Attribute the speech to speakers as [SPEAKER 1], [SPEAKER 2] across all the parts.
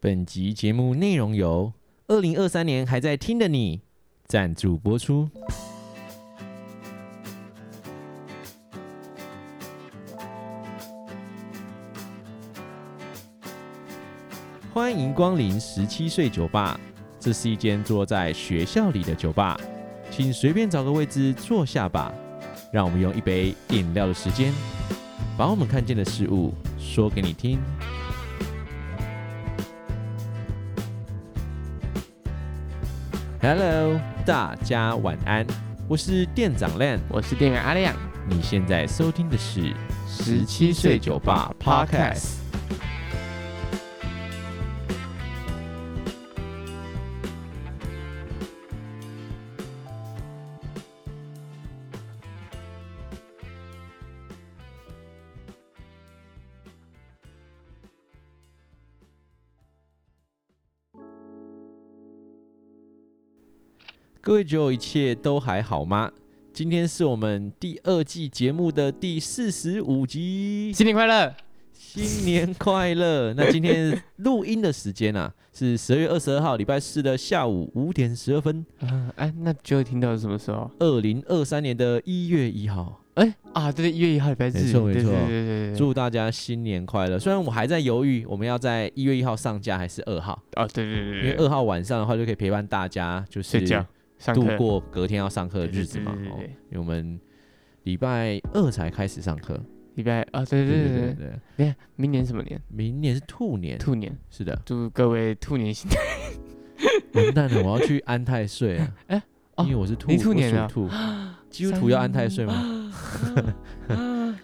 [SPEAKER 1] 本集节目内容由二零二三年还在听的你赞助播出。欢迎光临十七岁酒吧，这是一间坐在学校里的酒吧，请随便找个位置坐下吧。让我们用一杯饮料的时间，把我们看见的事物说给你听。Hello，大家晚安，我是店长 Lan，
[SPEAKER 2] 我是店员阿亮，
[SPEAKER 1] 你现在收听的是
[SPEAKER 2] 十七岁酒吧 Podcast。
[SPEAKER 1] 各位酒友，一切都还好吗？今天是我们第二季节目的第四十五集，
[SPEAKER 2] 新年快乐！
[SPEAKER 1] 新年快 乐！那今天录音的时间啊，是十二月二十二号礼拜四的下午五点十二分，
[SPEAKER 2] 嗯，哎，那就听到是什么时候？
[SPEAKER 1] 二零二三年的一月一号。
[SPEAKER 2] 哎啊，对，一月一号礼拜日，
[SPEAKER 1] 没错没错
[SPEAKER 2] 对对对对对，
[SPEAKER 1] 祝大家新年快乐！虽然我还在犹豫，我们要在一月一号上架还是二号，
[SPEAKER 2] 哦，对对对
[SPEAKER 1] 因
[SPEAKER 2] 对，
[SPEAKER 1] 为二号晚上的话就可以陪伴大家，就是
[SPEAKER 2] 睡觉上
[SPEAKER 1] 度
[SPEAKER 2] 课
[SPEAKER 1] 过隔天要上课的日子嘛。
[SPEAKER 2] 对对对
[SPEAKER 1] 哦
[SPEAKER 2] 对对
[SPEAKER 1] 因为我们礼拜二才开始上课，
[SPEAKER 2] 礼拜啊，对对对对对，
[SPEAKER 1] 对，
[SPEAKER 2] 你看明年什么年？
[SPEAKER 1] 明年是兔年，
[SPEAKER 2] 兔年，
[SPEAKER 1] 是的，
[SPEAKER 2] 祝各位兔年新。
[SPEAKER 1] 完蛋了，我要去安太岁了
[SPEAKER 2] 哎哦
[SPEAKER 1] 因为我是兔，
[SPEAKER 2] 你兔
[SPEAKER 1] 我属
[SPEAKER 2] 年啊
[SPEAKER 1] 兔，基督徒要安太岁吗？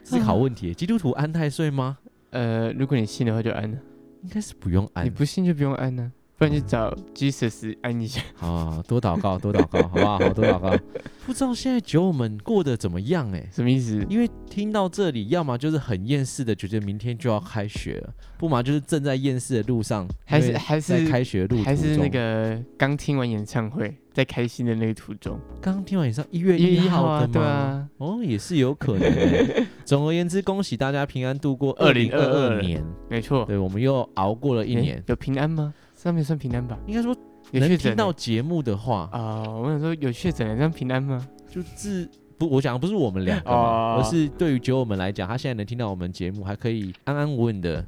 [SPEAKER 1] 思考问题，基督徒安太岁吗？
[SPEAKER 2] 呃，如果你信的话就安了，
[SPEAKER 1] 应该是不用安嗯
[SPEAKER 2] 你不信就不用安了，不然就找 Jesus 安一下。
[SPEAKER 1] 啊，多祷告，多祷告， 好不好？好，多祷告。不知道现在酒友们过得怎么样哎、
[SPEAKER 2] 什么意思？
[SPEAKER 1] 因为听到这里，要么就是很厌世的，觉得明天就要开学了；，不嘛就是正在厌世的路上，
[SPEAKER 2] 还
[SPEAKER 1] 因
[SPEAKER 2] 是
[SPEAKER 1] 为
[SPEAKER 2] 还是
[SPEAKER 1] 在开学路途中
[SPEAKER 2] 还是那个刚听完演唱会，在开心的那个途中，
[SPEAKER 1] 刚听完演唱一月
[SPEAKER 2] 1
[SPEAKER 1] 一
[SPEAKER 2] 号
[SPEAKER 1] 号
[SPEAKER 2] 啊，
[SPEAKER 1] 的
[SPEAKER 2] 对
[SPEAKER 1] 吗？
[SPEAKER 2] 啊，
[SPEAKER 1] 哦，也是有可能、 欸。总而言之，恭喜大家平安度过二零二
[SPEAKER 2] 2022
[SPEAKER 1] 二年，
[SPEAKER 2] 没错。
[SPEAKER 1] 对我们又熬过了一
[SPEAKER 2] 诶
[SPEAKER 1] 年。
[SPEAKER 2] 有平安吗？上面算平安吧？
[SPEAKER 1] 应该说，
[SPEAKER 2] 有
[SPEAKER 1] 能
[SPEAKER 2] 确
[SPEAKER 1] 听
[SPEAKER 2] 诊
[SPEAKER 1] 到
[SPEAKER 2] 啊、
[SPEAKER 1] 节目的话，
[SPEAKER 2] 哦我想说有确诊了，这样平安吗？
[SPEAKER 1] 就自不，我讲的不是我们两个嘛，
[SPEAKER 2] 哦
[SPEAKER 1] 而是对于酒友们来讲，他现在能听到我们节目，还可以安安稳稳的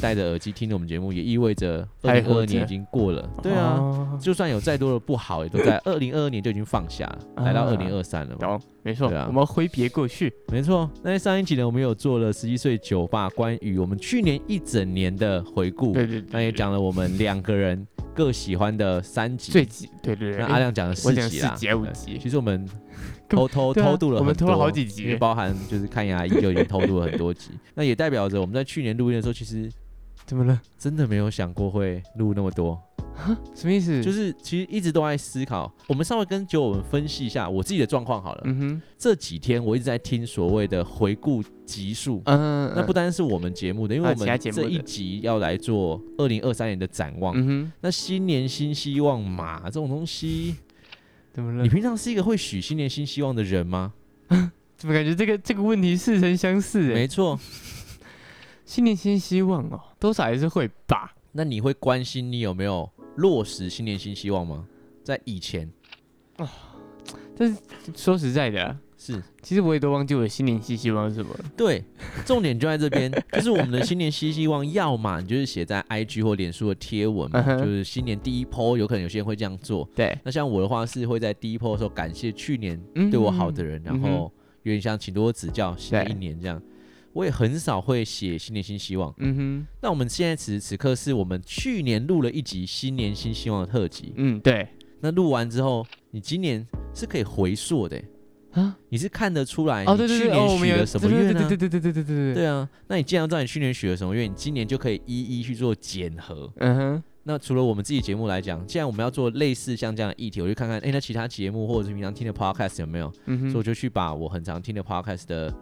[SPEAKER 1] 戴着耳机听着我们节目，也意味着二
[SPEAKER 2] 还
[SPEAKER 1] 零二
[SPEAKER 2] 活
[SPEAKER 1] 二
[SPEAKER 2] 着
[SPEAKER 1] 年已经过了。对啊，
[SPEAKER 2] 哦
[SPEAKER 1] 就算有再多的不好，也都在二零二二年就已经放下了，来到
[SPEAKER 2] 啊
[SPEAKER 1] 二零二三了嘛。
[SPEAKER 2] 懂，没错，
[SPEAKER 1] 对啊
[SPEAKER 2] 我们挥别过去，
[SPEAKER 1] 没错，那在上一集呢，我们有做了十一岁酒吧关于我们去年一整年的回顾，
[SPEAKER 2] 对对对，
[SPEAKER 1] 那也讲了我们两个人各喜欢的三集，
[SPEAKER 2] 最急，对对对，
[SPEAKER 1] 那
[SPEAKER 2] 诶
[SPEAKER 1] 阿亮讲了
[SPEAKER 2] 我
[SPEAKER 1] 四
[SPEAKER 2] 讲
[SPEAKER 1] 集
[SPEAKER 2] 四
[SPEAKER 1] 啦，
[SPEAKER 2] 集还五
[SPEAKER 1] 对
[SPEAKER 2] 集，
[SPEAKER 1] 其实我们
[SPEAKER 2] 根
[SPEAKER 1] 偷偷
[SPEAKER 2] 对啊
[SPEAKER 1] 偷渡了很多，
[SPEAKER 2] 我们偷了好几集
[SPEAKER 1] 因为包含就是看牙医就已经偷渡了很多 集，那也代表着我们在去年录音的时候，其实
[SPEAKER 2] 怎么了？
[SPEAKER 1] 真的没有想过会录那么多，
[SPEAKER 2] 什么意思？，
[SPEAKER 1] 就是是其实一直都在思考。我们稍微跟酒友们分析一下我自己的状况好了。
[SPEAKER 2] 嗯哼，
[SPEAKER 1] 这几天我一直在听所谓的回顾集数。
[SPEAKER 2] 嗯，
[SPEAKER 1] 那不
[SPEAKER 2] 嗯，
[SPEAKER 1] 单是我们节目的，因为
[SPEAKER 2] 啊
[SPEAKER 1] 我
[SPEAKER 2] 其他
[SPEAKER 1] 们
[SPEAKER 2] 节目
[SPEAKER 1] 这一
[SPEAKER 2] 的
[SPEAKER 1] 集要来做二零二三年的展望。
[SPEAKER 2] 嗯
[SPEAKER 1] 那新年新希望嘛，这种东西，
[SPEAKER 2] 哼，怎么
[SPEAKER 1] 你
[SPEAKER 2] 了？
[SPEAKER 1] 平常是一个会许新年新希望的人吗？
[SPEAKER 2] 怎么感觉这个这个问题似曾相识？哎
[SPEAKER 1] 没，错，
[SPEAKER 2] 新年新希望哦，多少还是会吧。
[SPEAKER 1] 那你会关心你有没有落实新年新希望吗？在以前
[SPEAKER 2] 说实在的啊，
[SPEAKER 1] 是
[SPEAKER 2] 其实我也都忘记我的新年新希望是什么了。
[SPEAKER 1] 对，重点就在这边，就是我们的新年新希望，要么你就是写在 IG 或脸书的贴文嘛
[SPEAKER 2] 嗯，
[SPEAKER 1] 就
[SPEAKER 2] 哼
[SPEAKER 1] 是新年第一 p 有可能有些人会这样做。
[SPEAKER 2] 对，
[SPEAKER 1] 那像我的话是会在第一 p 的时候感谢去年
[SPEAKER 2] 嗯
[SPEAKER 1] 对我好的人，然
[SPEAKER 2] 嗯哼
[SPEAKER 1] 后有点像请多多指教，新的一
[SPEAKER 2] 对
[SPEAKER 1] 年这样。我也很少会写新年新希望。
[SPEAKER 2] 嗯
[SPEAKER 1] 那我们现在此时此刻是我们去年录了一集新年新希望的特辑
[SPEAKER 2] 哼，，嗯，对
[SPEAKER 1] 那录完之后，你今年是可以回溯的欸，
[SPEAKER 2] 啊，
[SPEAKER 1] 你是看得出来
[SPEAKER 2] 哦，对
[SPEAKER 1] 你
[SPEAKER 2] 对
[SPEAKER 1] 去
[SPEAKER 2] 对，哦，我
[SPEAKER 1] 年
[SPEAKER 2] 们
[SPEAKER 1] 许
[SPEAKER 2] 有
[SPEAKER 1] 了什么愿呢、
[SPEAKER 2] 对对对对对对对对对，
[SPEAKER 1] 对啊，那你既然知道你去年许了什么愿，你今年就可以一一去做检核。
[SPEAKER 2] 嗯哼，
[SPEAKER 1] 那除了我们自己节目来讲，既然我们要做类似像这样的议题，我就看看，哎，那其他节目或者是平常听的 podcast 有没有？
[SPEAKER 2] 嗯
[SPEAKER 1] 所以
[SPEAKER 2] 哼
[SPEAKER 1] 我，就去把我很常听的 podcast 的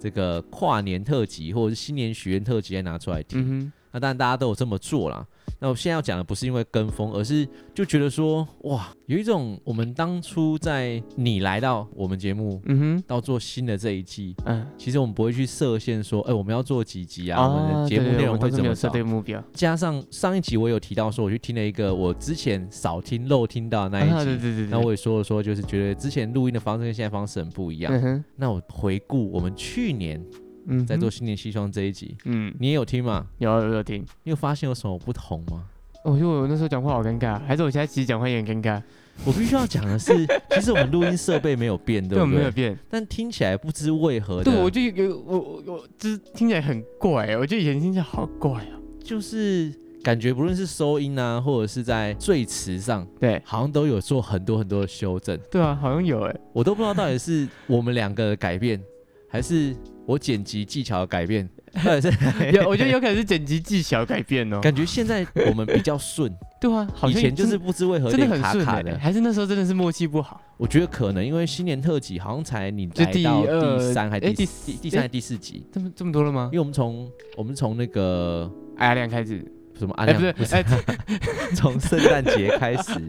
[SPEAKER 1] 这个跨年特辑或者是新年许愿特辑再拿出来听。
[SPEAKER 2] 嗯哼，
[SPEAKER 1] 那那当然大家都有这么做啦。那我现在要讲的不是因为跟风，而是就觉得说，哇，有一种我们当初在你来到我们节目
[SPEAKER 2] 嗯
[SPEAKER 1] 到做新的这一季，
[SPEAKER 2] 哼，嗯，
[SPEAKER 1] 其实我们不会去设限说，哎、我们要做几集啊，我们的节
[SPEAKER 2] 对
[SPEAKER 1] 目
[SPEAKER 2] 哦对
[SPEAKER 1] 内
[SPEAKER 2] 我
[SPEAKER 1] 容
[SPEAKER 2] 们
[SPEAKER 1] 会
[SPEAKER 2] 当时
[SPEAKER 1] 怎
[SPEAKER 2] 没有
[SPEAKER 1] 么
[SPEAKER 2] 设
[SPEAKER 1] 找？
[SPEAKER 2] 对目标？
[SPEAKER 1] 加上上一集我有提到说，我去听了一个我之前少听漏听到的那一
[SPEAKER 2] 啊
[SPEAKER 1] 集，
[SPEAKER 2] 对对对对，
[SPEAKER 1] 那我也说了说，就是觉得之前录音的方式跟现在方式很不一样。
[SPEAKER 2] 嗯哼，
[SPEAKER 1] 那我回顾我们去年
[SPEAKER 2] 嗯哼，
[SPEAKER 1] 在做新年西装这一集，
[SPEAKER 2] 嗯，
[SPEAKER 1] 你也有听吗？
[SPEAKER 2] 有有有听，
[SPEAKER 1] 你有发现有什么不同吗？
[SPEAKER 2] 我觉得我那时候讲话好尴尬，还是我现在其实讲话也很尴尬，
[SPEAKER 1] 我必须要讲的 是，其实我们录音设备没有变，对
[SPEAKER 2] 我
[SPEAKER 1] 不
[SPEAKER 2] 没
[SPEAKER 1] 对？
[SPEAKER 2] 有变。
[SPEAKER 1] 但听起来不知为何
[SPEAKER 2] 对，我
[SPEAKER 1] 的，
[SPEAKER 2] 就有我我我就是听起来很怪，我觉得以前听起来好怪哦。
[SPEAKER 1] 就是感觉不论是收音啊，或者是在最词上，
[SPEAKER 2] 对
[SPEAKER 1] 好像都有做很多很多的修正。
[SPEAKER 2] 对啊，好像有 哎，
[SPEAKER 1] 我都不知道到底是我们两个的改变，还是我剪辑技巧的改变，或者是
[SPEAKER 2] 有我觉得有可能是剪辑技巧改变哦。
[SPEAKER 1] 感觉现在我们比较顺，
[SPEAKER 2] 对啊，好
[SPEAKER 1] 以
[SPEAKER 2] 像
[SPEAKER 1] 前就
[SPEAKER 2] 真
[SPEAKER 1] 是不知为何有
[SPEAKER 2] 真的
[SPEAKER 1] 点
[SPEAKER 2] 很
[SPEAKER 1] 卡
[SPEAKER 2] 顺
[SPEAKER 1] 卡
[SPEAKER 2] 哎
[SPEAKER 1] 的。
[SPEAKER 2] 还是那时候真的是默契不好。
[SPEAKER 1] 我觉得可能因为新年特辑好像才你
[SPEAKER 2] 就
[SPEAKER 1] 来
[SPEAKER 2] 第
[SPEAKER 1] 到第
[SPEAKER 2] 二
[SPEAKER 1] 三还
[SPEAKER 2] 哎
[SPEAKER 1] 第
[SPEAKER 2] 第
[SPEAKER 1] 四第
[SPEAKER 2] 四
[SPEAKER 1] 第三
[SPEAKER 2] 哎
[SPEAKER 1] 还第四集，
[SPEAKER 2] 这么这么多了吗
[SPEAKER 1] 因？为我们从我们从那个
[SPEAKER 2] 哎，亮开始，
[SPEAKER 1] 什么啊
[SPEAKER 2] 哎，不
[SPEAKER 1] 亮，
[SPEAKER 2] 是，哎，
[SPEAKER 1] 从圣诞节开 始，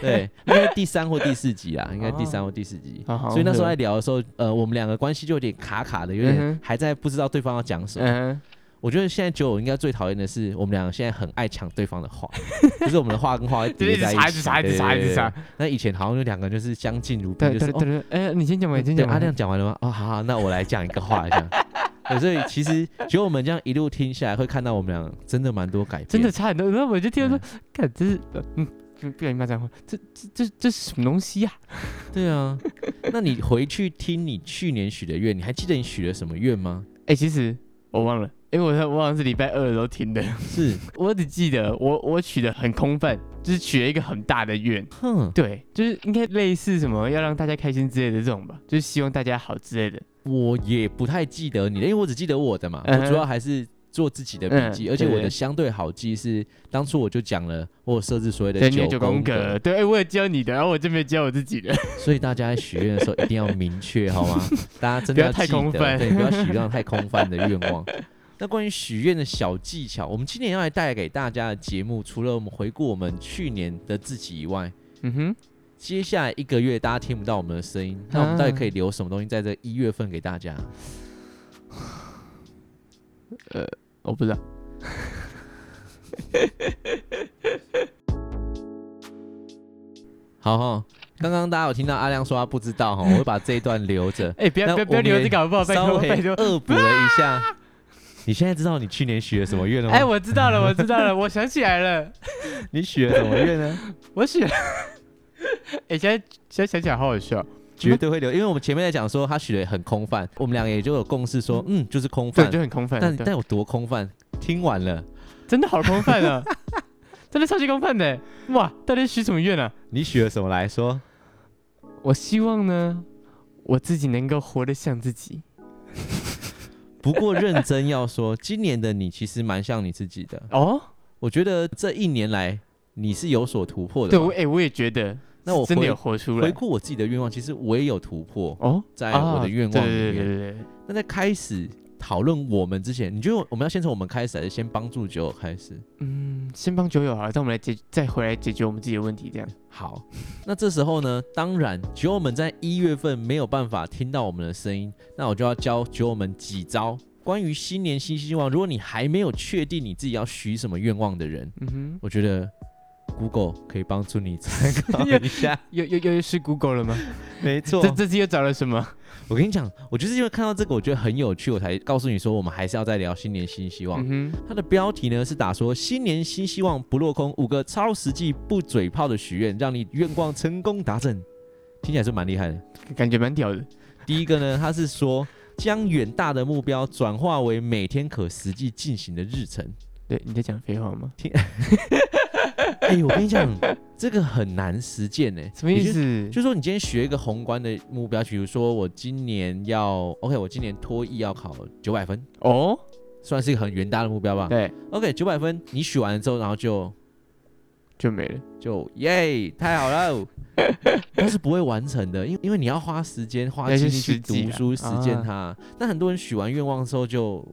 [SPEAKER 1] 对，应该第三或第四集啦，应该第三或第四集。
[SPEAKER 2] 好好
[SPEAKER 1] 所以那时候
[SPEAKER 2] 嗯
[SPEAKER 1] 在聊的时候，呃，我们两个关系就有点卡卡的，有
[SPEAKER 2] 嗯
[SPEAKER 1] 点
[SPEAKER 2] 哼
[SPEAKER 1] 还在不知道对方要讲什么。
[SPEAKER 2] 嗯，
[SPEAKER 1] 我觉得现在九五应该最讨厌的是，我们两个现在很爱抢对方的 话，就是我们的话跟话会
[SPEAKER 2] 就是
[SPEAKER 1] 叠
[SPEAKER 2] 一直
[SPEAKER 1] 在
[SPEAKER 2] 查，
[SPEAKER 1] 一
[SPEAKER 2] 一直
[SPEAKER 1] 起。
[SPEAKER 2] 查，一直查，一直查
[SPEAKER 1] 对。。对对那以前好像有两个人就是相敬如宾，
[SPEAKER 2] 对
[SPEAKER 1] 就是
[SPEAKER 2] 对
[SPEAKER 1] 哦，
[SPEAKER 2] 对对，哎，你先讲吧，你先
[SPEAKER 1] 对
[SPEAKER 2] 讲
[SPEAKER 1] 阿
[SPEAKER 2] 吧。
[SPEAKER 1] 亮讲完了吗？哦，好好，那我来讲一个话一 下。对，所以其实觉得我们这样一路听下来，会看到我们俩真的蛮多改变。
[SPEAKER 2] 真的差很多。然后我就听
[SPEAKER 1] 嗯
[SPEAKER 2] 到说，看、这是，呃嗯，不不小心骂脏话，这这这这是什么东西呀、
[SPEAKER 1] 对啊，那你回去听你去年许的愿，你还记得你许了什么愿吗？
[SPEAKER 2] 哎、其实我忘了，因为我我好像是礼拜二的时候听的，
[SPEAKER 1] 是，
[SPEAKER 2] 我只记得我我许的很空泛，就是许了一个很大的愿，
[SPEAKER 1] 哼，
[SPEAKER 2] 对，就是应该类似什么要让大家开心之类的这种吧，就是希望大家好之类的。
[SPEAKER 1] 我也不太记得你的，因为我只记得我的嘛，
[SPEAKER 2] 嗯哼
[SPEAKER 1] 我主要还是做自己的笔记，
[SPEAKER 2] 嗯
[SPEAKER 1] 而且我
[SPEAKER 2] 对
[SPEAKER 1] 的相对好记是当初我就讲了，我有设置所谓的
[SPEAKER 2] 对，你有
[SPEAKER 1] 九
[SPEAKER 2] 九宫格，
[SPEAKER 1] 格，
[SPEAKER 2] 对，哎、我有教你的，然后我就没有教我自己的。
[SPEAKER 1] 所以大家在许愿的时候一定要明确好吗？大家真的
[SPEAKER 2] 不要太
[SPEAKER 1] 记得
[SPEAKER 2] 空泛
[SPEAKER 1] 对，不要许那种太空泛的愿望。那关于许愿的小技巧，我们今年要来带给大家的节目，除了我们回顾我们去年的自己以外，
[SPEAKER 2] 嗯哼，
[SPEAKER 1] 接下来一个月大家听不到我们的声音，那我们到底
[SPEAKER 2] 啊
[SPEAKER 1] 可以留什么东西在这一月份给大家？
[SPEAKER 2] 我不知道。
[SPEAKER 1] 好哈，刚刚大家有听到阿亮说他不知
[SPEAKER 2] ，
[SPEAKER 1] 道哈，我会把这一段留着
[SPEAKER 2] 哎、不要
[SPEAKER 1] 那
[SPEAKER 2] 不要不要
[SPEAKER 1] 我们也
[SPEAKER 2] 留这个好不好？拜
[SPEAKER 1] 稍
[SPEAKER 2] 托拜
[SPEAKER 1] 微
[SPEAKER 2] 托。
[SPEAKER 1] 恶补了一下。你现在知道你去年许了什么愿了吗？
[SPEAKER 2] 哎、我知道了，我知道了，我想起来了。
[SPEAKER 1] 你许了什 么愿呢？
[SPEAKER 2] 我写，哎、 现在现在想起来好好笑。
[SPEAKER 1] 绝对会留，因为我们前面在讲说他许的很空泛，我们两个也就有共识说，嗯，就是空
[SPEAKER 2] 对，
[SPEAKER 1] 泛
[SPEAKER 2] 就。很空泛。
[SPEAKER 1] 但
[SPEAKER 2] 对
[SPEAKER 1] 但有多空泛？听完了，
[SPEAKER 2] 真的好空泛 啊，真的超级空泛的。哇，到底许什么愿啊？
[SPEAKER 1] 你许了什么来说？
[SPEAKER 2] 我希望呢，我自己能够活得像自己。
[SPEAKER 1] 不过认真要说，今年的你其实蛮像你自己的。
[SPEAKER 2] 哦，
[SPEAKER 1] 我觉得这一年来你是有所突破的
[SPEAKER 2] 对，
[SPEAKER 1] 嘛。
[SPEAKER 2] 我哎、我也觉得，
[SPEAKER 1] 那我
[SPEAKER 2] 真的
[SPEAKER 1] 回
[SPEAKER 2] 有活出
[SPEAKER 1] 回
[SPEAKER 2] 来。
[SPEAKER 1] 顾我自己的愿望，其实我也有突破，
[SPEAKER 2] 哦，
[SPEAKER 1] 在我的愿望里
[SPEAKER 2] 对对
[SPEAKER 1] 面。
[SPEAKER 2] 对对对，
[SPEAKER 1] 那在开始讨论我们之前，你觉得我们要先从我们开始，还是先帮助九友开始？
[SPEAKER 2] 嗯，先帮酒友好了，但我们来解，再回来解决我们自己的问题，这样。
[SPEAKER 1] 好，那这时候呢，当然酒友们在一月份没有办法听到我们的声音，那我就要教酒友们几招关于新年新希望。如果你还没有确定你自己要许什么愿望的人，
[SPEAKER 2] 嗯
[SPEAKER 1] 我觉得 Google 可以帮助你参考一 下。
[SPEAKER 2] 哼，又又又是 Google 了吗？
[SPEAKER 1] 没错
[SPEAKER 2] 这这次又找了什么？
[SPEAKER 1] 我跟你讲，我就是因为看到这个，我觉得很有趣，我才告诉你说，我们还是要再聊新年新希望。
[SPEAKER 2] 嗯哼，
[SPEAKER 1] 它的标题呢是打说“新年新希望不落空”，五个超实际不嘴炮的许愿，让你愿望成功达成，听起来是蛮厉害的。
[SPEAKER 2] 感觉蛮屌的。
[SPEAKER 1] 第一个呢，它是说将远大的目标转化为每天可实际进行的日程。
[SPEAKER 2] 对，你在讲废话吗？
[SPEAKER 1] 哎、我跟你 讲，这个很难实践呢、
[SPEAKER 2] 什么意
[SPEAKER 1] 也就是？
[SPEAKER 2] 思？
[SPEAKER 1] 就是说你今天学一个宏观的目标，比如说我今年要 OK，我今年托艺要考九百分，
[SPEAKER 2] 哦，
[SPEAKER 1] 算是一个很远大的目标吧。
[SPEAKER 2] 对，
[SPEAKER 1] OK，九百分，你许完了之后，然后就
[SPEAKER 2] 就没了。
[SPEAKER 1] 就耶，太好了，那是不会完成的，因为因为你要花时间、花
[SPEAKER 2] 要
[SPEAKER 1] 精
[SPEAKER 2] 去
[SPEAKER 1] 力去
[SPEAKER 2] 实际
[SPEAKER 1] 读
[SPEAKER 2] 啊
[SPEAKER 1] 书、实践
[SPEAKER 2] 啊
[SPEAKER 1] 它。但很多人许完愿望之后就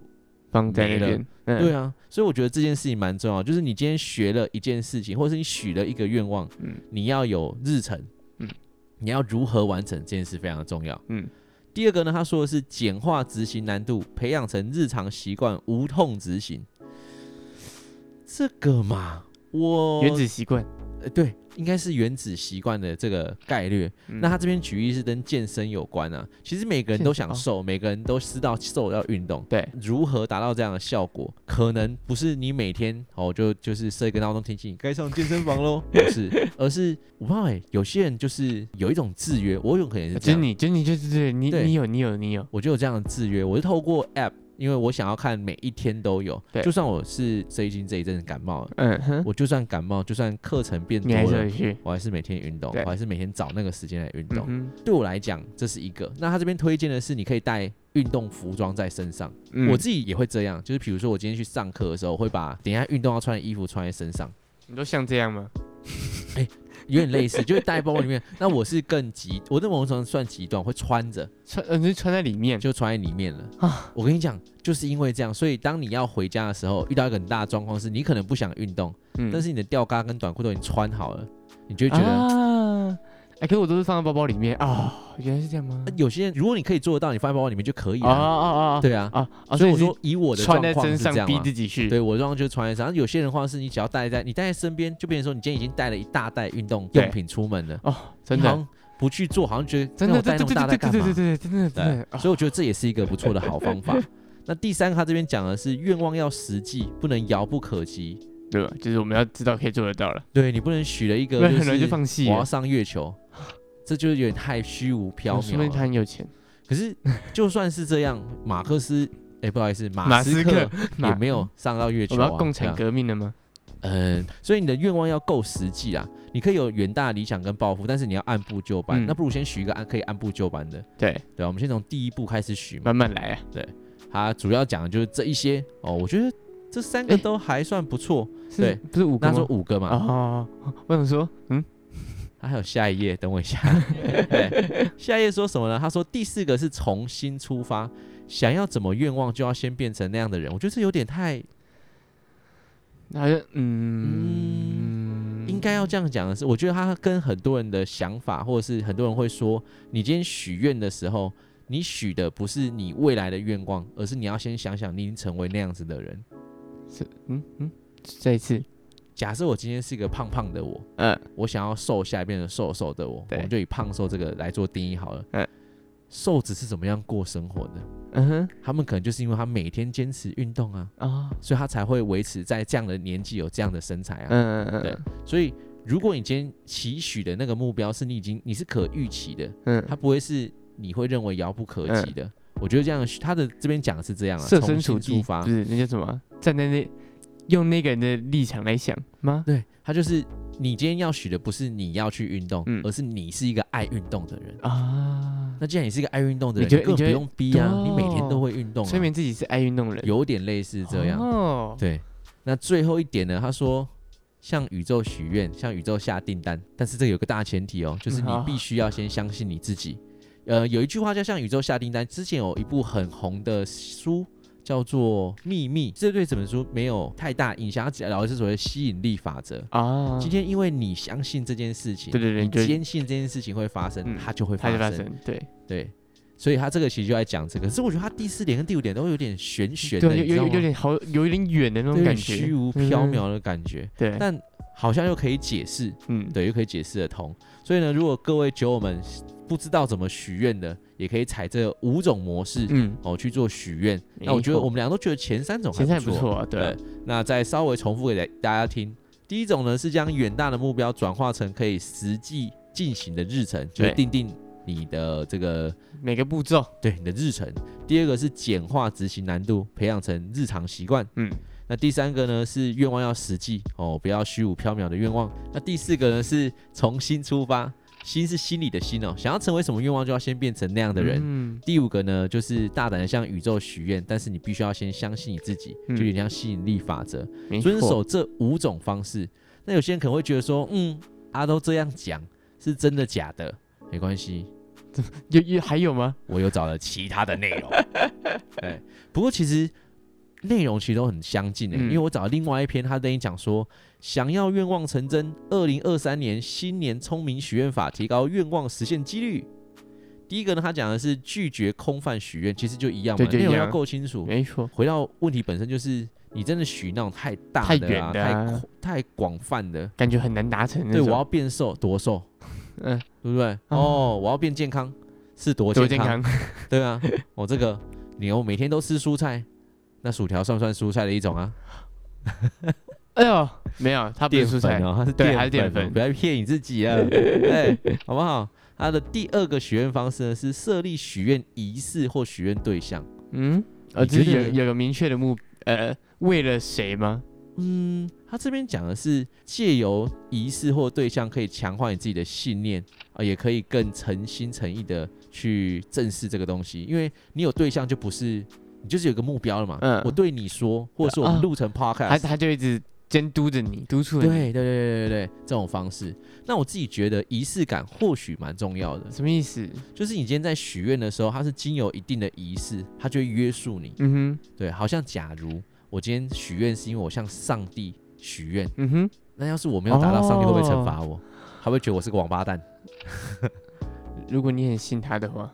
[SPEAKER 2] 放在
[SPEAKER 1] 没
[SPEAKER 2] 那
[SPEAKER 1] 了
[SPEAKER 2] 边。嗯
[SPEAKER 1] 对，啊，所以我觉得这件事情蛮重要，就是你今天学了一件事情，或者是你许了一个愿望，
[SPEAKER 2] 嗯
[SPEAKER 1] 你要有日程，
[SPEAKER 2] 嗯
[SPEAKER 1] 你要如何完成这件事非常的重要。
[SPEAKER 2] 嗯，
[SPEAKER 1] 第二个呢，他说的是简化执行难度，培养成日常习惯，无痛执行。这个嘛，我
[SPEAKER 2] 原子习惯。
[SPEAKER 1] 呃对，应该是原子习惯的这个概率。
[SPEAKER 2] 嗯
[SPEAKER 1] 那他这边举例是跟健身有关啊，其实每个人
[SPEAKER 2] 健
[SPEAKER 1] 都想
[SPEAKER 2] 哦
[SPEAKER 1] 瘦，每个人都知道瘦要运动，
[SPEAKER 2] 对，
[SPEAKER 1] 如何达到这样的效果，可能不是你每天哦就就是设一个闹钟提醒你该上健身房 喽，不是，而是我不知道哎、有些人就是有一种制约，我有可能也是这
[SPEAKER 2] 就是
[SPEAKER 1] 样，
[SPEAKER 2] 呃你，就是你，就是对你，
[SPEAKER 1] 对
[SPEAKER 2] 你有，你有，你有。
[SPEAKER 1] 我就有这样的制约，我是透过 app，因为我想要看每一天都有，
[SPEAKER 2] 对
[SPEAKER 1] 就算我是最近这一阵感冒了，
[SPEAKER 2] 嗯哼，
[SPEAKER 1] 我就算感冒，就算课程变
[SPEAKER 2] 你
[SPEAKER 1] 多
[SPEAKER 2] 还是
[SPEAKER 1] 了
[SPEAKER 2] 有。去。
[SPEAKER 1] 我还是每天运动，
[SPEAKER 2] 对
[SPEAKER 1] 我还是每天找那个时间来运
[SPEAKER 2] 嗯
[SPEAKER 1] 动。
[SPEAKER 2] 哼
[SPEAKER 1] 对我来讲，这是一个。那他这边推荐的是，你可以带运动服装在身上。
[SPEAKER 2] 嗯
[SPEAKER 1] 我自己也会这样，就是比如说我今天去上课的时候，我会把等一下运动要穿的衣服穿在身上，
[SPEAKER 2] 你都像这样吗？
[SPEAKER 1] 有点类似，就是带包里面。那我是更极，我在某种程度算极端，我会穿着
[SPEAKER 2] 穿，嗯，就穿在里面。
[SPEAKER 1] 就穿在里面了。
[SPEAKER 2] 啊
[SPEAKER 1] 我跟你讲，就是因为这样，所以当你要回家的时候，遇到一个很大的状况是，你可能不想运动，
[SPEAKER 2] 嗯
[SPEAKER 1] 但是你的吊嘎跟短裤都已经穿好了，你就会觉得。
[SPEAKER 2] 啊，哎，可是我都是放在包包里面啊，原来是这样吗
[SPEAKER 1] 呃？有些人，如果你可以做得到，你放在包包里面就可以
[SPEAKER 2] 啊
[SPEAKER 1] 了。
[SPEAKER 2] 啊啊！
[SPEAKER 1] 对啊，
[SPEAKER 2] 啊啊！
[SPEAKER 1] 所以我
[SPEAKER 2] 是
[SPEAKER 1] 说以我的状
[SPEAKER 2] 穿在
[SPEAKER 1] 况
[SPEAKER 2] 身
[SPEAKER 1] 是这
[SPEAKER 2] 上
[SPEAKER 1] 样
[SPEAKER 2] 逼
[SPEAKER 1] 嘛
[SPEAKER 2] 自己去。
[SPEAKER 1] 对我状况就是穿在身上。有些人的话是你只要带在，你带在身边，就变成说你今天已经带了一大袋运动用
[SPEAKER 2] 对
[SPEAKER 1] 品出门了，
[SPEAKER 2] 哦，真
[SPEAKER 1] 你好
[SPEAKER 2] 的，
[SPEAKER 1] 像不去做，好像觉得
[SPEAKER 2] 真
[SPEAKER 1] 那
[SPEAKER 2] 的，
[SPEAKER 1] 我带那
[SPEAKER 2] 对
[SPEAKER 1] 么
[SPEAKER 2] 对对
[SPEAKER 1] 大袋干
[SPEAKER 2] 对对对对
[SPEAKER 1] 嘛？
[SPEAKER 2] 对，真的真的
[SPEAKER 1] 对，，所以我觉得这也是一个不错的好方法。那第三个，他这边讲的是愿望要实际，不能遥不可及。
[SPEAKER 2] 对吧？就是我们要知道可以做得到了，
[SPEAKER 1] 对你不能许了一个
[SPEAKER 2] 不然
[SPEAKER 1] 就
[SPEAKER 2] 很容易
[SPEAKER 1] 是
[SPEAKER 2] 就放弃
[SPEAKER 1] 我要
[SPEAKER 2] 了。
[SPEAKER 1] 上月球，这就有点太虚无缥
[SPEAKER 2] 说明
[SPEAKER 1] 缈
[SPEAKER 2] 他
[SPEAKER 1] 了。
[SPEAKER 2] 很有钱，
[SPEAKER 1] 可是就算是这样，马克思，哎，不好意思，马
[SPEAKER 2] 马
[SPEAKER 1] 斯
[SPEAKER 2] 斯
[SPEAKER 1] 克
[SPEAKER 2] 克
[SPEAKER 1] 也没有上到月
[SPEAKER 2] 嗯我
[SPEAKER 1] 球
[SPEAKER 2] 们
[SPEAKER 1] 啊。
[SPEAKER 2] 要共
[SPEAKER 1] 对啊
[SPEAKER 2] 产革命了吗？
[SPEAKER 1] 嗯，所以你的愿望要够实际啊，你可以有远大的理想跟抱负，但是你要按部就班。
[SPEAKER 2] 嗯
[SPEAKER 1] 那不如先许一个按可以按部就班的，
[SPEAKER 2] 对，
[SPEAKER 1] 对吧、我们先从第一步开始许嘛。
[SPEAKER 2] 慢慢来啊。
[SPEAKER 1] 它主要讲的就是这一些哦，我觉得这三个
[SPEAKER 2] 哎
[SPEAKER 1] 都还算不错。
[SPEAKER 2] 是
[SPEAKER 1] 对
[SPEAKER 2] 不是五个
[SPEAKER 1] 那
[SPEAKER 2] 吗
[SPEAKER 1] 说？五个嘛，
[SPEAKER 2] 哦，我想说，嗯，
[SPEAKER 1] 它还有下一页，等我一 下。对，下一页说什么呢？他说第四个是重新出发，想要怎么愿望就要先变成那样的人。我觉得这有点太，
[SPEAKER 2] 那好像嗯，
[SPEAKER 1] 应该要这样讲的是，我觉得他跟很多人的想法，或者是很多人会说，你今天许愿的时候，你许的不是你未来的愿望，而是你要先想想你已经成为那样子的人。
[SPEAKER 2] 是嗯嗯，再一次，
[SPEAKER 1] 假设我今天是一个胖胖的我，
[SPEAKER 2] 嗯，
[SPEAKER 1] 我想要瘦下来变成瘦瘦的我，我
[SPEAKER 2] 对
[SPEAKER 1] 们就以胖瘦这个来做定义好了。
[SPEAKER 2] 嗯
[SPEAKER 1] 瘦子是怎么样过生活的？
[SPEAKER 2] 嗯哼，
[SPEAKER 1] 他们可能就是因为他每天坚持运动啊，
[SPEAKER 2] 啊，
[SPEAKER 1] 所以他才会维持在这样的年纪有这样的身材啊。
[SPEAKER 2] 嗯嗯
[SPEAKER 1] 对
[SPEAKER 2] 嗯，
[SPEAKER 1] 所以，如果你今天期许的那个目标是你已经你是可预期的，
[SPEAKER 2] 嗯，
[SPEAKER 1] 它不会是你会认为遥不可及的。我觉得这样，他的这边讲的是这样啊，
[SPEAKER 2] 设
[SPEAKER 1] 重
[SPEAKER 2] 身
[SPEAKER 1] 新
[SPEAKER 2] 处地，
[SPEAKER 1] 出发
[SPEAKER 2] 不，是那叫什么啊？站在那，用那个人的立场来想吗？
[SPEAKER 1] 对他就是你今天要许的不是你要去运动，
[SPEAKER 2] 嗯
[SPEAKER 1] 而是你是一个爱运动的人。
[SPEAKER 2] 啊，
[SPEAKER 1] 那既然你是一个爱运动的人，
[SPEAKER 2] 你觉
[SPEAKER 1] 你根本不
[SPEAKER 2] 得你觉得
[SPEAKER 1] 用逼啊，
[SPEAKER 2] 哦
[SPEAKER 1] 你每天都会运动、
[SPEAKER 2] 催
[SPEAKER 1] 啊，
[SPEAKER 2] 眠自己是爱运动的人，
[SPEAKER 1] 有点类似这样。
[SPEAKER 2] 哦，
[SPEAKER 1] 对，那最后一点呢？他说向宇宙许愿，向宇宙下订单，但是这有个大前提哦，就是你
[SPEAKER 2] 嗯好
[SPEAKER 1] 必须要先相信你自己。呃，有一句话叫向宇宙下订单，之前有一部很红的书。叫做秘密，这对这本书没有太大影响，它只聊的是所谓的吸引力法则。
[SPEAKER 2] 啊，
[SPEAKER 1] 今天因为你相信这件事情，
[SPEAKER 2] 对对对，就
[SPEAKER 1] 坚信这件事情会发生，
[SPEAKER 2] 嗯
[SPEAKER 1] 它就会
[SPEAKER 2] 它
[SPEAKER 1] 发
[SPEAKER 2] 就
[SPEAKER 1] 生。
[SPEAKER 2] 发生，对，
[SPEAKER 1] 对，所以他这个其实就在讲这个。可是我觉得他第四点跟第五点都有点悬悬的，
[SPEAKER 2] 对，有
[SPEAKER 1] 你知道
[SPEAKER 2] 有
[SPEAKER 1] 吗
[SPEAKER 2] 有点好，有点远的那
[SPEAKER 1] 有
[SPEAKER 2] 种
[SPEAKER 1] 点
[SPEAKER 2] 感觉，嗯哎
[SPEAKER 1] 虚无缥缈的感觉。
[SPEAKER 2] 对，
[SPEAKER 1] 但好像又可以解释，
[SPEAKER 2] 嗯，
[SPEAKER 1] 对，又可以解释得通。所以呢，如果各位酒友们不知道怎么许愿的，也可以采这五种模式、
[SPEAKER 2] 嗯，
[SPEAKER 1] 哦去做许愿。
[SPEAKER 2] 没
[SPEAKER 1] 那我觉得
[SPEAKER 2] 错
[SPEAKER 1] 我们俩都觉得前三种还
[SPEAKER 2] 现在不错啊，对啊，
[SPEAKER 1] 那再稍微重复给大家听。第一种呢是将远大的目标转化成可以实际进行的日程，就是
[SPEAKER 2] 对
[SPEAKER 1] 定定你的这个
[SPEAKER 2] 每个步骤，
[SPEAKER 1] 对你的日程。第二个是简化执行难度，培养成日常习惯。
[SPEAKER 2] 嗯，
[SPEAKER 1] 那第三个呢是愿望要实际哦，不要虚无缥缈的愿望。那第四个呢是从心出发，心是心里的心哦，想要成为什么愿望就要先变成那样的人。
[SPEAKER 2] 嗯，
[SPEAKER 1] 第五个呢就是大胆的向宇宙许愿，但是你必须要先相信你自己，就
[SPEAKER 2] 嗯
[SPEAKER 1] 有点像吸引力法则，
[SPEAKER 2] 没
[SPEAKER 1] 遵
[SPEAKER 2] 错
[SPEAKER 1] 守这五种方式。那有些人可能会觉得说，嗯，阿都这样讲是真的假的？没关系，
[SPEAKER 2] 有有还有吗？
[SPEAKER 1] 我又找了其他的内容。对，不过其实内容其实都很相近诶、
[SPEAKER 2] 嗯
[SPEAKER 1] 因为我找另外一篇，他跟你讲说，想要愿望成真，二零二三年新年聪明许愿法，提高愿望实现几率。第一个呢，他讲的是拒绝空泛许愿，其实就一样嘛，
[SPEAKER 2] 对就一
[SPEAKER 1] 内容
[SPEAKER 2] 样
[SPEAKER 1] 要够清楚。
[SPEAKER 2] 没错，
[SPEAKER 1] 回到问题本身，就是你真的许那种太大
[SPEAKER 2] 太
[SPEAKER 1] 的
[SPEAKER 2] 远
[SPEAKER 1] 啊，
[SPEAKER 2] 的
[SPEAKER 1] 太
[SPEAKER 2] 啊
[SPEAKER 1] 广太广泛的，
[SPEAKER 2] 感觉很难达成那
[SPEAKER 1] 对
[SPEAKER 2] 种。
[SPEAKER 1] 我要变瘦多瘦，
[SPEAKER 2] 嗯，
[SPEAKER 1] 对不对？哦，我要变健康是多
[SPEAKER 2] 多
[SPEAKER 1] 健
[SPEAKER 2] 健
[SPEAKER 1] 康，
[SPEAKER 2] 康，
[SPEAKER 1] 对啊，我这个你我每天都吃蔬菜，那薯条算不算蔬菜的一种啊？
[SPEAKER 2] 哎呦，没有，它不
[SPEAKER 1] 淀
[SPEAKER 2] 是蔬菜
[SPEAKER 1] 粉，哦，它是
[SPEAKER 2] 对
[SPEAKER 1] 淀
[SPEAKER 2] 它是淀
[SPEAKER 1] 粉哦，
[SPEAKER 2] 粉
[SPEAKER 1] 不要骗你自己 啊，哎，好不好？它的第二个许愿方式呢是设立许愿仪式或许愿对象，
[SPEAKER 2] 嗯，
[SPEAKER 1] 你
[SPEAKER 2] 呃，只是
[SPEAKER 1] 觉得
[SPEAKER 2] 有有个明确的目，呃，为了谁吗？
[SPEAKER 1] 嗯，他这边讲的是借由仪式或对象，可以强化你自己的信念啊、也可以更诚心诚意的去正视这个东西，因为你有对象就不是你就是有一个目标了嘛。
[SPEAKER 2] 嗯
[SPEAKER 1] 我对你说，或者是我们
[SPEAKER 2] 啊
[SPEAKER 1] 录成
[SPEAKER 2] 他
[SPEAKER 1] podcast，、
[SPEAKER 2] 他就一直监督着你，督促
[SPEAKER 1] 对对
[SPEAKER 2] 你，
[SPEAKER 1] 对对对对，这种方式。那我自己觉得仪式感或许蛮重要的，
[SPEAKER 2] 什么意思？
[SPEAKER 1] 就是你今天在许愿的时候，它是经由一定的仪式，它就会约束你。
[SPEAKER 2] 嗯哼，
[SPEAKER 1] 对，好像假如我今天许愿是因为我向上帝许愿。
[SPEAKER 2] 嗯哼，
[SPEAKER 1] 那要是我没有达到，上帝会不会惩
[SPEAKER 2] 哦
[SPEAKER 1] 罚我？他会觉得我是个王八蛋？
[SPEAKER 2] 如果你很信他的话，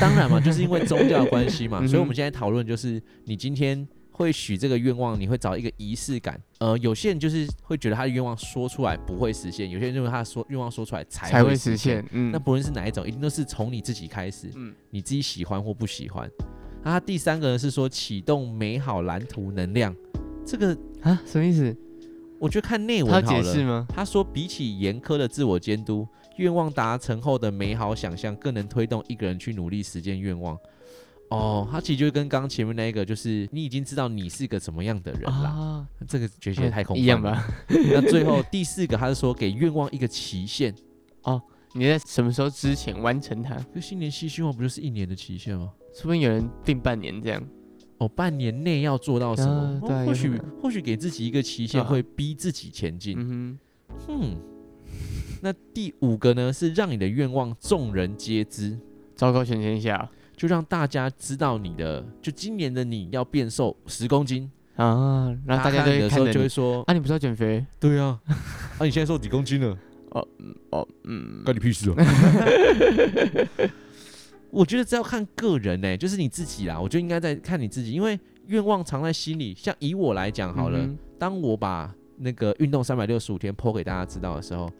[SPEAKER 1] 当然嘛，就是因为宗教的关系嘛。
[SPEAKER 2] 嗯哼
[SPEAKER 1] 所以我们现在讨论就是，你今天会许这个愿望，你会找一个仪式感。呃，有些人就是会觉得他的愿望说出来不会实现，有些人认为他的说愿望说出来才
[SPEAKER 2] 才
[SPEAKER 1] 会
[SPEAKER 2] 会实现。。嗯
[SPEAKER 1] 那，不论是哪一种，一定都是从你自己开始，
[SPEAKER 2] 嗯
[SPEAKER 1] 你自己喜欢或不喜欢。那他第三个呢是说启动美好蓝图能量，这个
[SPEAKER 2] 啊，什么意思？
[SPEAKER 1] 我觉得看内文
[SPEAKER 2] 他
[SPEAKER 1] 好
[SPEAKER 2] 要
[SPEAKER 1] 了。
[SPEAKER 2] 解释吗？
[SPEAKER 1] 他说，比起严苛的自我监督，愿望达成后的美好想象，更能推动一个人去努力实践愿望。哦，他其实就跟刚前面那一个，就是你已经知道你是个什么样的人啦。
[SPEAKER 2] 啊，
[SPEAKER 1] 这个觉得太空
[SPEAKER 2] 一样？吧？
[SPEAKER 1] 那最后第四个，他是说给愿望一个期限，
[SPEAKER 2] 你在什么时候之前完成它？
[SPEAKER 1] 就新年新希望不就是一年的期限吗？
[SPEAKER 2] 说不定有人定半年这样。
[SPEAKER 1] 哦，半年内要做到什么？
[SPEAKER 2] 啊对啊
[SPEAKER 1] 哦或
[SPEAKER 2] 有可
[SPEAKER 1] 许
[SPEAKER 2] 能
[SPEAKER 1] 或许给自己一个期限，
[SPEAKER 2] 啊
[SPEAKER 1] 会逼自己前进。
[SPEAKER 2] 嗯
[SPEAKER 1] 嗯，那第五个呢，是让你的愿望众人皆知。
[SPEAKER 2] 哼，糟糕，选天下
[SPEAKER 1] 就让大家知道你的，就今年的你要变瘦十公斤，
[SPEAKER 2] 啊，然后大家都
[SPEAKER 1] 看你的
[SPEAKER 2] 会
[SPEAKER 1] 时
[SPEAKER 2] 看
[SPEAKER 1] 候
[SPEAKER 2] 着
[SPEAKER 1] 就会
[SPEAKER 2] 你。
[SPEAKER 1] 说，
[SPEAKER 2] 啊，你不是要减肥？
[SPEAKER 1] 对啊， 啊你现在瘦几公斤了，
[SPEAKER 2] 哦，嗯哦，嗯，
[SPEAKER 1] 你屁事哦。 我觉得这要看个人呢、就是你自己啦。我觉得应该在看你自己，因为愿望藏在心里。像以我来讲好了，
[SPEAKER 2] 嗯
[SPEAKER 1] 当我把那个运动三百六十五天剖给大家知道的时候，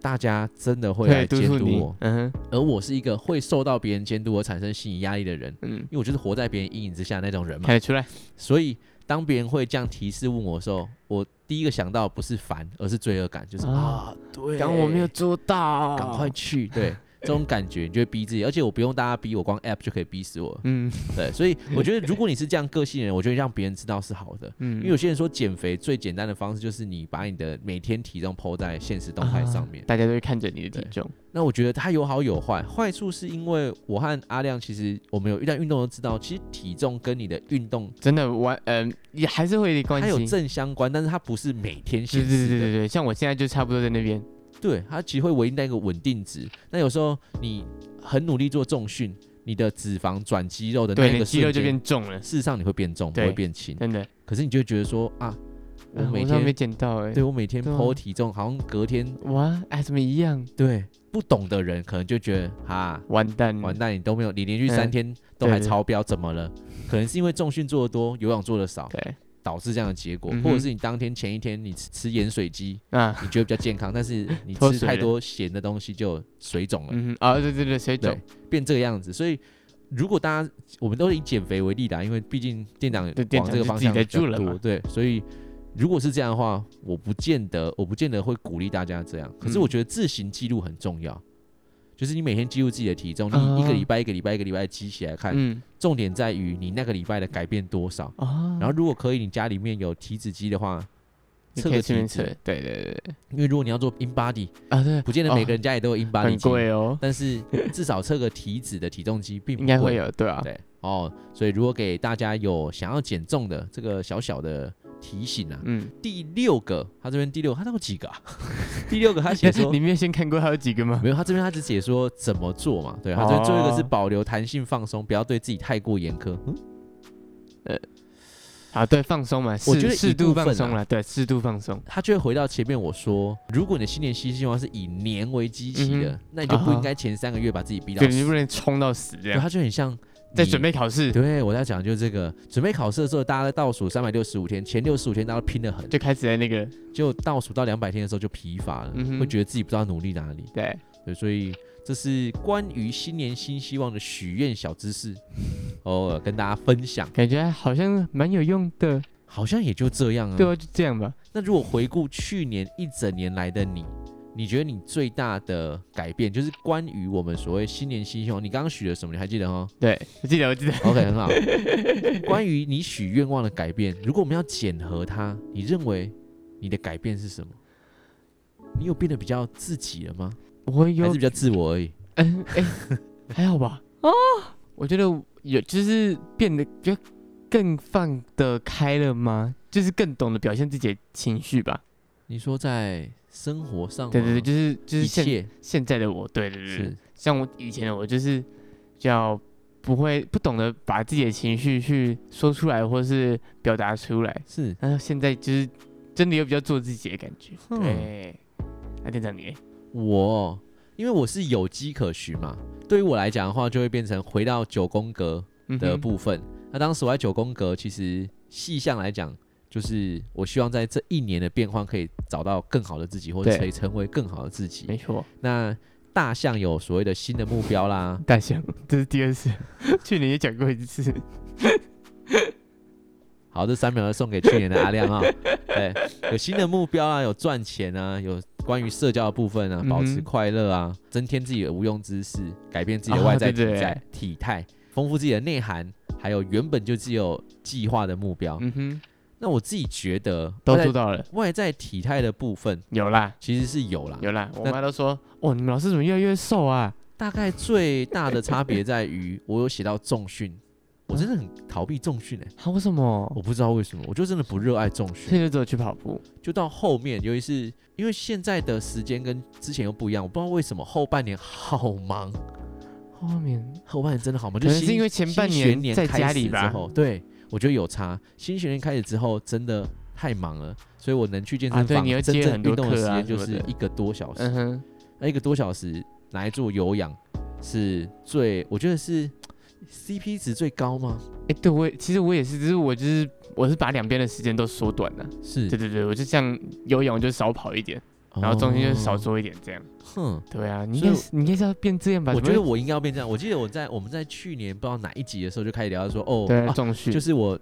[SPEAKER 1] 大家真的
[SPEAKER 2] 哼，
[SPEAKER 1] 会来
[SPEAKER 2] 对，督
[SPEAKER 1] 监
[SPEAKER 2] 促
[SPEAKER 1] 督
[SPEAKER 2] 你
[SPEAKER 1] 我，。
[SPEAKER 2] 嗯哼，
[SPEAKER 1] 而我是一个会受到别人监督而产生心理压力的人，
[SPEAKER 2] 嗯，
[SPEAKER 1] 因为我就是活在别人阴影之下的那种人嘛
[SPEAKER 2] 看。得出来。
[SPEAKER 1] 所以当别人会这样提示问我的时候，我第一个想到不是烦，而是罪恶感，就是啊
[SPEAKER 2] 啊，
[SPEAKER 1] 对，
[SPEAKER 2] 刚我没有做到，
[SPEAKER 1] 赶快去，对，这种感觉你就会逼自己，而且我不用大家逼我，光 App 就可以逼死我了，
[SPEAKER 2] 嗯
[SPEAKER 1] 对，所以我觉得如果你是这样个性的人，我觉得让别人知道是好的。
[SPEAKER 2] 嗯，
[SPEAKER 1] 因为有些人说减肥最简单的方式就是你把你的每天体重抛在现实动态上面
[SPEAKER 2] 啊，大家都会看着你的体重。
[SPEAKER 1] 那我觉得它有好有坏，坏处是因为我和阿亮其实我们有一段运动都知道，其实体重跟你的运动
[SPEAKER 2] 真的完，嗯、也还是会有点关
[SPEAKER 1] 它
[SPEAKER 2] 系。
[SPEAKER 1] 有正相关，但是它不是每天
[SPEAKER 2] 对
[SPEAKER 1] 显
[SPEAKER 2] 对
[SPEAKER 1] 示
[SPEAKER 2] 对
[SPEAKER 1] 的
[SPEAKER 2] 对。对，像我现在就差不多在那边。
[SPEAKER 1] 对，它其实会维持在一个稳定值。那有时候你很努力做重训，你的脂肪转肌肉的那
[SPEAKER 2] 对，
[SPEAKER 1] 一
[SPEAKER 2] 你
[SPEAKER 1] 个
[SPEAKER 2] 的肌肉
[SPEAKER 1] 瞬
[SPEAKER 2] 就
[SPEAKER 1] 间，
[SPEAKER 2] 变重了，
[SPEAKER 1] 事实上你会变重，不
[SPEAKER 2] 对
[SPEAKER 1] 会变轻。
[SPEAKER 2] 真的。
[SPEAKER 1] 可是你就会觉得说啊，我
[SPEAKER 2] 啊
[SPEAKER 1] 每
[SPEAKER 2] 都没
[SPEAKER 1] 天
[SPEAKER 2] 减到哎、
[SPEAKER 1] 对我每天
[SPEAKER 2] 对啊
[SPEAKER 1] 剖体重，好像隔天
[SPEAKER 2] 哇，哎，怎么一样？
[SPEAKER 1] 对不懂的人可能就觉得啊，
[SPEAKER 2] 完蛋，
[SPEAKER 1] 完，蛋，你都没有，你连续三
[SPEAKER 2] 嗯
[SPEAKER 1] 天都还
[SPEAKER 2] 对对
[SPEAKER 1] 超标，怎么了？可能是因为重训做的多，有氧做的少，
[SPEAKER 2] 对，
[SPEAKER 1] 导致这样的结果，
[SPEAKER 2] 嗯
[SPEAKER 1] 或者
[SPEAKER 2] 哼
[SPEAKER 1] 是你当天前一天你吃吃盐水鸡，
[SPEAKER 2] 啊，
[SPEAKER 1] 你觉得比较健康，但是你
[SPEAKER 2] 脱
[SPEAKER 1] 吃
[SPEAKER 2] 水
[SPEAKER 1] 太
[SPEAKER 2] 了
[SPEAKER 1] 多咸的东西就水肿了。
[SPEAKER 2] 嗯哼，啊，对对对，水
[SPEAKER 1] 对
[SPEAKER 2] 肿，，
[SPEAKER 1] 变这个样子。所以如果大家我们都以减肥为例啦，因为毕竟店长
[SPEAKER 2] 对店
[SPEAKER 1] 往
[SPEAKER 2] 长
[SPEAKER 1] 这个
[SPEAKER 2] 就
[SPEAKER 1] 方
[SPEAKER 2] 自己
[SPEAKER 1] 向
[SPEAKER 2] 在
[SPEAKER 1] 比较
[SPEAKER 2] 做了
[SPEAKER 1] 多
[SPEAKER 2] 嘛
[SPEAKER 1] 对，所以如果是这样的话，我不见得我不见得会鼓励大家这样。可是我
[SPEAKER 2] 嗯
[SPEAKER 1] 觉得自行记录很重要。就是你每天记录自己的体重，你一个
[SPEAKER 2] 啊
[SPEAKER 1] 礼拜一个礼拜一个礼拜记起来看，
[SPEAKER 2] 嗯，
[SPEAKER 1] 重点在于你那个礼拜的改变多少。
[SPEAKER 2] 啊，
[SPEAKER 1] 然后如果可以，你家里面有体脂机的话，
[SPEAKER 2] 你
[SPEAKER 1] 测
[SPEAKER 2] 可
[SPEAKER 1] 个
[SPEAKER 2] 以顺
[SPEAKER 1] 体
[SPEAKER 2] 便测
[SPEAKER 1] 脂，，
[SPEAKER 2] 对对对对，
[SPEAKER 1] 因为如果你要做 in body，
[SPEAKER 2] 啊，对，
[SPEAKER 1] 不见得
[SPEAKER 2] 哦
[SPEAKER 1] 每个人家里都有 in body
[SPEAKER 2] 很
[SPEAKER 1] 机，
[SPEAKER 2] 贵哦，
[SPEAKER 1] 但是至少测个体脂的体重机并不
[SPEAKER 2] 应该
[SPEAKER 1] 贵
[SPEAKER 2] 会有，对啊，
[SPEAKER 1] 对哦，所以如果给大家有想要减重的这个小小的提醒啊，
[SPEAKER 2] 嗯，
[SPEAKER 1] 第六个，他这边第六，他到底几个、 啊？第六个他写说
[SPEAKER 2] 你没有先看过还有几个吗？
[SPEAKER 1] 没有，他这边他只写说怎么做嘛，对，他这边最后一个是
[SPEAKER 2] 哦
[SPEAKER 1] 保留弹性放松，不要对自己太过严苛。嗯，
[SPEAKER 2] 啊，对，放松嘛，
[SPEAKER 1] 我觉
[SPEAKER 2] 适
[SPEAKER 1] 得一
[SPEAKER 2] 适
[SPEAKER 1] 部
[SPEAKER 2] 度放
[SPEAKER 1] 分
[SPEAKER 2] 松
[SPEAKER 1] 啊
[SPEAKER 2] 了，对，适度放松，
[SPEAKER 1] 他就会回到前面我说，如果你的新年新希望是以年为基期的，
[SPEAKER 2] 嗯哼
[SPEAKER 1] 那你就不
[SPEAKER 2] 啊哈
[SPEAKER 1] 应该前三个月把自己逼到
[SPEAKER 2] 对，
[SPEAKER 1] 死
[SPEAKER 2] 你不能冲到死这
[SPEAKER 1] 对，
[SPEAKER 2] 样，
[SPEAKER 1] 他就很像
[SPEAKER 2] 在
[SPEAKER 1] 你
[SPEAKER 2] 准。备考试
[SPEAKER 1] 对，我在讲就是这个，准备考试的时候，大家在倒数三百六十五天，前六十五天大家都拼得很，
[SPEAKER 2] 就开始在那个，
[SPEAKER 1] 就倒数到两百天的时候就疲乏了，
[SPEAKER 2] 嗯哼
[SPEAKER 1] 会觉得自己不知道努力哪里。
[SPEAKER 2] 对，
[SPEAKER 1] 对，所以这是关于新年新希望的许愿小知 识，偶尔跟大家分享，
[SPEAKER 2] 感觉好像蛮有用的，
[SPEAKER 1] 好像也就这样啊。
[SPEAKER 2] 对啊，就这样吧，
[SPEAKER 1] 那如果回顾去年一整年来的你，你觉得你最大的改变就是关于我们所谓新年新希望？你刚刚许了什么？你还记得 哈
[SPEAKER 2] 对，我记得，我记得，
[SPEAKER 1] ？OK，很好。关于你许愿望的改变，如果我们要检核它，你认为你的改变是什么？你有变得比较自己了吗？
[SPEAKER 2] 我
[SPEAKER 1] 还
[SPEAKER 2] 有
[SPEAKER 1] 是比较自我而已？
[SPEAKER 2] 嗯，哎、还好吧？
[SPEAKER 1] 哦
[SPEAKER 2] 啊，我觉得有，就是变得比较更放得开了吗？就是更懂得表现自己的情绪吧。
[SPEAKER 1] 你说在生活上吗，
[SPEAKER 2] 对对对，就是就
[SPEAKER 1] 嗯
[SPEAKER 2] 是
[SPEAKER 1] 一
[SPEAKER 2] 现
[SPEAKER 1] 切
[SPEAKER 2] 现在的我，对对对对
[SPEAKER 1] 是，
[SPEAKER 2] 像我以前的我就是比较不会不懂得把自己的情绪去说出来，或是表达出来。
[SPEAKER 1] 是
[SPEAKER 2] 但是现在就是真的有比较做自己的感觉。
[SPEAKER 1] 嗯
[SPEAKER 2] 对，那店长你嘞，
[SPEAKER 1] 我，因为我是有迹可循嘛。对于我来讲的话，就会变成回到九宫格
[SPEAKER 2] 嗯
[SPEAKER 1] 的
[SPEAKER 2] 哼，
[SPEAKER 1] 部分。那当时我在九宫格，其实细项来讲，就是我希望在这一年的变换可以找到更好的自己，或者
[SPEAKER 2] 对
[SPEAKER 1] 成成为更好的自
[SPEAKER 2] 没
[SPEAKER 1] 己。
[SPEAKER 2] 错，，
[SPEAKER 1] 那大象有所谓的新的目标啦
[SPEAKER 2] 大象，这是第二次， 去年也讲过一次。
[SPEAKER 1] 好，这三秒要送给去年的阿 亮啊、对，有新的目标啊，有赚钱啊，有关于社交的部分啊，保
[SPEAKER 2] 嗯
[SPEAKER 1] 持
[SPEAKER 2] 哼
[SPEAKER 1] 快乐啊，增添自己的无用知识，改变自己的外
[SPEAKER 2] 啊
[SPEAKER 1] 在体
[SPEAKER 2] 对对
[SPEAKER 1] 在、体态，丰富自己的内涵，还有原本就只有计划的目标。
[SPEAKER 2] 嗯哼，
[SPEAKER 1] 那我自己觉得
[SPEAKER 2] 都
[SPEAKER 1] 外在
[SPEAKER 2] 做到了，
[SPEAKER 1] 外在体态的部分
[SPEAKER 2] 有啦，
[SPEAKER 1] 其实是有啦，
[SPEAKER 2] 有啦。我
[SPEAKER 1] 那
[SPEAKER 2] 妈都说，哦，你们老师怎么越来越瘦啊？
[SPEAKER 1] 大概最大的差别在于我有写到重训，我真的很逃避重训哎、
[SPEAKER 2] 啊，为什么？
[SPEAKER 1] 我不知道为什么，我就真的不热爱重训
[SPEAKER 2] 所，以就只有去跑步。
[SPEAKER 1] 就到后面，尤其是因为现在的时间跟之前又不一样，我不知道为什么后半年好忙，
[SPEAKER 2] 后面
[SPEAKER 1] 后半年真的好忙，
[SPEAKER 2] 可
[SPEAKER 1] 就
[SPEAKER 2] 能
[SPEAKER 1] 新
[SPEAKER 2] 是因为前半
[SPEAKER 1] 新学
[SPEAKER 2] 年
[SPEAKER 1] 年
[SPEAKER 2] 在
[SPEAKER 1] 开
[SPEAKER 2] 家
[SPEAKER 1] 始
[SPEAKER 2] 里
[SPEAKER 1] 之
[SPEAKER 2] 吧，
[SPEAKER 1] 后，对我觉得有差，新学年开始之后真的太忙了，所以我能去健
[SPEAKER 2] 啊
[SPEAKER 1] 身
[SPEAKER 2] 对
[SPEAKER 1] 房、
[SPEAKER 2] 你要
[SPEAKER 1] 真
[SPEAKER 2] 接
[SPEAKER 1] 正
[SPEAKER 2] 很
[SPEAKER 1] 运
[SPEAKER 2] 多
[SPEAKER 1] 动的时
[SPEAKER 2] 课啊
[SPEAKER 1] 间就
[SPEAKER 2] 什
[SPEAKER 1] 是
[SPEAKER 2] 么的
[SPEAKER 1] 一个多小时，
[SPEAKER 2] 嗯哼，
[SPEAKER 1] 那一个多小时拿来做有氧是最，我觉得是 CP 值最高吗？
[SPEAKER 2] 哎，对我也其实我也是，只是我就是我是把两边的时间都缩短了。
[SPEAKER 1] 是
[SPEAKER 2] 对，对对，我就像游泳就少跑一点，然后中间就少
[SPEAKER 1] 哦。
[SPEAKER 2] 做一点这样。
[SPEAKER 1] 哼，
[SPEAKER 2] 对啊，你应
[SPEAKER 1] 所以
[SPEAKER 2] 该是你应该是要变这样吧？
[SPEAKER 1] 我
[SPEAKER 2] 怎
[SPEAKER 1] 觉得
[SPEAKER 2] 么会
[SPEAKER 1] 我应该要变这样。我记得我在我们在去年不知道哪一集的时候就开始聊到说，哦，
[SPEAKER 2] 对
[SPEAKER 1] 啊
[SPEAKER 2] 重训
[SPEAKER 1] 就是我，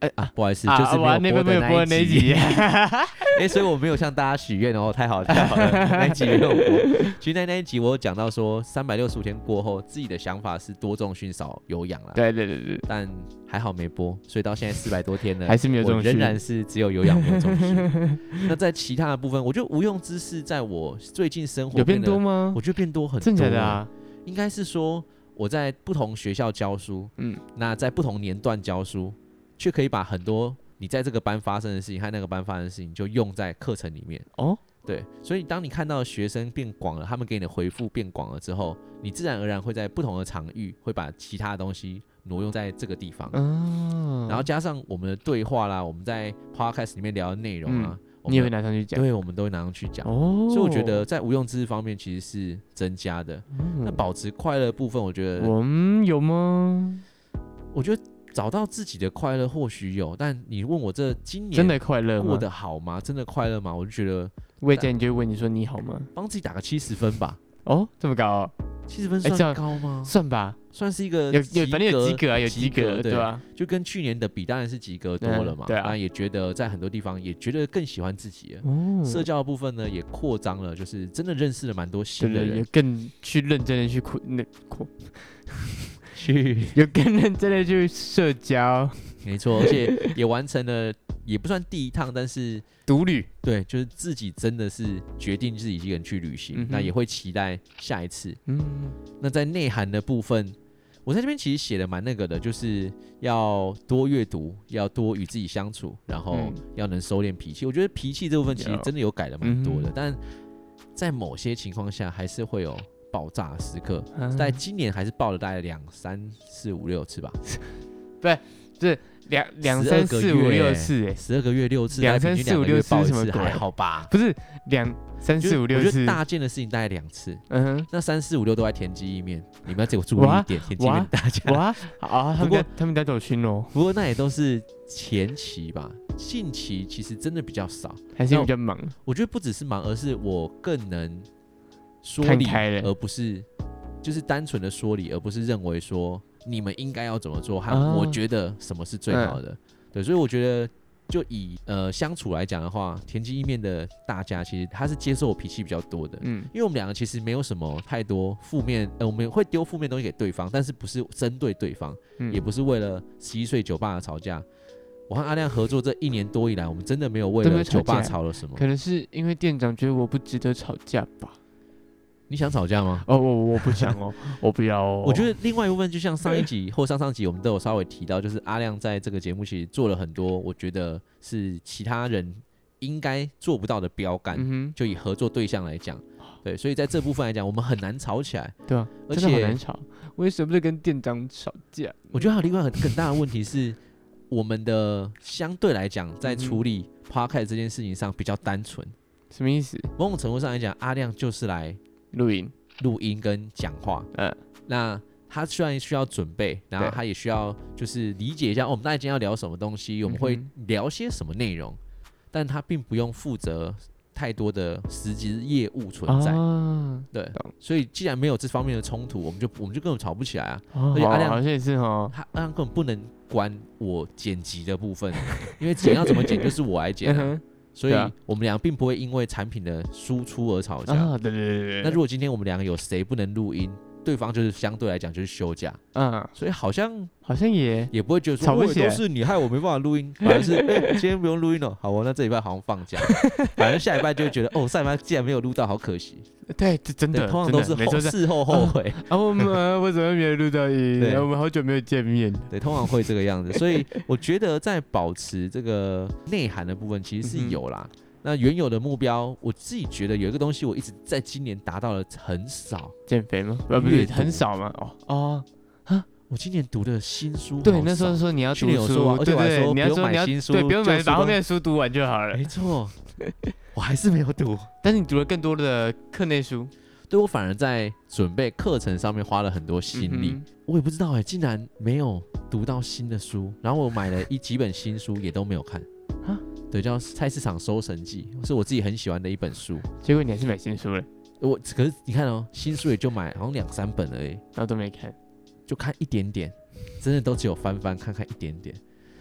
[SPEAKER 1] 哎啊，不好意思，
[SPEAKER 2] 啊
[SPEAKER 1] 就是
[SPEAKER 2] 我
[SPEAKER 1] 没
[SPEAKER 2] 那
[SPEAKER 1] 有
[SPEAKER 2] 边没有
[SPEAKER 1] 播
[SPEAKER 2] 播
[SPEAKER 1] 的
[SPEAKER 2] 那
[SPEAKER 1] 一
[SPEAKER 2] 一集，
[SPEAKER 1] 哎， 所以我没有向大家许愿哦，太好了，太好了，那一集没有播。其实那那一集我有讲到说，三百六十五天过后，自己的想法是多重训少有氧啦，
[SPEAKER 2] 对对对对，
[SPEAKER 1] 但还好没播，所以到现在四百多天了，
[SPEAKER 2] 还是没有
[SPEAKER 1] 我
[SPEAKER 2] 重
[SPEAKER 1] 仍
[SPEAKER 2] 训。
[SPEAKER 1] 然是只有有氧没有重训。 那在其他的部分，我觉得无用知识在我最近生活
[SPEAKER 2] 有变
[SPEAKER 1] 得
[SPEAKER 2] 多，吗
[SPEAKER 1] 我？觉得变多很多。
[SPEAKER 2] 真的假的？啊？
[SPEAKER 1] 应该是说我在不同学校教书，
[SPEAKER 2] 嗯，
[SPEAKER 1] 那在不同年段教书，却可以把很多你在这个班发生的事情和那个班发生的事情，就用在课程里面。
[SPEAKER 2] 哦，
[SPEAKER 1] 对，所以当你看到学生变广了，他们给你的回复变广了之后，你自然而然会在不同的场域，会把其他的东西挪用在这个地方。
[SPEAKER 2] 嗯，
[SPEAKER 1] 然后加上我们的对话啦，我们在 podcast 里面聊的内容啊，我
[SPEAKER 2] 嗯你也会
[SPEAKER 1] 们
[SPEAKER 2] 拿上去讲
[SPEAKER 1] 对，我们都会拿上去讲。
[SPEAKER 2] 哦，
[SPEAKER 1] 所以我觉得在无用知识方面其实是增加的。
[SPEAKER 2] 嗯
[SPEAKER 1] 那保持快乐的部分，我觉得
[SPEAKER 2] 我们有吗？
[SPEAKER 1] 我觉得找到自己的快乐或许有，但你问我这今年
[SPEAKER 2] 真的快乐吗
[SPEAKER 1] 过？得好吗？真的快乐吗？我就觉得
[SPEAKER 2] 魏佳，你就会问你说你好吗？
[SPEAKER 1] 帮自己打个七十分吧，
[SPEAKER 2] 哦，这么高哦、
[SPEAKER 1] 七十分
[SPEAKER 2] 哎这
[SPEAKER 1] 算
[SPEAKER 2] 样
[SPEAKER 1] 高吗？
[SPEAKER 2] 算吧，
[SPEAKER 1] 算是一个
[SPEAKER 2] 有有反正有及格啊，有
[SPEAKER 1] 呃及
[SPEAKER 2] 及
[SPEAKER 1] 格
[SPEAKER 2] 格
[SPEAKER 1] 对
[SPEAKER 2] 对吧？
[SPEAKER 1] 就跟去年的比当然是及格多了嘛。
[SPEAKER 2] 嗯对啊
[SPEAKER 1] 当然也觉得在很多地方也觉得更喜欢自己了。
[SPEAKER 2] 哦，
[SPEAKER 1] 社交的部分呢也扩张了，就是真的认识了蛮多
[SPEAKER 2] 对
[SPEAKER 1] 新
[SPEAKER 2] 不
[SPEAKER 1] 的
[SPEAKER 2] 对？有
[SPEAKER 1] 人，
[SPEAKER 2] 更去认真的去扩那扩，
[SPEAKER 1] 去
[SPEAKER 2] 有更认真的去社交
[SPEAKER 1] 没错，而且也完成了，也不算第一趟，但是
[SPEAKER 2] 独旅，
[SPEAKER 1] 对，就是自己真的是决定自己一个人去旅行，
[SPEAKER 2] 嗯哼
[SPEAKER 1] 那也会期待下一次。
[SPEAKER 2] 嗯，
[SPEAKER 1] 那在内涵的部分，我在这边其实写的蛮那个的，就是要多阅读，要多与自己相处，然后
[SPEAKER 2] 嗯
[SPEAKER 1] 要能收敛脾气。我觉得脾气这部分其实
[SPEAKER 2] 有
[SPEAKER 1] 真的有改的蛮多的，
[SPEAKER 2] 嗯哼
[SPEAKER 1] 但在某些情况下还是会有爆炸的时刻。
[SPEAKER 2] 啊
[SPEAKER 1] 在今年还是爆了大概两三四五六次吧，
[SPEAKER 2] 两两
[SPEAKER 1] 12
[SPEAKER 2] 三
[SPEAKER 1] 个
[SPEAKER 2] 四五
[SPEAKER 1] 月
[SPEAKER 2] 六四，哎，
[SPEAKER 1] 十二个月六次，
[SPEAKER 2] 两
[SPEAKER 1] 大概平均
[SPEAKER 2] 三四五
[SPEAKER 1] 两个月
[SPEAKER 2] 六次
[SPEAKER 1] 报一
[SPEAKER 2] 什么
[SPEAKER 1] 次
[SPEAKER 2] 鬼
[SPEAKER 1] 还好吧？
[SPEAKER 2] 不是两三四五六
[SPEAKER 1] 我觉
[SPEAKER 2] 次
[SPEAKER 1] 得，大件的事情大概两次，
[SPEAKER 2] 嗯
[SPEAKER 1] 那三四五六都在田鸡意面，你们要自己注意一点，田鸡意面
[SPEAKER 2] 哇
[SPEAKER 1] 大家
[SPEAKER 2] 哼，。哇啊，他
[SPEAKER 1] 不
[SPEAKER 2] 们
[SPEAKER 1] 过
[SPEAKER 2] 家他们家都有熏肉，
[SPEAKER 1] 不过那也都是前期吧，近期其实真的比较少。
[SPEAKER 2] 还是因
[SPEAKER 1] 那
[SPEAKER 2] 为比较忙，
[SPEAKER 1] 我觉得不只是忙，而是我更能说
[SPEAKER 2] 看
[SPEAKER 1] 理
[SPEAKER 2] 开，了
[SPEAKER 1] 而不是就是单纯的说理，而不是认为说你们应该要怎么做，和
[SPEAKER 2] 啊
[SPEAKER 1] 我觉得什么是最好
[SPEAKER 2] 嗯
[SPEAKER 1] 的。对，所以我觉得就以呃相处来讲的话，田忌一面的大家其实他是接受我脾气比较多的。
[SPEAKER 2] 嗯
[SPEAKER 1] 因为我们两个其实没有什么太多负面，呃，我们会丢负面东西给对方，但是不是针对对方，
[SPEAKER 2] 嗯，
[SPEAKER 1] 也不是为了十一岁酒吧而吵架。我和阿亮合作这一年多以来，我们真的没有为
[SPEAKER 2] 都没
[SPEAKER 1] 了
[SPEAKER 2] 有吵
[SPEAKER 1] 酒吧
[SPEAKER 2] 架
[SPEAKER 1] 吵了什么。
[SPEAKER 2] 可能是因为店长觉得我不值得吵架吧。
[SPEAKER 1] 你想吵架吗？
[SPEAKER 2] 哦，我我不想哦，我不要哦。
[SPEAKER 1] 我觉得另外一部分，就像上一集 或上上集，我们都有稍微提到，就是阿亮在这个节目其实做了很多，我觉得是其他人应该做不到的标杆。
[SPEAKER 2] 嗯
[SPEAKER 1] 就以合作对象来讲，对，所以在这部分来讲，我们很难吵起来。
[SPEAKER 2] 哼，对啊，
[SPEAKER 1] 而
[SPEAKER 2] 真的好
[SPEAKER 1] 且
[SPEAKER 2] 难吵。为什么在跟店长吵架？
[SPEAKER 1] 我觉得还有另外很很大的问题是，我们的相对来讲，
[SPEAKER 2] 嗯
[SPEAKER 1] 在处理 podcast 这件事情上比较单纯。
[SPEAKER 2] 什么意思？
[SPEAKER 1] 某种程度上来讲，阿亮就是来
[SPEAKER 2] 录音？
[SPEAKER 1] 录音跟讲话，
[SPEAKER 2] 嗯
[SPEAKER 1] 那他虽然需要准备，然后
[SPEAKER 2] 对
[SPEAKER 1] 他也需要就是理解一下，哦，我们大家今天要聊什么东西，我们会
[SPEAKER 2] 嗯
[SPEAKER 1] 聊些什么内容，但他并不用负责太多的实际业务存在。
[SPEAKER 2] 啊，
[SPEAKER 1] 对
[SPEAKER 2] 懂，
[SPEAKER 1] 所以既然没有这方面的冲突，我们就我们就根本吵不起来啊！
[SPEAKER 2] 哦
[SPEAKER 1] 而且阿亮
[SPEAKER 2] 好像也是哦。
[SPEAKER 1] 他阿亮根本不能管我剪辑的部分，因为剪要怎么剪就是我来剪
[SPEAKER 2] 嗯
[SPEAKER 1] 啊、
[SPEAKER 2] 哼
[SPEAKER 1] 所以
[SPEAKER 2] 对啊
[SPEAKER 1] 我们俩并不会因为产品的输出而吵架。
[SPEAKER 2] 啊，对对对对对。
[SPEAKER 1] 那如果今天我们两个有谁不能录音，对方就是相对来讲就是休假，
[SPEAKER 2] 嗯，
[SPEAKER 1] 所以好像
[SPEAKER 2] 好像也
[SPEAKER 1] 也不会觉得说，
[SPEAKER 2] 吵不
[SPEAKER 1] 我
[SPEAKER 2] 起来
[SPEAKER 1] 都是你害我没办法录音，反而是、哎今天不用录音了，好哦，那这礼拜好像放假，反正下礼拜就会觉得哦，上礼拜既然没有录到，好可惜。
[SPEAKER 2] 呃对，这真
[SPEAKER 1] 对，
[SPEAKER 2] 的，
[SPEAKER 1] 通常
[SPEAKER 2] 真
[SPEAKER 1] 都
[SPEAKER 2] 的
[SPEAKER 1] 是
[SPEAKER 2] 没
[SPEAKER 1] 后
[SPEAKER 2] 错是
[SPEAKER 1] 事后后悔，
[SPEAKER 2] 啊，我们啊为什么没有录到音
[SPEAKER 1] 对？
[SPEAKER 2] 啊我们好久没有见面。
[SPEAKER 1] 对，通常会这个样子。所以我觉得在保持这个内涵的部分，其实
[SPEAKER 2] 嗯
[SPEAKER 1] 是
[SPEAKER 2] 哼
[SPEAKER 1] 有啦。那原有的目标，我自己觉得有一个东西，我一直在今年达到了很少。
[SPEAKER 2] 减肥吗？啊，不
[SPEAKER 1] 阅
[SPEAKER 2] 是
[SPEAKER 1] 读
[SPEAKER 2] 很少吗？哦哦，
[SPEAKER 1] 我今年读的新书
[SPEAKER 2] 对
[SPEAKER 1] 好，
[SPEAKER 2] 那时
[SPEAKER 1] 少
[SPEAKER 2] 候说你要
[SPEAKER 1] 去
[SPEAKER 2] 读
[SPEAKER 1] 年有说啊
[SPEAKER 2] 书，
[SPEAKER 1] 而且
[SPEAKER 2] 对
[SPEAKER 1] 我还
[SPEAKER 2] 对，
[SPEAKER 1] 说
[SPEAKER 2] 你要
[SPEAKER 1] 不用
[SPEAKER 2] 说
[SPEAKER 1] 买
[SPEAKER 2] 你要
[SPEAKER 1] 新书
[SPEAKER 2] 对，不用
[SPEAKER 1] 旧
[SPEAKER 2] 买，
[SPEAKER 1] 书
[SPEAKER 2] 把后
[SPEAKER 1] 都
[SPEAKER 2] 面的书读完就好了
[SPEAKER 1] 没。错，我还是没有读。
[SPEAKER 2] 但是你读了更多的课内书，
[SPEAKER 1] 对我反而在准备课程上面花了很多心力，
[SPEAKER 2] 嗯
[SPEAKER 1] 我也不知道哎、竟然没有读到新的书。然后我买了一几本新书，也都没有看
[SPEAKER 2] 啊。
[SPEAKER 1] 对，叫《菜市场搜神记》，是我自己很喜欢的一本书。
[SPEAKER 2] 哼结果你还是买新书了，
[SPEAKER 1] 我可是你看哦，新书也就买好像两三本而已，
[SPEAKER 2] 然后都没看。
[SPEAKER 1] 就看一点点，真的都只有翻翻看看一点点。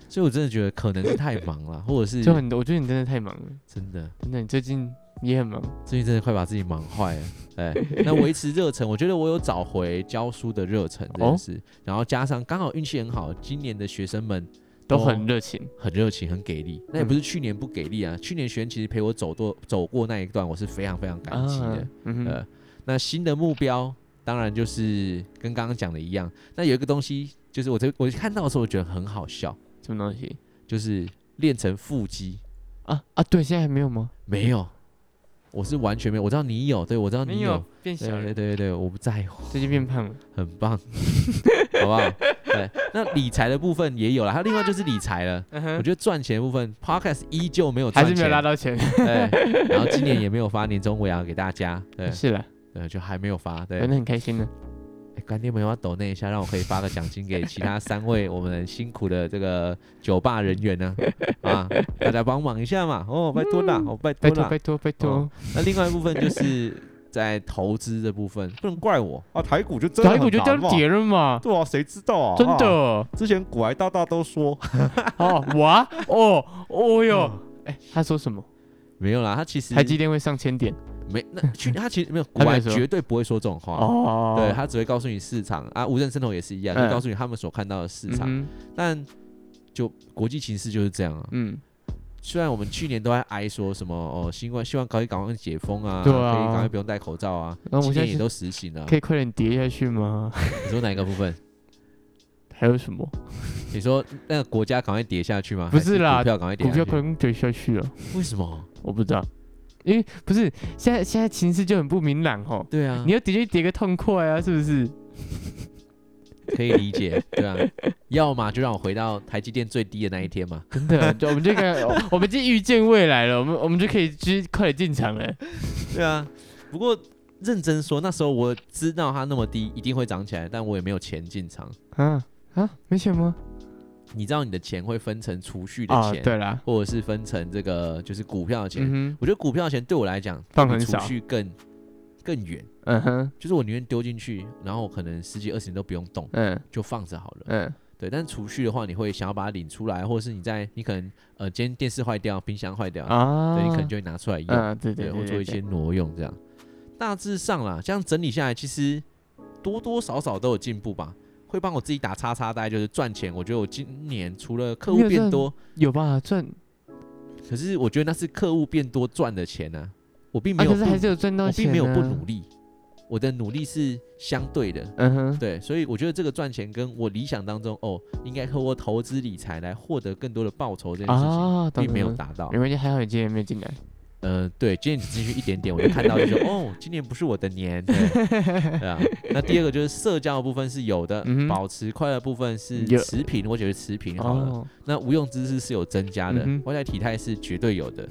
[SPEAKER 1] 所以我真的觉得可能是太忙了， 或者是
[SPEAKER 2] 就很多，我觉得你真的太忙了，
[SPEAKER 1] 真的
[SPEAKER 2] 真的，你最近也很忙。
[SPEAKER 1] 最近真的快把自己忙坏了。哎，那维持热忱，我觉得我有找回教书的热忱这件
[SPEAKER 2] 哦
[SPEAKER 1] 事，然后加上刚好运气很好，今年的学生们
[SPEAKER 2] 都很热情，
[SPEAKER 1] 很热情、很给力。那也不是去年不给力啊，去年学员其实陪我走过走过那一段，我是非常非常感激的。
[SPEAKER 2] 啊嗯哼
[SPEAKER 1] 呃，那新的目标当然就是跟刚刚讲的一样。那有一个东西，就是我这我看到的时候，我觉得很好笑，
[SPEAKER 2] 什么东西
[SPEAKER 1] 就是练成腹肌。
[SPEAKER 2] 啊啊？对，现在还没有吗？
[SPEAKER 1] 没有，我是完全没有。我知道你有，对我知道哦你有，呃
[SPEAKER 2] 变
[SPEAKER 1] 对
[SPEAKER 2] 小了
[SPEAKER 1] 对对，对对，我不在乎，
[SPEAKER 2] 最近变胖了。
[SPEAKER 1] 很棒， 好不好？对，那理财的部分也有了，还有另外就是理财了。
[SPEAKER 2] 嗯
[SPEAKER 1] 我
[SPEAKER 2] 哼，
[SPEAKER 1] 觉得赚钱的部分，Podcast 依旧没有赚
[SPEAKER 2] 还
[SPEAKER 1] 钱，
[SPEAKER 2] 是没有拉到钱。
[SPEAKER 1] 对，然后今年也没有发年终尾牙给大家，对
[SPEAKER 2] 是了，
[SPEAKER 1] 对，就还没有发，对
[SPEAKER 2] 玩，的很开心呢。
[SPEAKER 1] 哎干爹们要抖那一下，让我可以发个奖金给其他三位我们辛苦的这个酒吧人员呢、 啊，大家帮忙一下嘛，哦，拜托啦，哦，拜
[SPEAKER 2] 拜
[SPEAKER 1] 托
[SPEAKER 2] 托
[SPEAKER 1] 啦
[SPEAKER 2] 拜。托拜
[SPEAKER 1] 哦
[SPEAKER 2] 托，
[SPEAKER 1] 那另外一部分就是在投资的部分，不能怪我啊，台股就真
[SPEAKER 2] 台股就这样
[SPEAKER 1] 跌，
[SPEAKER 2] 跌了嘛，
[SPEAKER 1] 对啊，谁知道啊
[SPEAKER 2] 真的哦
[SPEAKER 1] 之前古癌大大都说
[SPEAKER 2] 我啊哦哦哟，哎，他说什么？
[SPEAKER 1] 没有啦，他其实
[SPEAKER 2] 台积电会上千点
[SPEAKER 1] 没那 去他其实没有，古
[SPEAKER 2] 他没有
[SPEAKER 1] 癌
[SPEAKER 2] 说
[SPEAKER 1] 绝对不会说这种话。
[SPEAKER 2] 哦，
[SPEAKER 1] 对他只会告诉你市场啊，无人生头也是一样，就
[SPEAKER 2] 嗯
[SPEAKER 1] 告诉你他们所看到的市
[SPEAKER 2] 嗯
[SPEAKER 1] 场。
[SPEAKER 2] 哼
[SPEAKER 1] 但就国际情势就是这样啊。
[SPEAKER 2] 嗯，
[SPEAKER 1] 虽然我们去年都在哀说什么哦，新冠希望可以赶快解封啊，
[SPEAKER 2] 对啊
[SPEAKER 1] 可以赶快不用戴口罩啊，
[SPEAKER 2] 那我
[SPEAKER 1] 今
[SPEAKER 2] 们现
[SPEAKER 1] 年
[SPEAKER 2] 在
[SPEAKER 1] 也
[SPEAKER 2] 是
[SPEAKER 1] 都实行了啊、
[SPEAKER 2] 可以快点跌下去吗？
[SPEAKER 1] 你说哪一个部分？
[SPEAKER 2] 还有什么？
[SPEAKER 1] 你说那个国家赶快跌下去吗？
[SPEAKER 2] 不是
[SPEAKER 1] 还
[SPEAKER 2] 啦
[SPEAKER 1] 股票赶快跌
[SPEAKER 2] 股
[SPEAKER 1] 下去。
[SPEAKER 2] 票可能跌下去了。
[SPEAKER 1] 为什么？
[SPEAKER 2] 我不知道，因为不是现在现在情势就很不明朗吼，
[SPEAKER 1] 对啊，
[SPEAKER 2] 你要跌就跌个痛快啊，是不是？
[SPEAKER 1] 可以理解，对啊， 要么就让我回到台积电最低的那一天嘛。
[SPEAKER 2] 真的，就我们这个，我们已经预见未来了，我们我们就可以直快点进场了。
[SPEAKER 1] 对啊，不过认真说，那时候我知道它那么低一定会涨起来，但我也没有钱进场。
[SPEAKER 2] 啊啊，没钱吗？
[SPEAKER 1] 你知道你的钱会分成储蓄的
[SPEAKER 2] 啊，
[SPEAKER 1] 钱，
[SPEAKER 2] 对啦，
[SPEAKER 1] 或者是分成这个就是股票的钱。
[SPEAKER 2] 嗯
[SPEAKER 1] 我觉得股票的钱对我来讲，
[SPEAKER 2] 放
[SPEAKER 1] 比
[SPEAKER 2] 很
[SPEAKER 1] 储
[SPEAKER 2] 少
[SPEAKER 1] 蓄更更远，
[SPEAKER 2] 哼，嗯哼，
[SPEAKER 1] 就是我宁愿丢进去，然后我可能十几二十年都不用动，
[SPEAKER 2] 嗯
[SPEAKER 1] 就放着好了。
[SPEAKER 2] 嗯
[SPEAKER 1] 对，但是储蓄的话，你会想要把它领出来，或者是你在你可能呃，今天电视坏掉，冰箱坏掉，
[SPEAKER 2] 啊，
[SPEAKER 1] 对你可能就会拿出来用，
[SPEAKER 2] 嗯，对
[SPEAKER 1] 对，
[SPEAKER 2] 对，
[SPEAKER 1] 或
[SPEAKER 2] 对
[SPEAKER 1] 做一些，挪用这样。大致上啦，这样整理下来，其实多多少少都有进步吧。会帮我自己打叉叉，大概就是赚钱。我觉得我今年除了客
[SPEAKER 2] 你
[SPEAKER 1] 户
[SPEAKER 2] 有
[SPEAKER 1] 变
[SPEAKER 2] 赚
[SPEAKER 1] 多，
[SPEAKER 2] 对有吧？赚
[SPEAKER 1] 可是我觉得那是客户变多赚的钱呢、我并
[SPEAKER 2] 啊，
[SPEAKER 1] 没有
[SPEAKER 2] 可
[SPEAKER 1] 不、
[SPEAKER 2] 是还是有赚到
[SPEAKER 1] 我
[SPEAKER 2] 钱，
[SPEAKER 1] 并
[SPEAKER 2] 啊
[SPEAKER 1] 没有不努，力，我的努力是相对的。
[SPEAKER 2] 嗯哼，
[SPEAKER 1] 对，所以我觉得这个赚钱跟我理想当中哦，应该透过投资理财来获得更多的报酬这件事情，
[SPEAKER 2] 啊，懂
[SPEAKER 1] 并没有
[SPEAKER 2] 懂
[SPEAKER 1] 达到
[SPEAKER 2] 没。关系，还好你今天没有进来。
[SPEAKER 1] 呃，对，今天只进去一点点，我就看到就说哦，今年不是我的年， 对对啊。那第二个就是社交的部分是有的，
[SPEAKER 2] 嗯哼
[SPEAKER 1] 保持快乐部分是
[SPEAKER 2] 有哦
[SPEAKER 1] 持平，我觉得持平好了。，那无用知识是有增加的，
[SPEAKER 2] 嗯哼
[SPEAKER 1] 外在体态是绝对有的。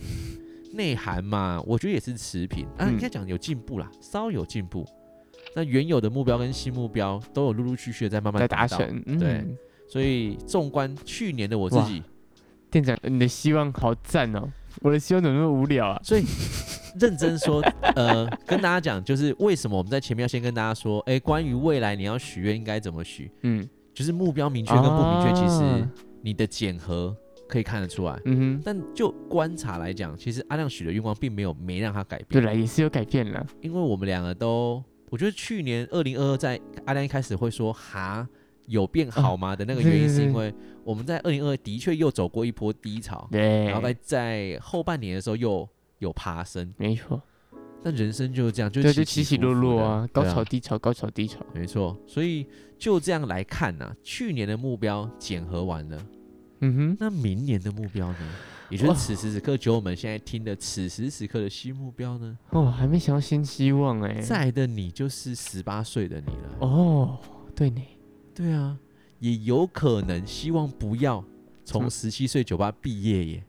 [SPEAKER 1] 内涵嘛，我觉得也是持平，啊，
[SPEAKER 2] 嗯
[SPEAKER 1] 应该讲有进步啦，稍有进步。那原有的目标跟新目标都有陆陆续续的在慢慢
[SPEAKER 2] 再达
[SPEAKER 1] 到，
[SPEAKER 2] 成，嗯
[SPEAKER 1] 对。所以纵观去年的我自
[SPEAKER 2] 哇
[SPEAKER 1] 己，
[SPEAKER 2] 店长，你的希望好赞哦！我的希望怎么那么无聊啊？
[SPEAKER 1] 所以认真说，呃，跟大家讲，就是为什么我们在前面要先跟大家说，哎、关于未来你要许愿应该怎么许，
[SPEAKER 2] 嗯，
[SPEAKER 1] 就是目标明确跟不明确，其实
[SPEAKER 2] 啊
[SPEAKER 1] 你的检核可以看得出来。
[SPEAKER 2] 嗯哼，
[SPEAKER 1] 但就观察来讲，其实阿亮许的愿望并没有没让他改
[SPEAKER 2] 对
[SPEAKER 1] 变，
[SPEAKER 2] 了，也是有改变了。
[SPEAKER 1] 因为我们两个都，我觉得去年二零二二在阿亮一开始会说哈有变好吗的那个
[SPEAKER 2] 对
[SPEAKER 1] 原因，
[SPEAKER 2] 对
[SPEAKER 1] 是因
[SPEAKER 2] 对
[SPEAKER 1] 为我们在二零二二的确又走过一波低潮，
[SPEAKER 2] 对，
[SPEAKER 1] 然后在在后半年的时候又有爬升，
[SPEAKER 2] 没错，
[SPEAKER 1] 但人生就是这样，就
[SPEAKER 2] 对，就
[SPEAKER 1] 起
[SPEAKER 2] 起
[SPEAKER 1] 起
[SPEAKER 2] 起
[SPEAKER 1] 伏
[SPEAKER 2] 落
[SPEAKER 1] 伏
[SPEAKER 2] 落
[SPEAKER 1] 的
[SPEAKER 2] 啊，高
[SPEAKER 1] 对
[SPEAKER 2] 潮低潮，高潮低潮。
[SPEAKER 1] 没错，所以就这样来看呐、去年的目标检核完了，
[SPEAKER 2] 嗯哼，
[SPEAKER 1] 那明年的目标呢？也就
[SPEAKER 2] 哇
[SPEAKER 1] 是此时此刻，就我们现在听的此时此刻的新目标呢？
[SPEAKER 2] 哦，还没想到新希望哎。
[SPEAKER 1] 再来的你就是十八岁的你了。哦，
[SPEAKER 2] 哦，对呢，
[SPEAKER 1] 对啊，也有可能，希望不要
[SPEAKER 2] 怎
[SPEAKER 1] 从
[SPEAKER 2] 么
[SPEAKER 1] 十七岁酒吧毕业耶。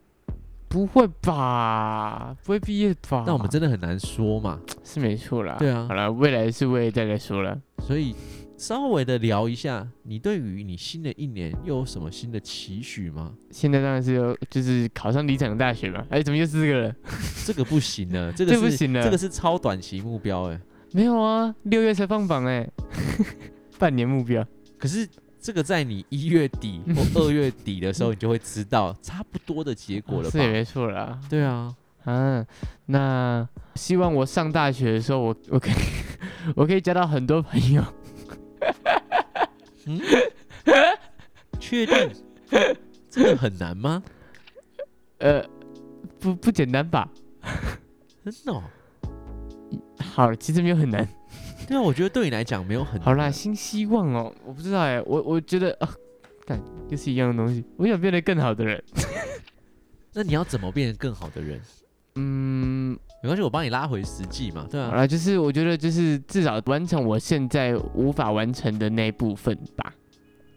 [SPEAKER 2] 不会吧？不会毕业吧？
[SPEAKER 1] 那我们真的很难说嘛。
[SPEAKER 2] 是没错啦。
[SPEAKER 1] 对啊
[SPEAKER 2] 好了，未来是未来再来说了。
[SPEAKER 1] 所以稍微的聊一下，你对于你新的一年又有什么新的期许吗？
[SPEAKER 2] 现在当然是有，就是考上理想的大学嘛。哎，怎么又是这个了？
[SPEAKER 1] 这个不行了，这个
[SPEAKER 2] 这
[SPEAKER 1] 是
[SPEAKER 2] 不行了
[SPEAKER 1] 这个是超短期目标哎。
[SPEAKER 2] 没有啊，六月才放榜哎， 半年目标。
[SPEAKER 1] 可是这个在你一月 底或二月底的时候，你就会知道差不多的结果了
[SPEAKER 2] 嗯是
[SPEAKER 1] 吧？
[SPEAKER 2] 也没错啦。
[SPEAKER 1] 对啊，
[SPEAKER 2] 啊，那希望我上大学的时候，我 我可以我可以交到很多朋友。
[SPEAKER 1] 确定这个很难吗？
[SPEAKER 2] 呃，不不简单吧？
[SPEAKER 1] 真的、哦？
[SPEAKER 2] 好，其实没有很难。
[SPEAKER 1] 对啊，我觉得对你来讲没有很
[SPEAKER 2] 好啦，
[SPEAKER 1] 难
[SPEAKER 2] 新希望哦，我不知道哎，我我觉得啊，干又是一样的东西。我想变得更好的人。
[SPEAKER 1] 那你要怎么变成更好的人？
[SPEAKER 2] 嗯，
[SPEAKER 1] 没关系，我帮你拉回实际嘛。对
[SPEAKER 2] 好
[SPEAKER 1] 啊，
[SPEAKER 2] 啦，就是我觉得就是至少完成我现在无法完成的那一部分吧，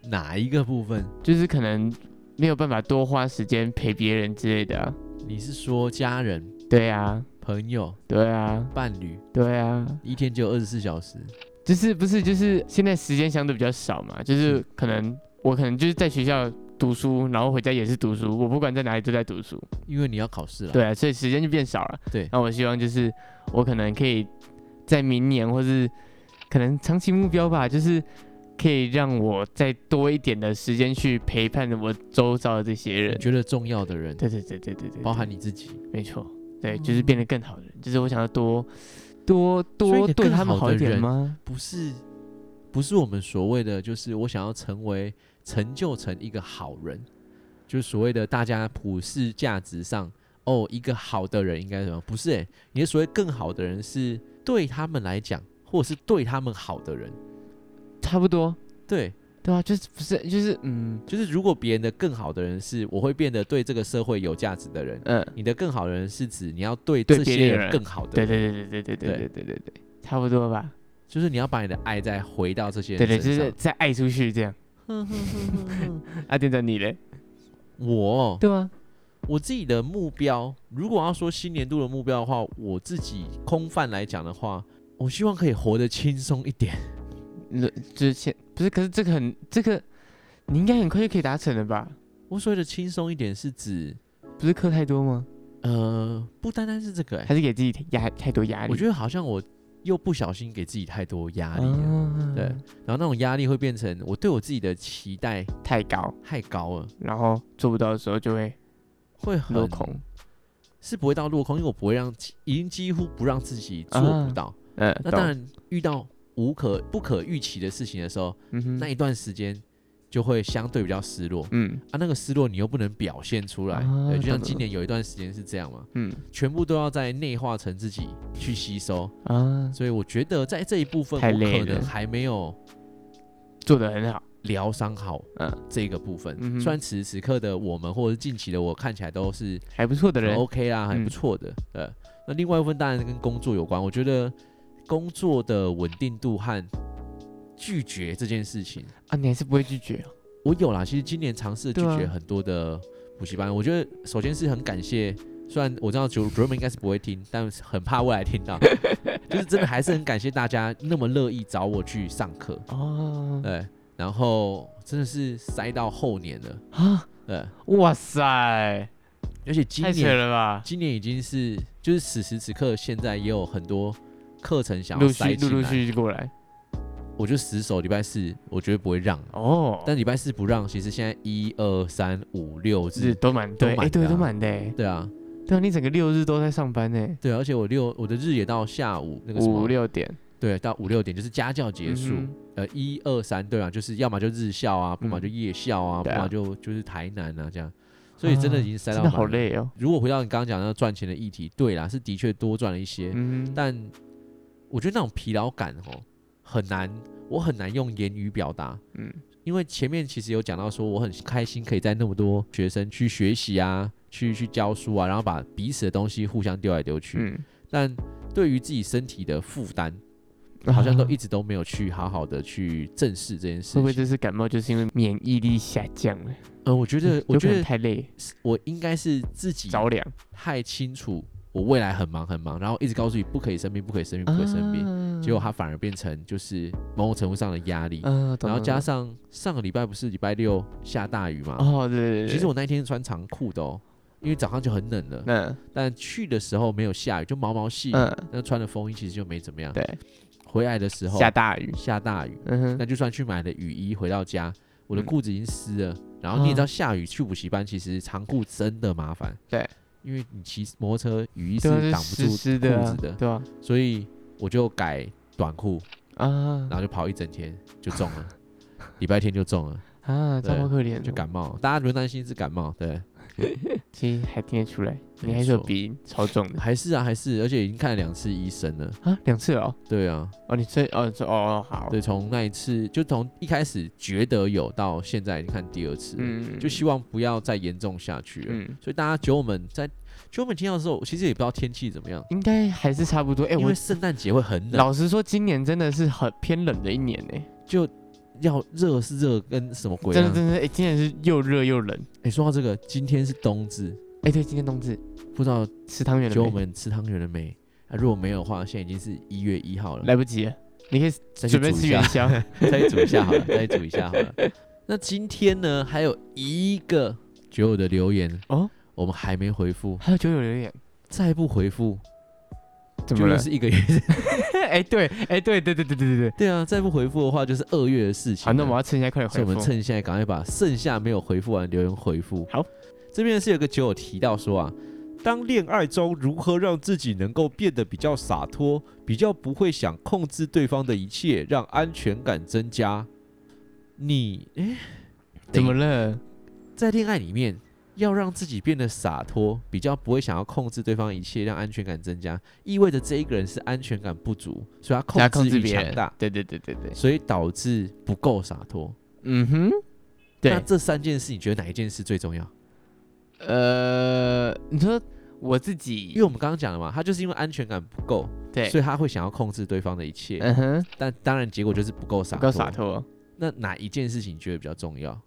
[SPEAKER 1] 哪一个部分？
[SPEAKER 2] 就是可能没有办法多花时间陪别人之类的啊、
[SPEAKER 1] 你是说家人、
[SPEAKER 2] 对啊，
[SPEAKER 1] 朋友、
[SPEAKER 2] 对啊，
[SPEAKER 1] 伴侣，
[SPEAKER 2] 对啊。
[SPEAKER 1] 一天只有二十四小时？
[SPEAKER 2] 就是不是就是现在时间相对比较少嘛，就是
[SPEAKER 1] 嗯
[SPEAKER 2] 可能我可能就是在学校读书，然后回家也是读书，我不管在哪里都在读书，
[SPEAKER 1] 因为你要考试了。
[SPEAKER 2] 对啊，所以时间就变少了。
[SPEAKER 1] 对
[SPEAKER 2] 那我希望就是我可能可以在明年或是可能长期目标吧，就是可以让我再多一点的时间去陪伴我周遭的这些
[SPEAKER 1] 你
[SPEAKER 2] 人。
[SPEAKER 1] 觉得重要的人，
[SPEAKER 2] 对对对对对对对，
[SPEAKER 1] 包含你自嗯己。
[SPEAKER 2] 没错，对，就是变得更好的人，就是我想要多多
[SPEAKER 1] 所以你
[SPEAKER 2] 多
[SPEAKER 1] 的
[SPEAKER 2] 对
[SPEAKER 1] 更
[SPEAKER 2] 他们
[SPEAKER 1] 好
[SPEAKER 2] 好
[SPEAKER 1] 的
[SPEAKER 2] 一点
[SPEAKER 1] 人
[SPEAKER 2] 吗？
[SPEAKER 1] 不是不是我们所谓的，就是我想要成为成就成一个好人，就是所谓的大家普世价值上，哦，一个好的人应该怎么样？不是、欸，你的所谓更好的人是对他们来讲，或者是对他们好的人，
[SPEAKER 2] 差不多，
[SPEAKER 1] 对。
[SPEAKER 2] 对啊，就是不是就是嗯
[SPEAKER 1] 就是如果别人的更好的人是，我会变得对这个社会有价值的人。
[SPEAKER 2] 嗯，
[SPEAKER 1] 你的更好的人是指你要对
[SPEAKER 2] 对
[SPEAKER 1] 这
[SPEAKER 2] 别
[SPEAKER 1] 些
[SPEAKER 2] 人
[SPEAKER 1] 人更好的
[SPEAKER 2] 对
[SPEAKER 1] 人。
[SPEAKER 2] 对对对对对对对对对对，差不多吧。
[SPEAKER 1] 就是你要把你的爱再回到这些
[SPEAKER 2] 对
[SPEAKER 1] 人
[SPEAKER 2] 对，
[SPEAKER 1] 身
[SPEAKER 2] 就
[SPEAKER 1] 上。
[SPEAKER 2] 是再爱出去这样。 啊，店长你嘞？
[SPEAKER 1] 我哦
[SPEAKER 2] 对啊，
[SPEAKER 1] 我自己的目标，如果要说新年度的目标的话，我自己空泛来讲的话，我希望可以活得轻松一点。
[SPEAKER 2] 就是现不是，可是这个很这个，你应该很快就可以达成了吧？
[SPEAKER 1] 我所谓的轻松一点，是指
[SPEAKER 2] 不是课太多吗？
[SPEAKER 1] 呃，不单单是这个、欸，
[SPEAKER 2] 还是给自己压太多压力？
[SPEAKER 1] 我觉得好像我又不小心给自己太多压力了，
[SPEAKER 2] 啊
[SPEAKER 1] 对然后那种压力会变成我对我自己的期待
[SPEAKER 2] 太高，
[SPEAKER 1] 太高了，
[SPEAKER 2] 然后做不到的时候就会
[SPEAKER 1] 会很
[SPEAKER 2] 落空。
[SPEAKER 1] 是不会到落空，因为我不会让，已经几乎不让自己做
[SPEAKER 2] 啊
[SPEAKER 1] 不到。
[SPEAKER 2] 嗯，
[SPEAKER 1] 那
[SPEAKER 2] 懂
[SPEAKER 1] 当，然，遇到无可不可预期的事情的时候，
[SPEAKER 2] 嗯哼
[SPEAKER 1] 那一段时间就会相对比较失落。
[SPEAKER 2] 嗯
[SPEAKER 1] 啊，那个失落你又不能表现出来，
[SPEAKER 2] 啊
[SPEAKER 1] 对，就像
[SPEAKER 2] 懂
[SPEAKER 1] 今年有一段时间是这样嘛，
[SPEAKER 2] 嗯
[SPEAKER 1] 全部都要在内化成自己去吸收，
[SPEAKER 2] 啊，
[SPEAKER 1] 所以我觉得在这一部分
[SPEAKER 2] 太
[SPEAKER 1] 我
[SPEAKER 2] 累
[SPEAKER 1] 可能
[SPEAKER 2] 了
[SPEAKER 1] 还没有
[SPEAKER 2] 做的很好，
[SPEAKER 1] 疗伤好
[SPEAKER 2] 嗯，
[SPEAKER 1] 这个部分。
[SPEAKER 2] 嗯哼
[SPEAKER 1] 虽然此时此刻的我们或者是近期的我看起来都是
[SPEAKER 2] 还不错的
[SPEAKER 1] 很
[SPEAKER 2] 人，
[SPEAKER 1] OK 啦，还
[SPEAKER 2] 嗯
[SPEAKER 1] 不错的。呃，那另外一部分当然跟工作有关，我觉得工作的稳定度和拒绝这件事情，
[SPEAKER 2] 啊，你还是不会拒绝哦。
[SPEAKER 1] 我有啦。其实今年尝试拒
[SPEAKER 2] 对啊
[SPEAKER 1] 绝很多的补习班，我觉得首先是很感谢。虽然我知道主主任们应该是不会听，但是很怕未来听到， 就是真的还是很感谢大家那么乐意找我去上课，
[SPEAKER 2] 哦，
[SPEAKER 1] 对，然后真的是塞到后年了，
[SPEAKER 2] 啊，
[SPEAKER 1] 对，
[SPEAKER 2] 哇塞，
[SPEAKER 1] 而且今
[SPEAKER 2] 太扯
[SPEAKER 1] 年
[SPEAKER 2] 了吧！
[SPEAKER 1] 今年已经是就是此时此刻，现在也有很多课程想要
[SPEAKER 2] 陆
[SPEAKER 1] 塞
[SPEAKER 2] 续
[SPEAKER 1] 进
[SPEAKER 2] 陆
[SPEAKER 1] 来。
[SPEAKER 2] 陆续续过来，
[SPEAKER 1] 我就死守礼拜四，我绝对不会让。
[SPEAKER 2] 哦，
[SPEAKER 1] 但礼拜四不让，其实现在一二三五六
[SPEAKER 2] 日
[SPEAKER 1] 日，
[SPEAKER 2] 都满
[SPEAKER 1] 都
[SPEAKER 2] 对，哎，
[SPEAKER 1] 满
[SPEAKER 2] 对，
[SPEAKER 1] 的啊
[SPEAKER 2] 都满的欸，
[SPEAKER 1] 对啊，
[SPEAKER 2] 对啊，你整个六日都在上班呢，
[SPEAKER 1] 对啊，而且我六我的日也到下午那个什
[SPEAKER 2] 五
[SPEAKER 1] 么，
[SPEAKER 2] 六点
[SPEAKER 1] 对，到五六点就是家教结束。
[SPEAKER 2] 嗯
[SPEAKER 1] 呃，一二三，对啊，就是要么就日校啊，不嘛
[SPEAKER 2] 嗯
[SPEAKER 1] 就夜校啊，
[SPEAKER 2] 对
[SPEAKER 1] 不
[SPEAKER 2] 啊
[SPEAKER 1] 嘛就就是台南啊这样，所以真的已经塞
[SPEAKER 2] 哼
[SPEAKER 1] 到
[SPEAKER 2] 真
[SPEAKER 1] 满了、
[SPEAKER 2] 的好累哦。
[SPEAKER 1] 如果回到你刚刚讲的赚钱的议题，对啦，是的确多赚了一些，
[SPEAKER 2] 嗯哼，
[SPEAKER 1] 但我觉得那种疲劳感哦，很难，我很难用言语表达，
[SPEAKER 2] 嗯
[SPEAKER 1] 因为前面其实有讲到说，我很开心可以带那么多学生去学习啊，去去教书啊，然后把彼此的东西互相丢来丢去，
[SPEAKER 2] 嗯，
[SPEAKER 1] 但对于自己身体的负担，好像都一
[SPEAKER 2] 啊
[SPEAKER 1] 直都没有去好好的去正视这件事
[SPEAKER 2] 会不会
[SPEAKER 1] 情。
[SPEAKER 2] 这次感冒就是因为免疫力下降了？
[SPEAKER 1] 嗯，我觉得，我
[SPEAKER 2] 有可
[SPEAKER 1] 觉
[SPEAKER 2] 能
[SPEAKER 1] 得
[SPEAKER 2] 太累，
[SPEAKER 1] 我应该是自己
[SPEAKER 2] 着凉，
[SPEAKER 1] 太清楚，我未来很忙很忙，然后一直告诉自己不可以生病，不可以生病，不可以生病。
[SPEAKER 2] 啊
[SPEAKER 1] 结果它反而变成就是某种程度上的压力。
[SPEAKER 2] 嗯，懂
[SPEAKER 1] 然后
[SPEAKER 2] 懂
[SPEAKER 1] 加
[SPEAKER 2] 懂
[SPEAKER 1] 上上个礼拜不是礼拜六下大雨嘛，
[SPEAKER 2] 哦，对对对，
[SPEAKER 1] 其实我那一天是穿长裤的哦，因为早上就很冷了。
[SPEAKER 2] 嗯
[SPEAKER 1] 但去的时候没有下雨，就毛毛细雨，
[SPEAKER 2] 嗯
[SPEAKER 1] 那穿了风衣其实就没怎么样。
[SPEAKER 2] 对，
[SPEAKER 1] 回来的时候
[SPEAKER 2] 下大雨，
[SPEAKER 1] 下大雨，
[SPEAKER 2] 嗯哼，
[SPEAKER 1] 那就算去买了雨衣，回到家我的
[SPEAKER 2] 嗯
[SPEAKER 1] 裤子已经湿了。然后你也知
[SPEAKER 2] 啊
[SPEAKER 1] 道下雨去补习班，其实长裤真的麻烦。
[SPEAKER 2] 对，
[SPEAKER 1] 因为你骑摩托车雨衣是
[SPEAKER 2] 对啊，就
[SPEAKER 1] 挡不
[SPEAKER 2] 湿
[SPEAKER 1] 住
[SPEAKER 2] 湿的
[SPEAKER 1] 裤
[SPEAKER 2] 啊
[SPEAKER 1] 子的，
[SPEAKER 2] 对啊，
[SPEAKER 1] 所以我就改短裤，
[SPEAKER 2] 啊
[SPEAKER 1] 然后就跑一整天就中了，礼拜天就中了，
[SPEAKER 2] 啊，这
[SPEAKER 1] 对
[SPEAKER 2] 么可怜哦，
[SPEAKER 1] 就感冒。大家不用担心是感冒，对，
[SPEAKER 2] 其实还听得出来，你
[SPEAKER 1] 没
[SPEAKER 2] 还是有
[SPEAKER 1] 错
[SPEAKER 2] 鼻音超重 的
[SPEAKER 1] 还是啊还是，而且已经看了两次医生了。
[SPEAKER 2] 啊，两次了哦，
[SPEAKER 1] 对啊，
[SPEAKER 2] 哦，你这哦你说哦好，
[SPEAKER 1] 对，从那一次就从一开始觉得有，到现在已经看第二次了，
[SPEAKER 2] 嗯，嗯，
[SPEAKER 1] 就希望不要再严重下去了。
[SPEAKER 2] 嗯，
[SPEAKER 1] 所以大家酒友们在酒友们听到的时候，其实也不知道天气怎么样，
[SPEAKER 2] 应该还是差不多，哎，
[SPEAKER 1] 因
[SPEAKER 2] 我
[SPEAKER 1] 为圣诞节会很冷，
[SPEAKER 2] 老实说，今年真的是很偏冷的一年呢，
[SPEAKER 1] 就要热是热跟什么鬼
[SPEAKER 2] 真的
[SPEAKER 1] 啊？
[SPEAKER 2] 真的，哎，今年是又热又冷，
[SPEAKER 1] 哎、说到这个，今天是冬至，
[SPEAKER 2] 哎，对，今天冬至
[SPEAKER 1] 不知道
[SPEAKER 2] 吃汤圆
[SPEAKER 1] 酒
[SPEAKER 2] 了
[SPEAKER 1] 友
[SPEAKER 2] 没？
[SPEAKER 1] 们吃汤圆了没？啊，如果没有的话，现在已经是一月一号了，
[SPEAKER 2] 来不及了，你可以
[SPEAKER 1] 再去
[SPEAKER 2] 准备
[SPEAKER 1] 煮
[SPEAKER 2] 吃
[SPEAKER 1] 一
[SPEAKER 2] 元
[SPEAKER 1] 下，
[SPEAKER 2] 宵，
[SPEAKER 1] 再去煮一下好了，再去煮一下好了。那今天呢，还有一个酒友的留言
[SPEAKER 2] 哦，
[SPEAKER 1] 我们还没回复，
[SPEAKER 2] 还有酒友留言，
[SPEAKER 1] 再不回复
[SPEAKER 2] 怎
[SPEAKER 1] 就
[SPEAKER 2] 么
[SPEAKER 1] 又
[SPEAKER 2] 了？
[SPEAKER 1] 是一个月。
[SPEAKER 2] 哎，对，哎，对对对对对对对。
[SPEAKER 1] 对啊，再不回复的话就是二月的事情
[SPEAKER 2] 好，
[SPEAKER 1] 了。
[SPEAKER 2] 啊那我要趁现在快点
[SPEAKER 1] 所以我
[SPEAKER 2] 回复。
[SPEAKER 1] 们趁现在赶快把剩下没有回复完的留言回复。
[SPEAKER 2] 好，
[SPEAKER 1] 这边是有个酒友提到说啊，当恋爱中如何让自己能够变得比较洒脱，比较不会想控制对方的一切，让安全感增加。你诶，哎
[SPEAKER 2] 怎么了？
[SPEAKER 1] 在恋爱里面要让自己变得洒脱，比较不会想要控制对方一切，让安全感增加，意味着这一个人是安全感不足，所以他
[SPEAKER 2] 要
[SPEAKER 1] 控
[SPEAKER 2] 控
[SPEAKER 1] 制
[SPEAKER 2] 制
[SPEAKER 1] 欲
[SPEAKER 2] 别
[SPEAKER 1] 强
[SPEAKER 2] 人
[SPEAKER 1] 大，，
[SPEAKER 2] 对对对对对，
[SPEAKER 1] 所以导致不够洒脱。
[SPEAKER 2] 嗯哼，
[SPEAKER 1] 那
[SPEAKER 2] 对，
[SPEAKER 1] 这三件事，你觉得哪一件事最重要？
[SPEAKER 2] 呃，你说我自
[SPEAKER 1] 因为
[SPEAKER 2] 己，
[SPEAKER 1] 我们刚刚讲了嘛，他就是因为安全感不够，
[SPEAKER 2] 对
[SPEAKER 1] 所以他会想要控制对方的一切，
[SPEAKER 2] 嗯哼，
[SPEAKER 1] 但当然结果就是不够洒
[SPEAKER 2] 不
[SPEAKER 1] 脱。
[SPEAKER 2] 够洒脱。
[SPEAKER 1] 那哪一件事情你觉得比较重要？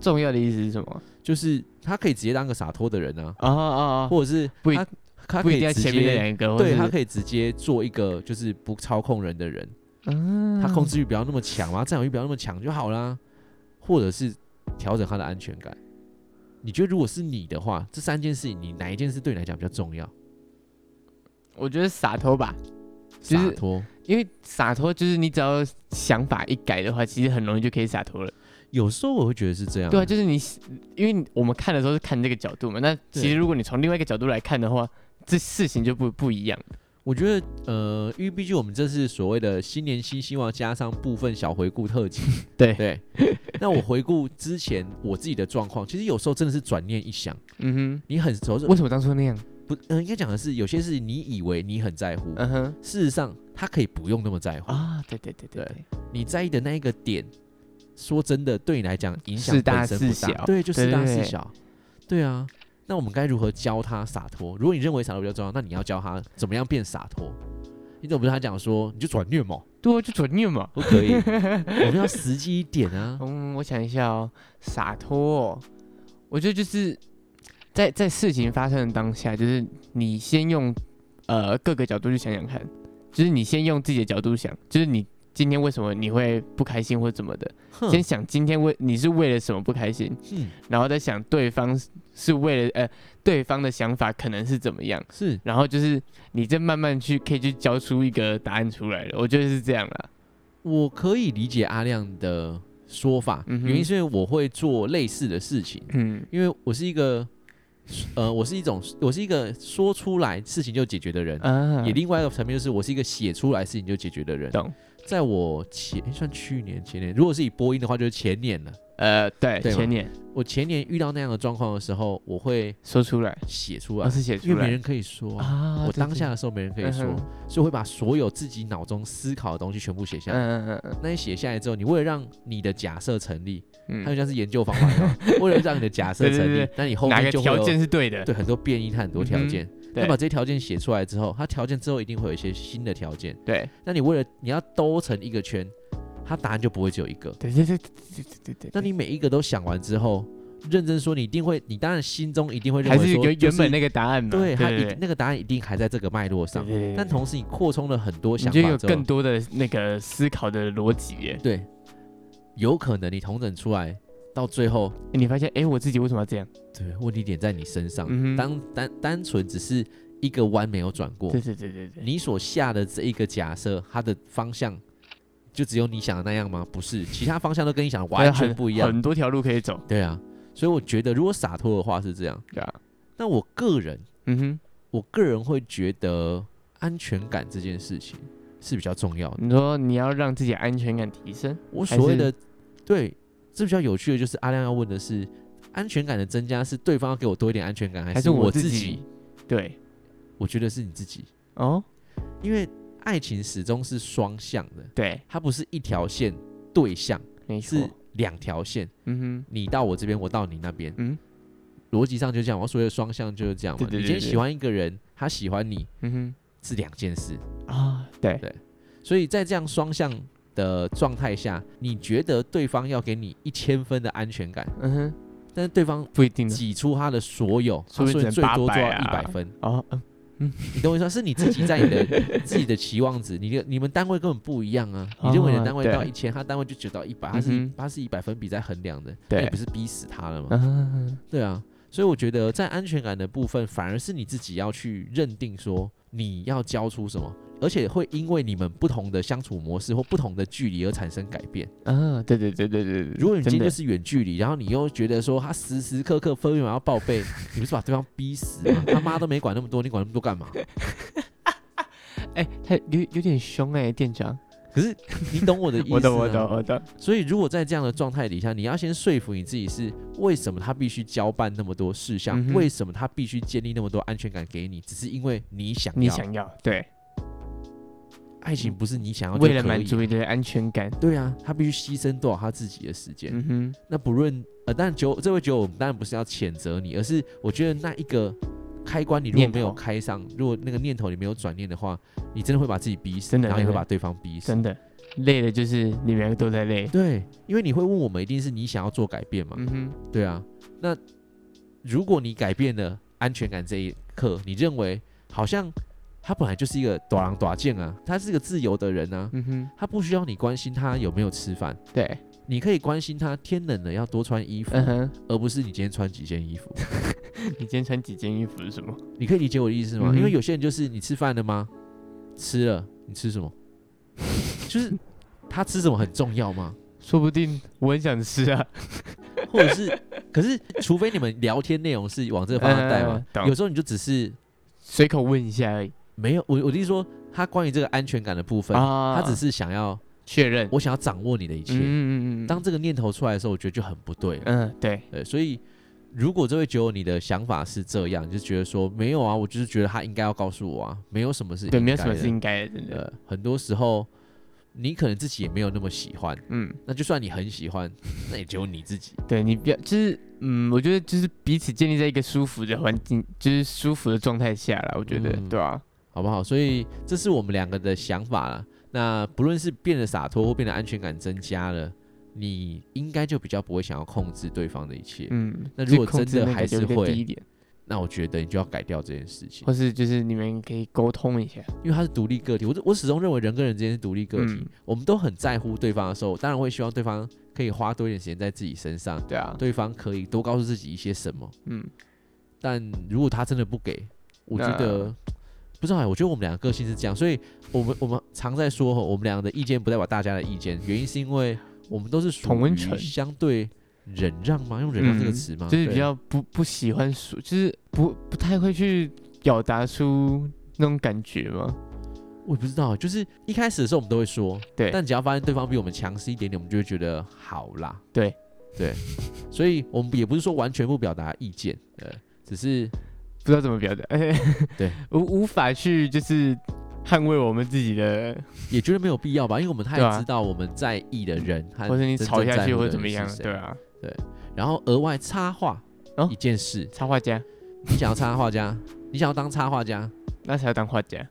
[SPEAKER 2] 重要的意思是什么？
[SPEAKER 1] 就是他可以直接当个洒脱的人啊，
[SPEAKER 2] 哦哦哦，
[SPEAKER 1] 或者是
[SPEAKER 2] 不一
[SPEAKER 1] 他他
[SPEAKER 2] 不
[SPEAKER 1] 可
[SPEAKER 2] 一
[SPEAKER 1] 以
[SPEAKER 2] 定要
[SPEAKER 1] 直
[SPEAKER 2] 前面的
[SPEAKER 1] 接
[SPEAKER 2] 两个，
[SPEAKER 1] 对
[SPEAKER 2] 或
[SPEAKER 1] 他
[SPEAKER 2] 是
[SPEAKER 1] 可以直接做一个就是不操控人的人，
[SPEAKER 2] 嗯
[SPEAKER 1] 他控制欲不要那么强嘛，占有欲不要那么强就好啦，或者是调整他的安全感。你觉得如果是你的话，这三件事情你哪一件事对你来讲比较重要？
[SPEAKER 2] 我觉得洒脱吧，就
[SPEAKER 1] 洒
[SPEAKER 2] 是
[SPEAKER 1] 脱。
[SPEAKER 2] 因为洒脱就是你只要想法一改的话，其实很容易就可以洒脱了。
[SPEAKER 1] 有时候我会觉得是这样，
[SPEAKER 2] 对啊，就是你，因为我们看的时候是看这个角度嘛，那其
[SPEAKER 1] 对
[SPEAKER 2] 实如果你从另外一个角度来看的话，这事情就不不一样。
[SPEAKER 1] 我觉得，呃，因为毕竟我们这是所谓的新年新希望，加上部分小回顾特 辑。
[SPEAKER 2] 对
[SPEAKER 1] 对，那我回顾之前我自己的状况，其实有时候真的是转念一想，
[SPEAKER 2] 嗯
[SPEAKER 1] 你很熟是
[SPEAKER 2] 哼，为什么当初那样？
[SPEAKER 1] 不？呃，应该讲的是，有些事你以为你很在乎，
[SPEAKER 2] 嗯哼，
[SPEAKER 1] 事实上他可以不用那么在乎。
[SPEAKER 2] 啊，对对对
[SPEAKER 1] 对你在意的那一个点，说真的，对你来讲影响
[SPEAKER 2] 是大
[SPEAKER 1] 本身不
[SPEAKER 2] 是小
[SPEAKER 1] 对，就
[SPEAKER 2] 对
[SPEAKER 1] 是大
[SPEAKER 2] 对
[SPEAKER 1] 是
[SPEAKER 2] 对
[SPEAKER 1] 小。对啊，那我们该如何教他洒脱？如果你认为洒脱比较重要，那你要教他怎么样变洒脱？你怎么不是他讲说你就转虐嘛？
[SPEAKER 2] 对啊，就转念嘛。
[SPEAKER 1] 不可 以，我们要实际一点啊。
[SPEAKER 2] 嗯，我想一下哦，洒脱、哦，我觉得就是在在事情发生的当下，就是你先用呃各个角度去想想看，就是你先用自己的角度想，就是你今天为什么你会不开心或怎么的，
[SPEAKER 1] 哼
[SPEAKER 2] 先想今天为你是为了什么不开心，
[SPEAKER 1] 嗯
[SPEAKER 2] 然后再想对方是是为了呃对方的想法可能是怎么样，
[SPEAKER 1] 是
[SPEAKER 2] 然后就是你再慢慢去可以去交出一个答案出来了，我觉得是这样啦。
[SPEAKER 1] 我可以理解阿亮的说法，
[SPEAKER 2] 嗯哼
[SPEAKER 1] 原因是因为我会做类似的事情，
[SPEAKER 2] 嗯
[SPEAKER 1] 因为我是一个，呃，我是一种，我是一个说出来事情就解决的人。
[SPEAKER 2] 啊
[SPEAKER 1] 也另外一个层面就是，我是一个写出来事情就解决的人。
[SPEAKER 2] 懂
[SPEAKER 1] 在我前诶算去年前年，如果是以播音的话，就是前年了。
[SPEAKER 2] 呃对
[SPEAKER 1] 对嘛
[SPEAKER 2] 前年。
[SPEAKER 1] 我前年遇到那样的状况的时候，我会
[SPEAKER 2] 说出来，
[SPEAKER 1] 写出
[SPEAKER 2] 我、
[SPEAKER 1] 来，
[SPEAKER 2] 哦啊是写
[SPEAKER 1] 因
[SPEAKER 2] 出
[SPEAKER 1] 为没
[SPEAKER 2] 来
[SPEAKER 1] 人可以说啊。
[SPEAKER 2] 啊
[SPEAKER 1] 我当下的时候没人可
[SPEAKER 2] 可
[SPEAKER 1] 以说，所以我会把所有自己脑中思考的东西全部写下来。
[SPEAKER 2] 嗯嗯嗯
[SPEAKER 1] 那你写下来之后，你为了让你的假设成立，它
[SPEAKER 2] 嗯
[SPEAKER 1] 就像是研究方法一样，为了让你的假设
[SPEAKER 2] 对对
[SPEAKER 1] 成
[SPEAKER 2] 对
[SPEAKER 1] 立
[SPEAKER 2] 对，
[SPEAKER 1] 那你后
[SPEAKER 2] 嗯，哪
[SPEAKER 1] 面
[SPEAKER 2] 个
[SPEAKER 1] 就会
[SPEAKER 2] 条
[SPEAKER 1] 有
[SPEAKER 2] 件是对的？
[SPEAKER 1] 对很多变异，它很多条件。
[SPEAKER 2] 对
[SPEAKER 1] 那把这些条件写出来之后，它条件之后一定会有一些新的条件。
[SPEAKER 2] 对
[SPEAKER 1] 那你为了你要兜成一个圈，它答案就不会只有一个。
[SPEAKER 2] 对对对对对对对对。
[SPEAKER 1] 那你每一个都想完之后，认真说，你一定会，你当然心中一定会认
[SPEAKER 2] 还
[SPEAKER 1] 为
[SPEAKER 2] 是
[SPEAKER 1] 说
[SPEAKER 2] 原
[SPEAKER 1] 就
[SPEAKER 2] 原本那个答案嘛？
[SPEAKER 1] 对，它一
[SPEAKER 2] 对对
[SPEAKER 1] 那个答案一定还在这个脉络上
[SPEAKER 2] 对对对对。
[SPEAKER 1] 但同时你扩充了很多
[SPEAKER 2] 你
[SPEAKER 1] 想
[SPEAKER 2] 就
[SPEAKER 1] 法
[SPEAKER 2] 有
[SPEAKER 1] 之后
[SPEAKER 2] 更，多的那个思考的逻辑耶。
[SPEAKER 1] 对，有可能你同整出来到最后，
[SPEAKER 2] 诶你发现，哎，我自己为什么要这样？
[SPEAKER 1] 对，问题点在你身上，
[SPEAKER 2] 嗯哼
[SPEAKER 1] 当单单纯只是一个弯没有转过
[SPEAKER 2] 对，对对对对。
[SPEAKER 1] 你所下的这一个假设，它的方向就只有你想的那样吗？不是，其他方向都跟你想的完全不一样
[SPEAKER 2] 很。很多条路可以走，
[SPEAKER 1] 对啊，所以我觉得如果洒脱的话是这样，
[SPEAKER 2] 对啊，
[SPEAKER 1] 那我个人
[SPEAKER 2] 嗯哼，
[SPEAKER 1] 我个人会觉得安全感这件事情是比较重要的。
[SPEAKER 2] 你说你要让自己安全感提升，
[SPEAKER 1] 我
[SPEAKER 2] 还
[SPEAKER 1] 所谓
[SPEAKER 2] 是
[SPEAKER 1] 的对，这比较有趣的就是阿亮要问的是，安全感的增加是对方要给我多一点安全感，还
[SPEAKER 2] 还
[SPEAKER 1] 是
[SPEAKER 2] 是
[SPEAKER 1] 我
[SPEAKER 2] 自
[SPEAKER 1] 己？？
[SPEAKER 2] 对，
[SPEAKER 1] 我觉得是你自己，
[SPEAKER 2] 哦，
[SPEAKER 1] 因为爱情始终是双向的，
[SPEAKER 2] 对，
[SPEAKER 1] 它不是一条线对象，
[SPEAKER 2] 没错
[SPEAKER 1] 是，两条线，
[SPEAKER 2] 嗯
[SPEAKER 1] 你到我这边，我到你那边
[SPEAKER 2] 哼，，嗯
[SPEAKER 1] 逻辑上就这样。我所谓的双向就是这样嘛。
[SPEAKER 2] 对对
[SPEAKER 1] 你
[SPEAKER 2] 对
[SPEAKER 1] 今天
[SPEAKER 2] 对
[SPEAKER 1] 喜欢一个人，他喜欢你
[SPEAKER 2] 嗯
[SPEAKER 1] 是两件事，
[SPEAKER 2] 哼，啊，对，
[SPEAKER 1] 所以在这样双向的状态下，你觉得对方要给你一千分的安全感，
[SPEAKER 2] 嗯哼，
[SPEAKER 1] 但是对方
[SPEAKER 2] 不一定呢。
[SPEAKER 1] 挤出他的所有，
[SPEAKER 2] 嗯
[SPEAKER 1] 他所
[SPEAKER 2] 说不定
[SPEAKER 1] 以
[SPEAKER 2] 只
[SPEAKER 1] 最
[SPEAKER 2] 能
[SPEAKER 1] 多做到
[SPEAKER 2] 800
[SPEAKER 1] 一
[SPEAKER 2] 啊
[SPEAKER 1] 百分。
[SPEAKER 2] 哦，嗯
[SPEAKER 1] 你懂我意思吗？是你自己在你 的自己的期望值，你的你们单位根本不一样啊！你认为你的
[SPEAKER 2] 哦
[SPEAKER 1] 单位到
[SPEAKER 2] 对
[SPEAKER 1] 一千，他单位就只到一百，他是一
[SPEAKER 2] 嗯哼
[SPEAKER 1] 他是以百分比在衡量的，
[SPEAKER 2] 对
[SPEAKER 1] 那你不是逼死他了吗？
[SPEAKER 2] 啊，
[SPEAKER 1] 对啊，所以我觉得在安全感的部分，反而是你自己要去认定说你要交出什么，而且会因为你们不同的相处模式或不同的距离而产生改变。
[SPEAKER 2] 啊，对对对对对对。
[SPEAKER 1] 如果你今
[SPEAKER 2] 真
[SPEAKER 1] 天就
[SPEAKER 2] 的
[SPEAKER 1] 是远距离，然后你又觉得说他时时刻刻分秒要报 备，你不是把对方逼死吗？他妈都没管那么多，你管那么多 干嘛？
[SPEAKER 2] 哎、他有有点凶哎、店长。
[SPEAKER 1] 可是你懂我的意思、啊，
[SPEAKER 2] 我懂，我懂，。我懂。
[SPEAKER 1] 所以如果在这样的状态底下，你要先说服你自己是为什么他必须交办那么多事项，
[SPEAKER 2] 嗯哼
[SPEAKER 1] 为什么他必须建立那么多安全感给你，只是因为你想要。
[SPEAKER 2] 你想要对，
[SPEAKER 1] 爱情不是你想要就
[SPEAKER 2] 为了
[SPEAKER 1] 可
[SPEAKER 2] 满
[SPEAKER 1] 以
[SPEAKER 2] 足你的安全感。
[SPEAKER 1] 对啊，他必须牺牲多少他自己的时间。
[SPEAKER 2] 嗯哼，
[SPEAKER 1] 那不论呃，但九这位酒友，我们当然不是要谴责你，而是我觉得那一个开关你如果
[SPEAKER 2] 念头
[SPEAKER 1] 没有开上，如果那个念头你没有转念的话，你真的会把自己逼死，
[SPEAKER 2] 真的
[SPEAKER 1] 然后也会
[SPEAKER 2] 真的
[SPEAKER 1] 把对方逼死。
[SPEAKER 2] 真的累的就是你们两个都在累。
[SPEAKER 1] 对，因为你会问我们，一定是你想要做改变嘛？
[SPEAKER 2] 嗯哼，
[SPEAKER 1] 对啊，那如果你改变了安全感这一刻，你认为好像他本来就是一个短狼短贱啊，他是个自由的人啊，
[SPEAKER 2] 嗯哼，
[SPEAKER 1] 他不需要你关心他有没有吃饭，
[SPEAKER 2] 对，
[SPEAKER 1] 你可以关心他天冷了要多穿衣服，
[SPEAKER 2] 嗯哼，
[SPEAKER 1] 而不是你今天穿几件衣服。
[SPEAKER 2] 你今天穿几件衣服是什么？
[SPEAKER 1] 你可以理解我的意思吗？
[SPEAKER 2] 嗯哼
[SPEAKER 1] 因为有些人就是你吃饭了吗？吃了，你吃什么？ 就是他吃什么很重要吗？
[SPEAKER 2] 说不定我很想吃啊。
[SPEAKER 1] 或者是，可是除非你们聊天内容是往这个方向带嘛
[SPEAKER 2] 嗯，懂
[SPEAKER 1] 有时候你就只是
[SPEAKER 2] 随口问一下而已
[SPEAKER 1] 没有我我的意思说，他关于这个安全感的部分，
[SPEAKER 2] 啊
[SPEAKER 1] 他只是想要
[SPEAKER 2] 确认。
[SPEAKER 1] 我想要掌握你的一切。
[SPEAKER 2] 嗯嗯嗯嗯，
[SPEAKER 1] 当这个念头出来的时候，我觉得就很不对了。
[SPEAKER 2] 嗯对，
[SPEAKER 1] 对，所以如果这位酒友你的想法是这样，你就觉得说没有啊，我就是觉得他应该要告诉我啊，没有什么是
[SPEAKER 2] 对，
[SPEAKER 1] 应
[SPEAKER 2] 没有什么
[SPEAKER 1] 该的
[SPEAKER 2] 是应该的，真的。
[SPEAKER 1] 呃，很多时候你可能自己也没有那么喜欢，
[SPEAKER 2] 嗯，
[SPEAKER 1] 那就算你很喜欢， 那也只有你自己。
[SPEAKER 2] 对你不要，就是嗯，我觉得就是彼此建立在一个舒服的环境，就是舒服的状态下啦，我觉得，
[SPEAKER 1] 嗯
[SPEAKER 2] 对啊，
[SPEAKER 1] 好不好？所以这是我们两个的想法啦。那不论是变得洒脱或变得安全感增加了，你应该就比较不会想要控制对方的一切。
[SPEAKER 2] 嗯，
[SPEAKER 1] 那
[SPEAKER 2] 就是
[SPEAKER 1] 如果
[SPEAKER 2] 控制
[SPEAKER 1] 真的
[SPEAKER 2] 那个
[SPEAKER 1] 还
[SPEAKER 2] 就是比较
[SPEAKER 1] 会
[SPEAKER 2] 低一点，
[SPEAKER 1] 那我觉得你就要改掉这件事情
[SPEAKER 2] 或，是就是你们可以沟通一下，
[SPEAKER 1] 因为他是独立个体。我我始终认为人跟人之间是独立个体，
[SPEAKER 2] 嗯
[SPEAKER 1] 我们都很在乎对方的时候，当然会希望对方可以花多一点时间在自己身上，
[SPEAKER 2] 对啊，
[SPEAKER 1] 对方可以多告诉自己一些什么。
[SPEAKER 2] 嗯，
[SPEAKER 1] 但如果他真的不给，我觉
[SPEAKER 2] 那
[SPEAKER 1] 得不知道哎、我觉得我们两个个性是这样，所以我们我们常在说吼，我们两个的意见不代表大家的意见，原因是因为我们都是属
[SPEAKER 2] 同温
[SPEAKER 1] 于
[SPEAKER 2] 层
[SPEAKER 1] 相对忍让吗？用忍让这个
[SPEAKER 2] 嗯
[SPEAKER 1] 词吗？
[SPEAKER 2] 就是
[SPEAKER 1] 对
[SPEAKER 2] 比较不不喜欢说，就是不不太会去表达出那种感觉嘛，
[SPEAKER 1] 我也不知道，就是一开始的时候我们都会说，
[SPEAKER 2] 对
[SPEAKER 1] 但只要发现对方比我们强势一点点，我们就会觉得好啦，
[SPEAKER 2] 对
[SPEAKER 1] 对，所以我们也不是说完全不表达意见，呃，只是
[SPEAKER 2] 不知道怎么表达，
[SPEAKER 1] 对，
[SPEAKER 2] 无无法去就是捍卫我们自己的，
[SPEAKER 1] 也觉得没有必要吧，因为我们太
[SPEAKER 2] 对啊
[SPEAKER 1] 知道我们在意的人，和
[SPEAKER 2] 或者你
[SPEAKER 1] 真
[SPEAKER 2] 吵
[SPEAKER 1] 正
[SPEAKER 2] 下
[SPEAKER 1] 在
[SPEAKER 2] 去
[SPEAKER 1] 乎
[SPEAKER 2] 或
[SPEAKER 1] 的
[SPEAKER 2] 者
[SPEAKER 1] 人
[SPEAKER 2] 怎么
[SPEAKER 1] 是
[SPEAKER 2] 样，
[SPEAKER 1] 谁
[SPEAKER 2] 对啊，
[SPEAKER 1] 然后额外插画
[SPEAKER 2] 哦
[SPEAKER 1] 一件事，
[SPEAKER 2] 插画家，
[SPEAKER 1] 你想要插画家， 你想要当插画家，
[SPEAKER 2] 那才要当画家，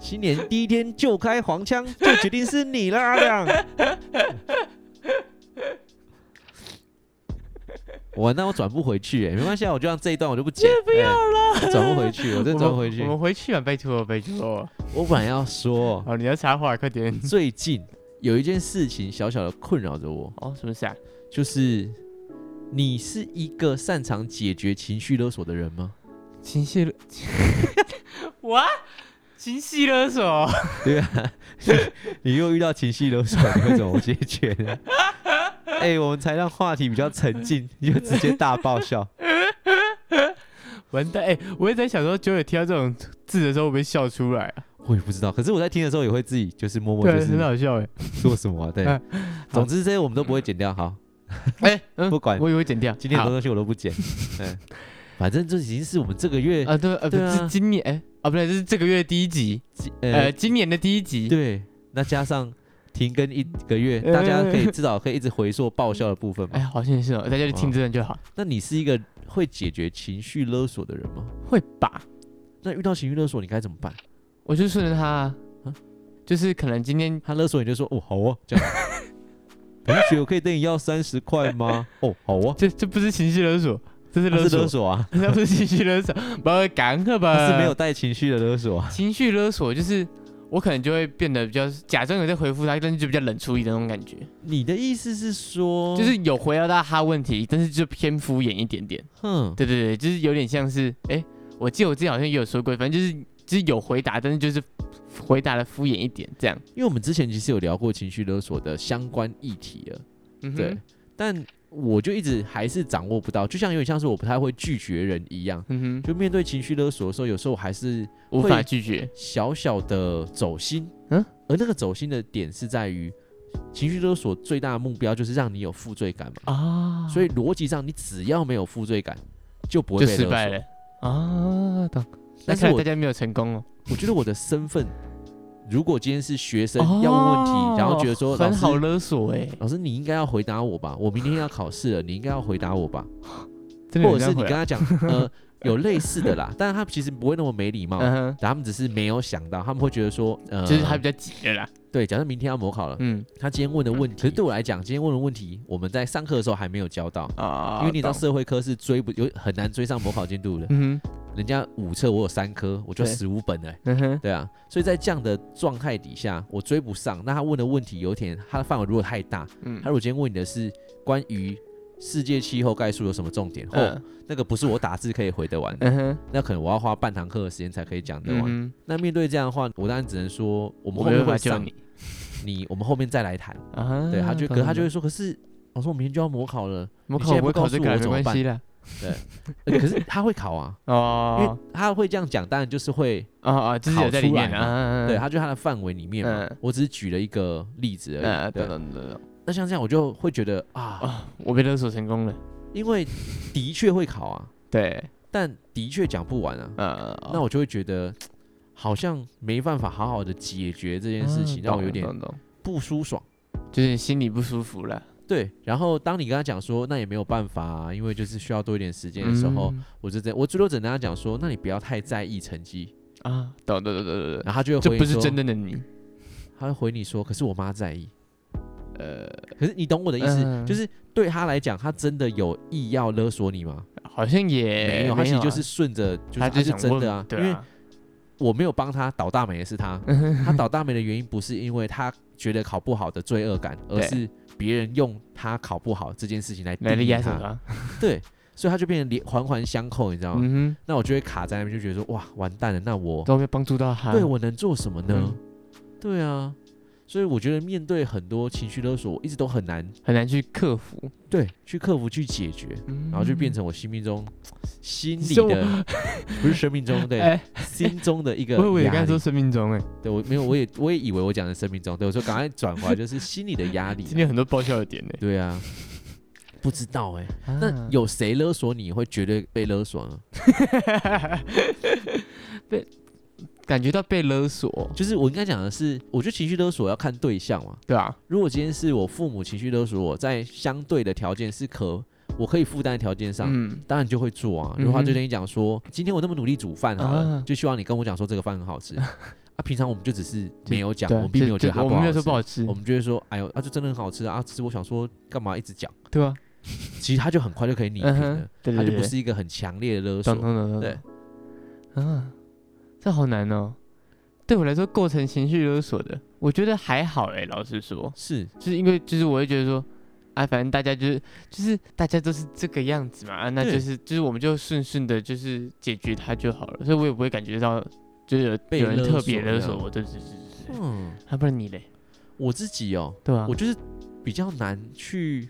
[SPEAKER 1] 新年第一天就开黄 腔，就决定是你了，阿亮。我那我转不回去、欸，没关系，啊，我就让这一段我就不剪，不要了，转不回去，我真的
[SPEAKER 2] 我
[SPEAKER 1] 转
[SPEAKER 2] 们
[SPEAKER 1] 不回去
[SPEAKER 2] 我。们回去啊，拜托拜托。
[SPEAKER 1] 我本来要说，
[SPEAKER 2] 哦，你要插话，快点。
[SPEAKER 1] 最近有一件事情小小的困扰着我，
[SPEAKER 2] 哦，什么事啊？
[SPEAKER 1] 就是你是一个擅长解决情绪勒索的人吗？
[SPEAKER 2] 情 绪勒，我情绪勒索。
[SPEAKER 1] 对啊，你又遇到情绪勒索，你会怎么解决呢？ 哎、我们才让话题比较沉静，你就直接大爆笑。
[SPEAKER 2] 完蛋！哎、我也在想说，九尾听到这种字的时候，会不会笑出来啊？
[SPEAKER 1] 我也不知道，可是我在听的时候也会自己就是默默
[SPEAKER 2] 对
[SPEAKER 1] 就
[SPEAKER 2] 啊，很
[SPEAKER 1] 是
[SPEAKER 2] 好笑哎。
[SPEAKER 1] 做什么、啊，对
[SPEAKER 2] 嗯。
[SPEAKER 1] 总之这些我们都不会剪掉，好，
[SPEAKER 2] 哎、嗯
[SPEAKER 1] 不管
[SPEAKER 2] 我以为剪掉。
[SPEAKER 1] 今天很
[SPEAKER 2] 好
[SPEAKER 1] 多东西我都不剪， 嗯，反正这已经是我们这个月
[SPEAKER 2] 啊，对啊，不
[SPEAKER 1] 对啊
[SPEAKER 2] 是今年，哎、啊，不对，这是这个月第一集，
[SPEAKER 1] 呃
[SPEAKER 2] 呃，今年的第一集。
[SPEAKER 1] 对，那加上停更一个月，
[SPEAKER 2] 呃
[SPEAKER 1] 大家可以至少可以一直回溯爆笑的部分
[SPEAKER 2] 哎、
[SPEAKER 1] 嘛。
[SPEAKER 2] 好像是哦，大家就听这段就好。
[SPEAKER 1] 那你是一个会解决情绪勒索的人吗？
[SPEAKER 2] 会吧？
[SPEAKER 1] 那遇到情绪勒索你该怎么办？
[SPEAKER 2] 我就顺着他啊
[SPEAKER 1] 啊，
[SPEAKER 2] 就是可能今天
[SPEAKER 1] 他勒索你就说哦好啊这 样。同学，我可以跟你要三十块吗？哦，好啊，
[SPEAKER 2] 这这不是情绪勒索，这是
[SPEAKER 1] 那
[SPEAKER 2] 勒
[SPEAKER 1] 是
[SPEAKER 2] 索
[SPEAKER 1] 勒。索呃啊，
[SPEAKER 2] 那不是情绪勒索，不要赶快吧？
[SPEAKER 1] 他是没有带情绪的勒索啊。
[SPEAKER 2] 情绪勒索，就是我可能就会变得比较假装有在回复他，但是就比较冷处理的那种感觉，
[SPEAKER 1] 你的意思是说，
[SPEAKER 2] 就是有回答到他问题，但是就偏敷衍一点点。
[SPEAKER 1] 哼，
[SPEAKER 2] 对对对，就是有点像是，哎，我记得我之前好像也有说过，反正就是就是有回答，但是就是回答的敷衍一点这样。
[SPEAKER 1] 因为我们之前其实有聊过情绪勒索的相关议题了，
[SPEAKER 2] 嗯哼
[SPEAKER 1] 对，，但我就一直还是掌握不到，就像有点像是我不太会拒绝人一样，
[SPEAKER 2] 嗯哼，
[SPEAKER 1] 就面对情绪勒索的时候，有时候我还是
[SPEAKER 2] 无法拒绝。
[SPEAKER 1] 小小的走心，嗯
[SPEAKER 2] 嗯，
[SPEAKER 1] 而那个走心的点是在于，情绪勒索最大的目标就是让你有负罪感嘛，
[SPEAKER 2] 啊，
[SPEAKER 1] 所以逻辑上你只要没有负罪感，就不会
[SPEAKER 2] 就
[SPEAKER 1] 被勒
[SPEAKER 2] 失
[SPEAKER 1] 索。
[SPEAKER 2] 败了啊，懂。那
[SPEAKER 1] 但是
[SPEAKER 2] 看来
[SPEAKER 1] 我
[SPEAKER 2] 大家没有成功哦。
[SPEAKER 1] 我觉得我的身份如果今天是学生要问问题，然后觉得说老
[SPEAKER 2] 哦很
[SPEAKER 1] 师
[SPEAKER 2] 哦好勒索哎、
[SPEAKER 1] 老师你应该要回答我吧，我明天要考试了，你应该要回答我 吧，
[SPEAKER 2] 真的有
[SPEAKER 1] 或者是
[SPEAKER 2] 这样
[SPEAKER 1] 你
[SPEAKER 2] 回
[SPEAKER 1] 跟
[SPEAKER 2] 啊
[SPEAKER 1] 他讲，呃，有类似的啦，但是他其实不会那么没礼貌。
[SPEAKER 2] 嗯
[SPEAKER 1] 他们只是没有想到，他们会觉得说，呃，
[SPEAKER 2] 哼，就是他比较急的啦，
[SPEAKER 1] 对，假设明天要模考了，
[SPEAKER 2] 嗯
[SPEAKER 1] 他今天问的问题，
[SPEAKER 2] 嗯
[SPEAKER 1] 可是对我来讲，今天问的问题，我们在上课的时候还没有教到，
[SPEAKER 2] 啊
[SPEAKER 1] 因为你知道
[SPEAKER 2] 懂
[SPEAKER 1] 社会科是追不有很难追上模考进度的，
[SPEAKER 2] 嗯哼
[SPEAKER 1] 人家五册我有三科，我就
[SPEAKER 2] 对
[SPEAKER 1] 十五本了欸、
[SPEAKER 2] 嗯哼，
[SPEAKER 1] 对啊，所以在这样的状态底下，我追不上。那他问的问题有点，他的范围如果太大，
[SPEAKER 2] 嗯
[SPEAKER 1] 他如果今天问你的是关于世界气候概述有什么重点，哦，
[SPEAKER 2] 嗯
[SPEAKER 1] 那个不是我打字可以回得完的，
[SPEAKER 2] 嗯哼，
[SPEAKER 1] 那可能我要花半堂课的时间才可以讲得
[SPEAKER 2] 嗯
[SPEAKER 1] 完。
[SPEAKER 2] 哼，
[SPEAKER 1] 那面对这样的话，我当然只能说我们后
[SPEAKER 2] 我没
[SPEAKER 1] 面
[SPEAKER 2] 办
[SPEAKER 1] 会
[SPEAKER 2] 法救
[SPEAKER 1] 上
[SPEAKER 2] 你
[SPEAKER 1] 你，我们后面再来谈。
[SPEAKER 2] 啊，
[SPEAKER 1] 对，他就可
[SPEAKER 2] 懂
[SPEAKER 1] 是他就
[SPEAKER 2] 懂
[SPEAKER 1] 会说，可是老师，我明天就要模考 了，
[SPEAKER 2] 我
[SPEAKER 1] 你
[SPEAKER 2] 考
[SPEAKER 1] 现在
[SPEAKER 2] 不会
[SPEAKER 1] 不告
[SPEAKER 2] 考这
[SPEAKER 1] 诉
[SPEAKER 2] 个啊
[SPEAKER 1] 我
[SPEAKER 2] 没
[SPEAKER 1] 怎么
[SPEAKER 2] 关
[SPEAKER 1] 办
[SPEAKER 2] 系啦，
[SPEAKER 1] 呃可是他会考啊，因为
[SPEAKER 2] 哦
[SPEAKER 1] 他会这样讲，当然就是会
[SPEAKER 2] 哦哦，就是有在里面
[SPEAKER 1] 考出来嘛
[SPEAKER 2] 啊啊，啊
[SPEAKER 1] 对，，他就他的范围里面嘛。
[SPEAKER 2] 嗯
[SPEAKER 1] 我只是举了一个例子而已。
[SPEAKER 2] 嗯，
[SPEAKER 1] 对
[SPEAKER 2] 等，等等等，
[SPEAKER 1] 那像这样我就会觉得啊，
[SPEAKER 2] 啊，我被勒索成功了，
[SPEAKER 1] 因为的确会考啊，
[SPEAKER 2] 对，
[SPEAKER 1] 但的确讲不完啊，
[SPEAKER 2] 呃，
[SPEAKER 1] 那我就会觉得好像没办法好好的解决这
[SPEAKER 2] 这
[SPEAKER 1] 件事情，让我有点
[SPEAKER 2] 哦嗯懂懂，
[SPEAKER 1] 不舒爽。
[SPEAKER 2] 就是心里不舒服了。
[SPEAKER 1] 对，然后当你跟他讲说那也没有办法、啊，因为就是需要多一点时间的时候，
[SPEAKER 2] 嗯
[SPEAKER 1] 我就在我最多只能跟他讲说，那你不要太在意成绩，
[SPEAKER 2] 啊，懂懂懂懂懂懂，
[SPEAKER 1] 然后他就会
[SPEAKER 2] 这
[SPEAKER 1] 回
[SPEAKER 2] 不
[SPEAKER 1] 你
[SPEAKER 2] 是
[SPEAKER 1] 说
[SPEAKER 2] 真，正的你，
[SPEAKER 1] 他会回你说，可是我妈在意。
[SPEAKER 2] 呃，
[SPEAKER 1] 可是你懂我的意思，
[SPEAKER 2] 嗯
[SPEAKER 1] 就是对他来讲，他真的有意要勒索你吗？
[SPEAKER 2] 好像也
[SPEAKER 1] 没有，他
[SPEAKER 2] 没
[SPEAKER 1] 其实就
[SPEAKER 2] 啊
[SPEAKER 1] 是顺着，就是
[SPEAKER 2] 他
[SPEAKER 1] 他
[SPEAKER 2] 就是想
[SPEAKER 1] 真
[SPEAKER 2] 问
[SPEAKER 1] 的啊，因
[SPEAKER 2] 对
[SPEAKER 1] 为
[SPEAKER 2] 啊，
[SPEAKER 1] 我没有帮他倒大霉的是 他，他倒大霉的原因不是因为他觉得考不好的罪恶感，而
[SPEAKER 2] 对
[SPEAKER 1] 是别人用他考不好这件事情来
[SPEAKER 2] 来
[SPEAKER 1] 定
[SPEAKER 2] 了
[SPEAKER 1] 义
[SPEAKER 2] 压手
[SPEAKER 1] 他，
[SPEAKER 2] 他，
[SPEAKER 1] 对，所以他就变成连环环相扣，你知道吗？
[SPEAKER 2] 嗯
[SPEAKER 1] 那我就会卡在那边，就觉得说哇，完蛋了，那我
[SPEAKER 2] 哼，都没有帮助到他，
[SPEAKER 1] 哦对我能做什么呢？
[SPEAKER 2] 啊嗯
[SPEAKER 1] 对啊，所以我觉得面对很多情绪勒索，我一直都很难
[SPEAKER 2] 很难去克服，
[SPEAKER 1] 对去克服去解决，
[SPEAKER 2] 然
[SPEAKER 1] 然后就变成我心命中心里
[SPEAKER 2] 是我
[SPEAKER 1] 的，不是生命中对
[SPEAKER 2] 哎，
[SPEAKER 1] 心中的一个
[SPEAKER 2] 我以为你
[SPEAKER 1] 压
[SPEAKER 2] 刚才
[SPEAKER 1] 力
[SPEAKER 2] 说。生命中哎，
[SPEAKER 1] 对我没有，我也我也以为我讲的生命中，对我说赶快转回来，就是心里的压力
[SPEAKER 2] 今
[SPEAKER 1] 啊。
[SPEAKER 2] 天很多爆笑的点呢。
[SPEAKER 1] 对啊，不知道哎、那
[SPEAKER 2] 啊
[SPEAKER 1] 有谁勒索你会绝对被勒索呢？
[SPEAKER 2] 被感觉到被勒索，
[SPEAKER 1] 就是我应该讲的是，我觉得情绪勒索要看对象嘛。
[SPEAKER 2] 对啊，
[SPEAKER 1] 如果今天是我父母情绪勒索我，在相对的条件是可我可以负担的条件上，
[SPEAKER 2] 嗯，
[SPEAKER 1] 当然就会做啊。如果他
[SPEAKER 2] 嗯哼
[SPEAKER 1] 就跟你讲说，今天我那么努力煮饭好了，
[SPEAKER 2] 啊
[SPEAKER 1] 就希望你跟我讲说这个饭很好 吃。啊，平常我们就只是没有讲，
[SPEAKER 2] 对
[SPEAKER 1] 我们并没有觉得
[SPEAKER 2] 就
[SPEAKER 1] 它
[SPEAKER 2] 就我
[SPEAKER 1] 不
[SPEAKER 2] 们没
[SPEAKER 1] 好
[SPEAKER 2] 有说不
[SPEAKER 1] 吃。
[SPEAKER 2] 好吃
[SPEAKER 1] 我，们就会说，哎呦，啊，就真的很好吃啊！啊只是我想说，干嘛一直讲？
[SPEAKER 2] 对啊，
[SPEAKER 1] 其实他就很快就可以拟平
[SPEAKER 2] 嗯
[SPEAKER 1] 了
[SPEAKER 2] 哼，，对
[SPEAKER 1] 他
[SPEAKER 2] 对
[SPEAKER 1] 就不
[SPEAKER 2] 对，
[SPEAKER 1] 是一个很强烈的勒索。
[SPEAKER 2] 懂懂懂懂，
[SPEAKER 1] 对，
[SPEAKER 2] 啊，这好难哦。对我来说，构成情绪勒索的，我觉得还好哎、老实说，
[SPEAKER 1] 是，
[SPEAKER 2] 就是因为就是我会觉得说，啊，反正大家就是就是大家都是这个样子嘛，啊，那
[SPEAKER 1] 对
[SPEAKER 2] 就是就是我们就顺顺的，就是解决它就好了，所以我也不会感觉到就是有
[SPEAKER 1] 被
[SPEAKER 2] 有人
[SPEAKER 1] 勒
[SPEAKER 2] 特
[SPEAKER 1] 索
[SPEAKER 2] 别
[SPEAKER 1] 这
[SPEAKER 2] 勒
[SPEAKER 1] 样
[SPEAKER 2] 索我，对对对对对，
[SPEAKER 1] 嗯，
[SPEAKER 2] 啊，不然你嘞，
[SPEAKER 1] 我自己哦，
[SPEAKER 2] 对吧、
[SPEAKER 1] 我就是比较难去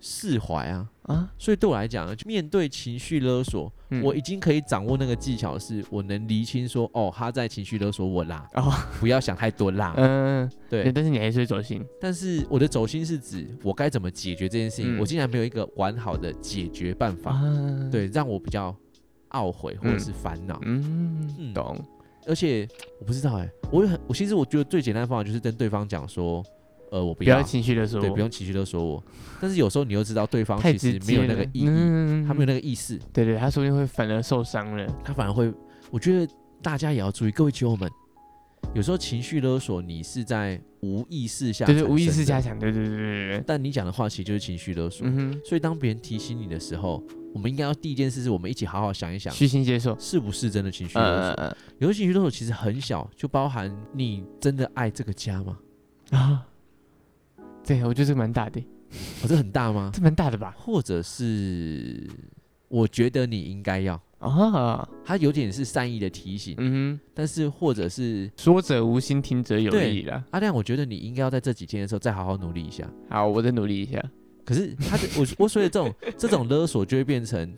[SPEAKER 1] 释怀啊，
[SPEAKER 2] 啊？啊，
[SPEAKER 1] 所以对我来讲，就面对情绪勒索，
[SPEAKER 2] 嗯
[SPEAKER 1] 我已经可以掌握那个技巧，是我能厘清说，哦，他在情绪勒索我啦，
[SPEAKER 2] 哦，
[SPEAKER 1] 不要想太多啦。
[SPEAKER 2] 嗯、对，
[SPEAKER 1] 对，
[SPEAKER 2] 但是你还是会走心，
[SPEAKER 1] 但是我的走心是指我该怎么解决这件事情，
[SPEAKER 2] 嗯
[SPEAKER 1] 我竟然没有一个完好的解决办法，
[SPEAKER 2] 啊，，
[SPEAKER 1] 对，让我比较懊悔或者
[SPEAKER 2] 嗯
[SPEAKER 1] 是烦恼。嗯
[SPEAKER 2] 嗯，懂，
[SPEAKER 1] 而且我不知道哎、我也很，我其实我觉得最简单的方法就是跟对方讲说，呃，我不
[SPEAKER 2] 不要
[SPEAKER 1] 要，
[SPEAKER 2] 情绪勒索
[SPEAKER 1] 对，
[SPEAKER 2] 我，
[SPEAKER 1] 不用情绪勒索我。但是有时候你又知道对方
[SPEAKER 2] 太
[SPEAKER 1] 其
[SPEAKER 2] 直
[SPEAKER 1] 实没
[SPEAKER 2] 接
[SPEAKER 1] 有
[SPEAKER 2] 了，
[SPEAKER 1] 那个意义，
[SPEAKER 2] 嗯
[SPEAKER 1] 他没有那个意识，
[SPEAKER 2] 对对，他说不定会反而受伤了。
[SPEAKER 1] 他反而会，我觉得大家也要注意，各位酒友们，有时候情绪勒索你是在无意识下，
[SPEAKER 2] 对对，无意识加，强，对对对对对。
[SPEAKER 1] 但你讲的话其实就是情绪勒索。
[SPEAKER 2] 嗯
[SPEAKER 1] 所以当别人提醒你的时候，我们应该要第一件事是我们一起好好想一
[SPEAKER 2] 哼，
[SPEAKER 1] 想，
[SPEAKER 2] 虚心接受。
[SPEAKER 1] 是不是真的情绪勒索
[SPEAKER 2] 呃。呃
[SPEAKER 1] 有些情绪勒索其实很小，就包含你真的爱这个家吗？
[SPEAKER 2] 呃啊， 对，我觉得这个蛮大的，
[SPEAKER 1] 哦，这很大吗？
[SPEAKER 2] 这蛮大的吧？
[SPEAKER 1] 或者是我觉得你应该要，
[SPEAKER 2] 啊，
[SPEAKER 1] 它有点是善意的提醒，
[SPEAKER 2] 嗯哼，
[SPEAKER 1] 但是或者是
[SPEAKER 2] 说者无心，听者有
[SPEAKER 1] 对
[SPEAKER 2] 意啦。
[SPEAKER 1] 阿啊亮，我觉得你应该要在这几天的时候再好好努力一下。
[SPEAKER 2] 好，我再努力一下。
[SPEAKER 1] 可是他的我我所以这种这种勒索就会变 成，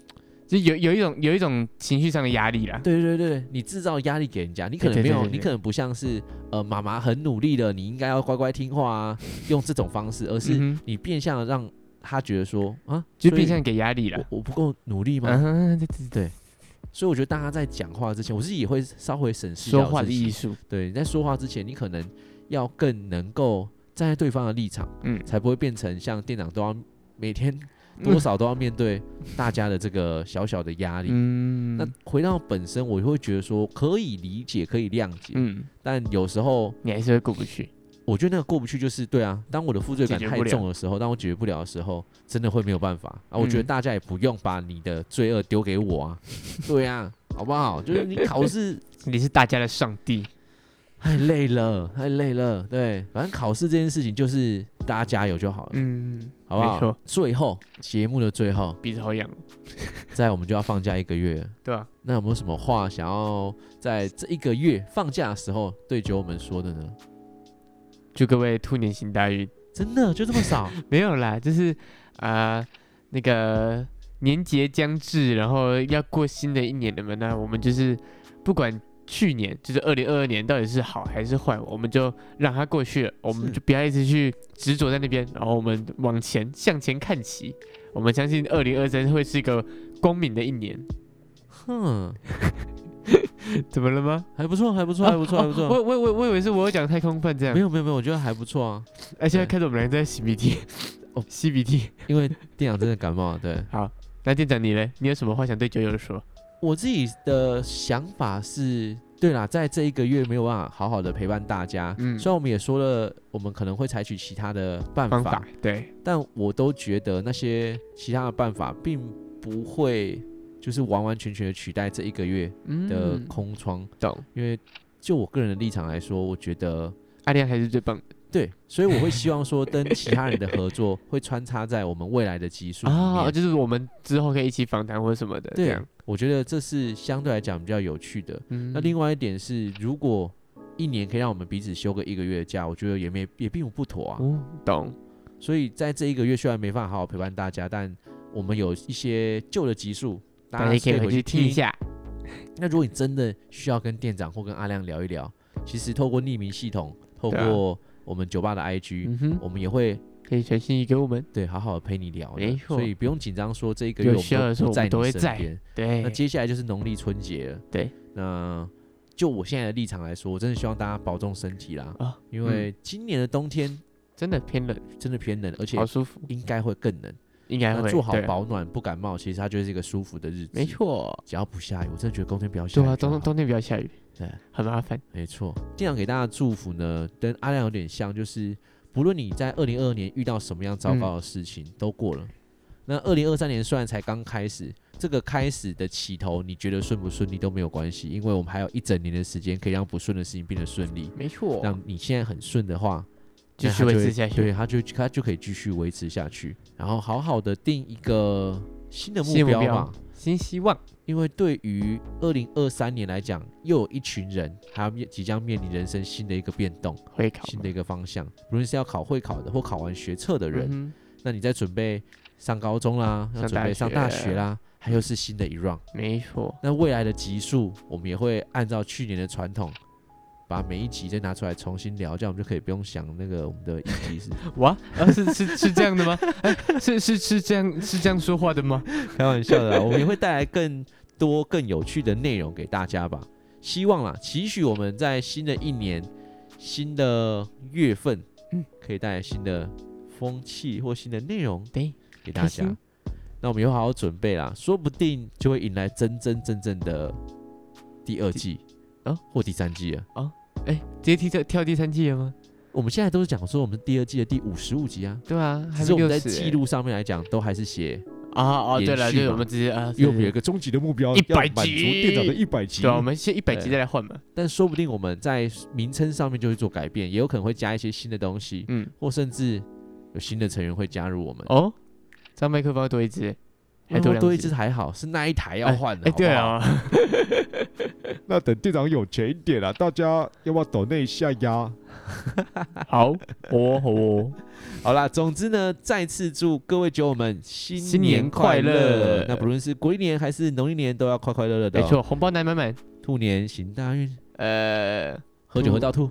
[SPEAKER 2] 就有有一种有一种情绪上的压力啦。
[SPEAKER 1] 对对对对，你制造压力给人家，你可
[SPEAKER 2] 对
[SPEAKER 1] 能
[SPEAKER 2] 对
[SPEAKER 1] 没
[SPEAKER 2] 对
[SPEAKER 1] 有，
[SPEAKER 2] 对
[SPEAKER 1] 你
[SPEAKER 2] 对
[SPEAKER 1] 可能不像是呃妈妈很努力的，你应该要乖乖听话啊，用这种方式，而是
[SPEAKER 2] 嗯哼，
[SPEAKER 1] 你变相地让他觉得说啊，
[SPEAKER 2] 就
[SPEAKER 1] 所以
[SPEAKER 2] 变相给压力啦。嗯
[SPEAKER 1] 我我不够努力吗？
[SPEAKER 2] 嗯哼，对对对，
[SPEAKER 1] 对所以我觉得大家在讲话之前，我自己也会稍微审视
[SPEAKER 2] 说
[SPEAKER 1] 掉
[SPEAKER 2] 话的
[SPEAKER 1] 自己
[SPEAKER 2] 艺术，
[SPEAKER 1] 对，在说话之前，你可能要更能够站在对方的立场，
[SPEAKER 2] 嗯，
[SPEAKER 1] 才不会变成像店长都要每 天多少都要面对大家的这个小小的压力。
[SPEAKER 2] 嗯，
[SPEAKER 1] 那
[SPEAKER 2] 嗯
[SPEAKER 1] 回到本身，我会觉得说可以理解，可以谅解，
[SPEAKER 2] 嗯，
[SPEAKER 1] 但有时候
[SPEAKER 2] 你还是会过不去，
[SPEAKER 1] 我觉得那个过不去，就是对啊，当我的负罪感
[SPEAKER 2] 解决
[SPEAKER 1] 太
[SPEAKER 2] 不了
[SPEAKER 1] 重的时候，当我解决不了的时候，真的会没有办法啊。我觉得
[SPEAKER 2] 嗯
[SPEAKER 1] 大家也不用把你的罪恶丢给我 啊，对啊，好不好？就是你考试
[SPEAKER 2] 你是大家的上帝，
[SPEAKER 1] 太累了，太累了。对，反正考试这件事情就是大家加油就好了，
[SPEAKER 2] 嗯，
[SPEAKER 1] 好不好？
[SPEAKER 2] 没错，
[SPEAKER 1] 最后节目的最后，
[SPEAKER 2] 鼻子好痒，
[SPEAKER 1] 在我们就要放假一个月了，
[SPEAKER 2] 对吧？
[SPEAKER 1] 那有没有什么话想要在这一个月放假的时候对酒友们说的呢？
[SPEAKER 2] 祝各位兔年行大运，
[SPEAKER 1] 真的就这么 少？
[SPEAKER 2] 没有啦，就是呃，那个年节将至，然后要过新的一年了嘛，那我们就是不管去年就是二零二二年到底是好还是坏，我们就让它过去了，我们
[SPEAKER 1] 是
[SPEAKER 2] 就不要一直去执着在那边，然后我们往前向前看齐，我们相信二零二三会是一个光明的一年，
[SPEAKER 1] 哼，
[SPEAKER 2] 怎么了吗？
[SPEAKER 1] 还不错，还不错，还不 错，还不
[SPEAKER 2] 哦
[SPEAKER 1] 错。
[SPEAKER 2] 我我我我以为是我有讲太空泛这样
[SPEAKER 1] 没，有没有没有，我觉得还不错啊，
[SPEAKER 2] 哎，现在开始我们两个在擤鼻涕，
[SPEAKER 1] 哦
[SPEAKER 2] 哦，吸鼻涕。
[SPEAKER 1] 因为店长真的感冒了。对
[SPEAKER 2] 那店长你嘞？你有什么话想对九友说？
[SPEAKER 1] 我自己的想法是，对啦，在这一个月没有办法好好的陪伴大家，
[SPEAKER 2] 嗯
[SPEAKER 1] 虽然我们也说了，我们可能会采取其他的办
[SPEAKER 2] 方
[SPEAKER 1] 法
[SPEAKER 2] 法对，
[SPEAKER 1] 但我都觉得那些其他的办法并不会就是完完全全的取代这一个月
[SPEAKER 2] 嗯
[SPEAKER 1] 的空窗，
[SPEAKER 2] 懂，
[SPEAKER 1] 因为就我个人的立场来说，我觉得
[SPEAKER 2] 阿亮还是最棒的
[SPEAKER 1] 对，所以我会希望说跟其他人的合作会穿插在我们未来的集数里
[SPEAKER 2] 啊，
[SPEAKER 1] 面。
[SPEAKER 2] 就是我们之后可以一起访谈或者什么的，这
[SPEAKER 1] 对
[SPEAKER 2] 样。，
[SPEAKER 1] 我觉得这是相对来讲比较有趣的。
[SPEAKER 2] 嗯
[SPEAKER 1] 那另外一点是，如果一年可以让我们彼此休个一个月的假，我觉得也没也并不妥啊。
[SPEAKER 2] 哦，懂，
[SPEAKER 1] 所以在这一个月虽然没办法好好陪伴大家，但我们有一些旧的集数，
[SPEAKER 2] 大
[SPEAKER 1] 家
[SPEAKER 2] 家
[SPEAKER 1] 是
[SPEAKER 2] 可以回去听一。下。
[SPEAKER 1] 那如果你真的需要跟店长或跟阿亮聊一聊，其实透过匿名系统，透
[SPEAKER 2] 对啊
[SPEAKER 1] 过我们酒吧的 IG，、
[SPEAKER 2] 嗯哼，
[SPEAKER 1] 我们也会
[SPEAKER 2] 可以传信息给我们。
[SPEAKER 1] 对好好地陪你聊的
[SPEAKER 2] 没错
[SPEAKER 1] 所以不用紧张说这一个月
[SPEAKER 2] 有
[SPEAKER 1] 我
[SPEAKER 2] 需要
[SPEAKER 1] 们
[SPEAKER 2] 的时
[SPEAKER 1] 都
[SPEAKER 2] 候
[SPEAKER 1] 不在
[SPEAKER 2] 我们都
[SPEAKER 1] 你
[SPEAKER 2] 会
[SPEAKER 1] 身
[SPEAKER 2] 在
[SPEAKER 1] 边。
[SPEAKER 2] 对
[SPEAKER 1] 那，接下来就是农历春节了，
[SPEAKER 2] 对，
[SPEAKER 1] 那。就我现在的立场来说，我真的希望大家保重身体啦，
[SPEAKER 2] 啊，
[SPEAKER 1] 因为今年的冬天
[SPEAKER 2] 真的偏冷，
[SPEAKER 1] 真的偏冷，而且
[SPEAKER 2] 好舒服，
[SPEAKER 1] 应该会更冷。
[SPEAKER 2] 应该
[SPEAKER 1] 那
[SPEAKER 2] 会
[SPEAKER 1] 做好
[SPEAKER 2] 对啊
[SPEAKER 1] 保暖，不感冒，其实它就是一个舒服的日子。
[SPEAKER 2] 没，错，
[SPEAKER 1] 只要不下雨，我真的觉得冬天不要下雨
[SPEAKER 2] 对
[SPEAKER 1] 就好。
[SPEAKER 2] 啊，冬冬天不要下雨，
[SPEAKER 1] 对，
[SPEAKER 2] 很麻烦。
[SPEAKER 1] 没错。店长给大家的祝福呢，跟阿亮有点像，就是不论你在二零二二年遇到什么样糟糕的事情，都过了。那二零二三年虽然才刚开始，这个开始的起头，你觉得顺不顺利都没有关系，因为我们还有一整年的时间可以让不顺的事情变得顺利。
[SPEAKER 2] 没错
[SPEAKER 1] 让你现在很顺的话，
[SPEAKER 2] 继
[SPEAKER 1] 那
[SPEAKER 2] 续
[SPEAKER 1] 它
[SPEAKER 2] 维
[SPEAKER 1] 就
[SPEAKER 2] 持
[SPEAKER 1] 会
[SPEAKER 2] 下去
[SPEAKER 1] 对，它就它就可以继续维持下去，然后好好的定一个新的目
[SPEAKER 2] 新的目
[SPEAKER 1] 标
[SPEAKER 2] 标
[SPEAKER 1] 吧。
[SPEAKER 2] 新希望，
[SPEAKER 1] 因为对于二零二三年来讲，又有一群人还要面即将面临人生新的一个变动，
[SPEAKER 2] 会考
[SPEAKER 1] 新
[SPEAKER 2] 吗
[SPEAKER 1] 的一个方向，不论是要考会考的或考完学测的人，
[SPEAKER 2] 嗯
[SPEAKER 1] 那你在准备上高中啦，要
[SPEAKER 2] 上
[SPEAKER 1] 准备
[SPEAKER 2] 大
[SPEAKER 1] 上大
[SPEAKER 2] 学
[SPEAKER 1] 学啦，还有是新的一 round。
[SPEAKER 2] 哼没错，
[SPEAKER 1] 那未来的集数，我们也会按照去年的传统，把每一集再拿出来重新聊，这样我们就可以不用想那个我们的一集是
[SPEAKER 2] 哇，啊是是是这样的吗？ 哎，是是是这样是这样说话的吗？
[SPEAKER 1] 开玩笑的啦，我们也会带来更多更有趣的内容给大家吧。希望啦，期许我们在新的一年、新的月份，
[SPEAKER 2] 嗯
[SPEAKER 1] 可以带来新的风气或新的内容
[SPEAKER 2] 对，
[SPEAKER 1] 给大
[SPEAKER 2] 开
[SPEAKER 1] 家
[SPEAKER 2] 心。
[SPEAKER 1] 那我们也会好好准备啦，说不定就会迎来真真正正的第二季
[SPEAKER 2] 啊
[SPEAKER 1] 或第三季了。
[SPEAKER 2] 哎，直接跳跳第三季了吗？
[SPEAKER 1] 我们现在都是讲说我们第二季的第五十五集啊，
[SPEAKER 2] 对啊，还
[SPEAKER 1] 只是我们在
[SPEAKER 2] 60欸
[SPEAKER 1] 记录上面来讲都还是写，
[SPEAKER 2] 啊哦，
[SPEAKER 1] 延
[SPEAKER 2] 对了，
[SPEAKER 1] 续
[SPEAKER 2] 就是
[SPEAKER 1] 嘛
[SPEAKER 2] 我们直接啊，
[SPEAKER 1] 因为我们有
[SPEAKER 2] 是
[SPEAKER 1] 一个终极的目标，
[SPEAKER 2] 100
[SPEAKER 1] 要满足
[SPEAKER 2] 集
[SPEAKER 1] 店长的一百集。
[SPEAKER 2] 对啊，我们先一百集
[SPEAKER 1] 对
[SPEAKER 2] 再来换嘛，
[SPEAKER 1] 但说不定我们在名称上面就会做改变，也有可能会加一些新的东西，
[SPEAKER 2] 嗯，
[SPEAKER 1] 或甚至有新的成员会加入我们。哎
[SPEAKER 2] 哦，这样麦克风要多一只，还哎多
[SPEAKER 1] 多
[SPEAKER 2] 两
[SPEAKER 1] 一只还好，是那一台要
[SPEAKER 2] 哎
[SPEAKER 1] 换的。
[SPEAKER 2] 哎，对
[SPEAKER 1] 啊，
[SPEAKER 2] 啊，
[SPEAKER 3] 那等店长有钱一点啦、大家要不要抖那一下呀？
[SPEAKER 2] 好哦好 哦，
[SPEAKER 1] 好啦，总之呢，再次祝各位酒友们新
[SPEAKER 2] 新
[SPEAKER 1] 年
[SPEAKER 2] 年快
[SPEAKER 1] 乐！
[SPEAKER 2] 乐
[SPEAKER 1] 那不论是国历年还是农历年，都要快快乐乐的、哦
[SPEAKER 2] 没，错，红包拿满满，
[SPEAKER 1] 兔年行大运，
[SPEAKER 2] 呃，
[SPEAKER 1] 喝酒喝到吐，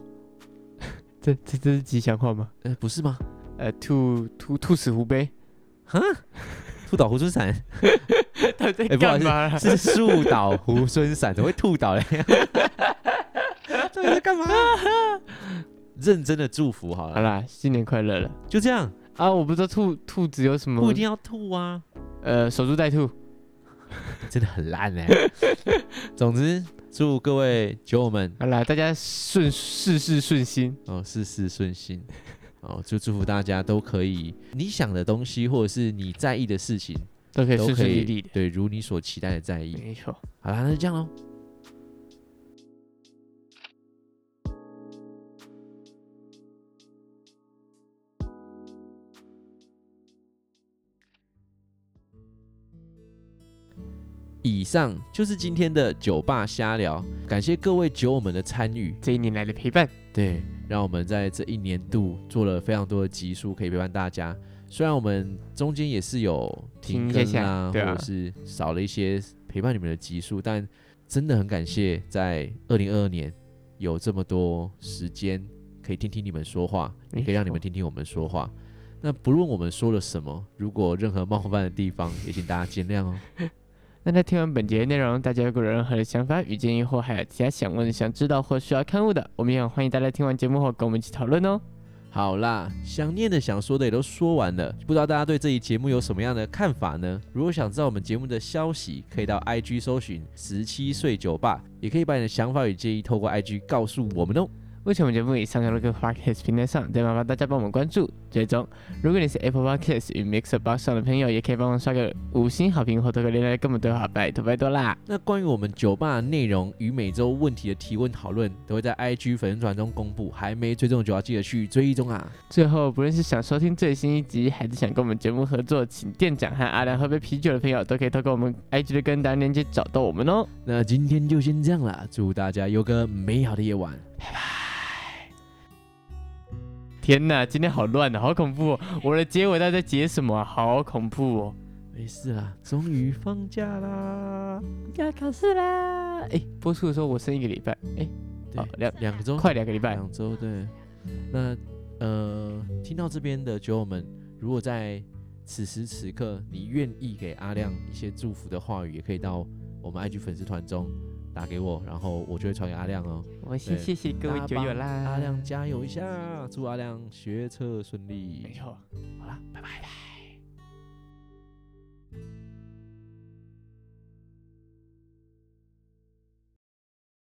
[SPEAKER 2] 这这这是吉祥话吗？
[SPEAKER 1] 呃，不是吗？
[SPEAKER 2] 呃，兔兔兔死狐悲，
[SPEAKER 1] 吐倒猢狲散，
[SPEAKER 2] 到底
[SPEAKER 1] 哎
[SPEAKER 2] 在
[SPEAKER 1] 不好
[SPEAKER 2] 干
[SPEAKER 1] 意思
[SPEAKER 2] 嘛 啊啦？
[SPEAKER 1] 是树倒猢狲散，怎么会吐倒嘞？到底在干嘛？认真的祝福好
[SPEAKER 2] 好
[SPEAKER 1] 了，
[SPEAKER 2] 啦，新年快乐了
[SPEAKER 1] 就这样，
[SPEAKER 2] 啊！我不知道兔兔子有什么，
[SPEAKER 1] 不一定要吐啊，
[SPEAKER 2] 呃，守株待兔。
[SPEAKER 1] 真的很烂哎、 总之，祝各位酒友们
[SPEAKER 2] 好啦，大家顺事事顺心，
[SPEAKER 1] 哦，事事顺心。哦，就祝福大家都可以，你想的东西或者是你在意的事情，
[SPEAKER 2] 都可以
[SPEAKER 1] 都
[SPEAKER 2] 顺
[SPEAKER 1] 可
[SPEAKER 2] 顺利
[SPEAKER 1] 以
[SPEAKER 2] 利的。
[SPEAKER 1] 对，如你所期待的在意。
[SPEAKER 2] 没错。
[SPEAKER 1] 好啦，那就这样喽。以上就是今天的酒吧瞎聊，感谢各位酒友们的参与。
[SPEAKER 2] 这一年来的陪伴，
[SPEAKER 1] 对，让我们在这一年度做了非常多的集数，可以陪伴大家。虽然我们中间也是有停
[SPEAKER 2] 停一
[SPEAKER 1] 更
[SPEAKER 2] 下
[SPEAKER 1] 啊，
[SPEAKER 2] 下对啊
[SPEAKER 1] 或者是少了一些陪伴你们的集数，但真的很感谢在二零二二年有这么多时间可以听听你们说话，
[SPEAKER 2] 没
[SPEAKER 1] 也可以让你们
[SPEAKER 2] 错
[SPEAKER 1] 听听我们说话。那不论我们说了什么，如果任何冒犯的地方，也请大家见谅哦。
[SPEAKER 2] 那在听完本节内容，大家如果有任何的想法与建议，或还有其他想问、想知道或需要刊物的，我们也很欢迎大家听完节目后跟我们一起讨论哦。
[SPEAKER 1] 好啦，想念的、想说的也都说完了，不知道大家对这一节目有什么样的看法呢？如果想知道我们节目的消息，可以到 IG 搜寻“十七岁酒吧”，也可以把你的想法与建议透过 IG 告诉我们哦。
[SPEAKER 2] 目前我们节目已上架到各 podcast 平台上，再麻烦大家帮我们关注、追踪。如果你是 Apple Podcast 与 Mixer Box 上的朋友，也可以帮忙刷个五星好评或投个连来跟我们对话，拜托拜托啦！
[SPEAKER 1] 那关于我们酒吧的内容与每周问题的提问讨论，都会在 IG 粉丝团中公布，还没追踪的酒要记得去追踪啊！
[SPEAKER 2] 最后，不论是想收听最新一集，还是想跟我们节目合作，请店长和阿良喝杯啤酒的朋友，都可以透过我们 IG 的跟单链接找到我们哦。
[SPEAKER 1] 那今天就先这样啦，祝大家有个美好的夜晚。
[SPEAKER 2] 天哪，今天好乱啊，好恐怖哦！我的结尾到底在结什么啊、好恐怖哦！
[SPEAKER 1] 没事啦，终于放假啦，
[SPEAKER 2] 要考试啦！哎，播出的时候我剩一个礼拜，哎，
[SPEAKER 1] 对
[SPEAKER 2] 哦两
[SPEAKER 1] 两个钟
[SPEAKER 2] 快两个礼拜，
[SPEAKER 1] 两周对。那呃，听到这边的酒友们，如果在此时此刻你愿意给阿亮一些祝福的话语，也可以到我们 IG 粉丝团中打给我，然后我就会传给阿亮哦。
[SPEAKER 2] 我先
[SPEAKER 1] 对
[SPEAKER 2] 谢谢各位
[SPEAKER 1] 大家
[SPEAKER 2] 酒友
[SPEAKER 1] 帮
[SPEAKER 2] 啦。
[SPEAKER 1] 阿亮加油一下，祝阿亮学车顺
[SPEAKER 2] 没
[SPEAKER 1] 利。
[SPEAKER 2] 错。
[SPEAKER 1] 好啦，拜拜。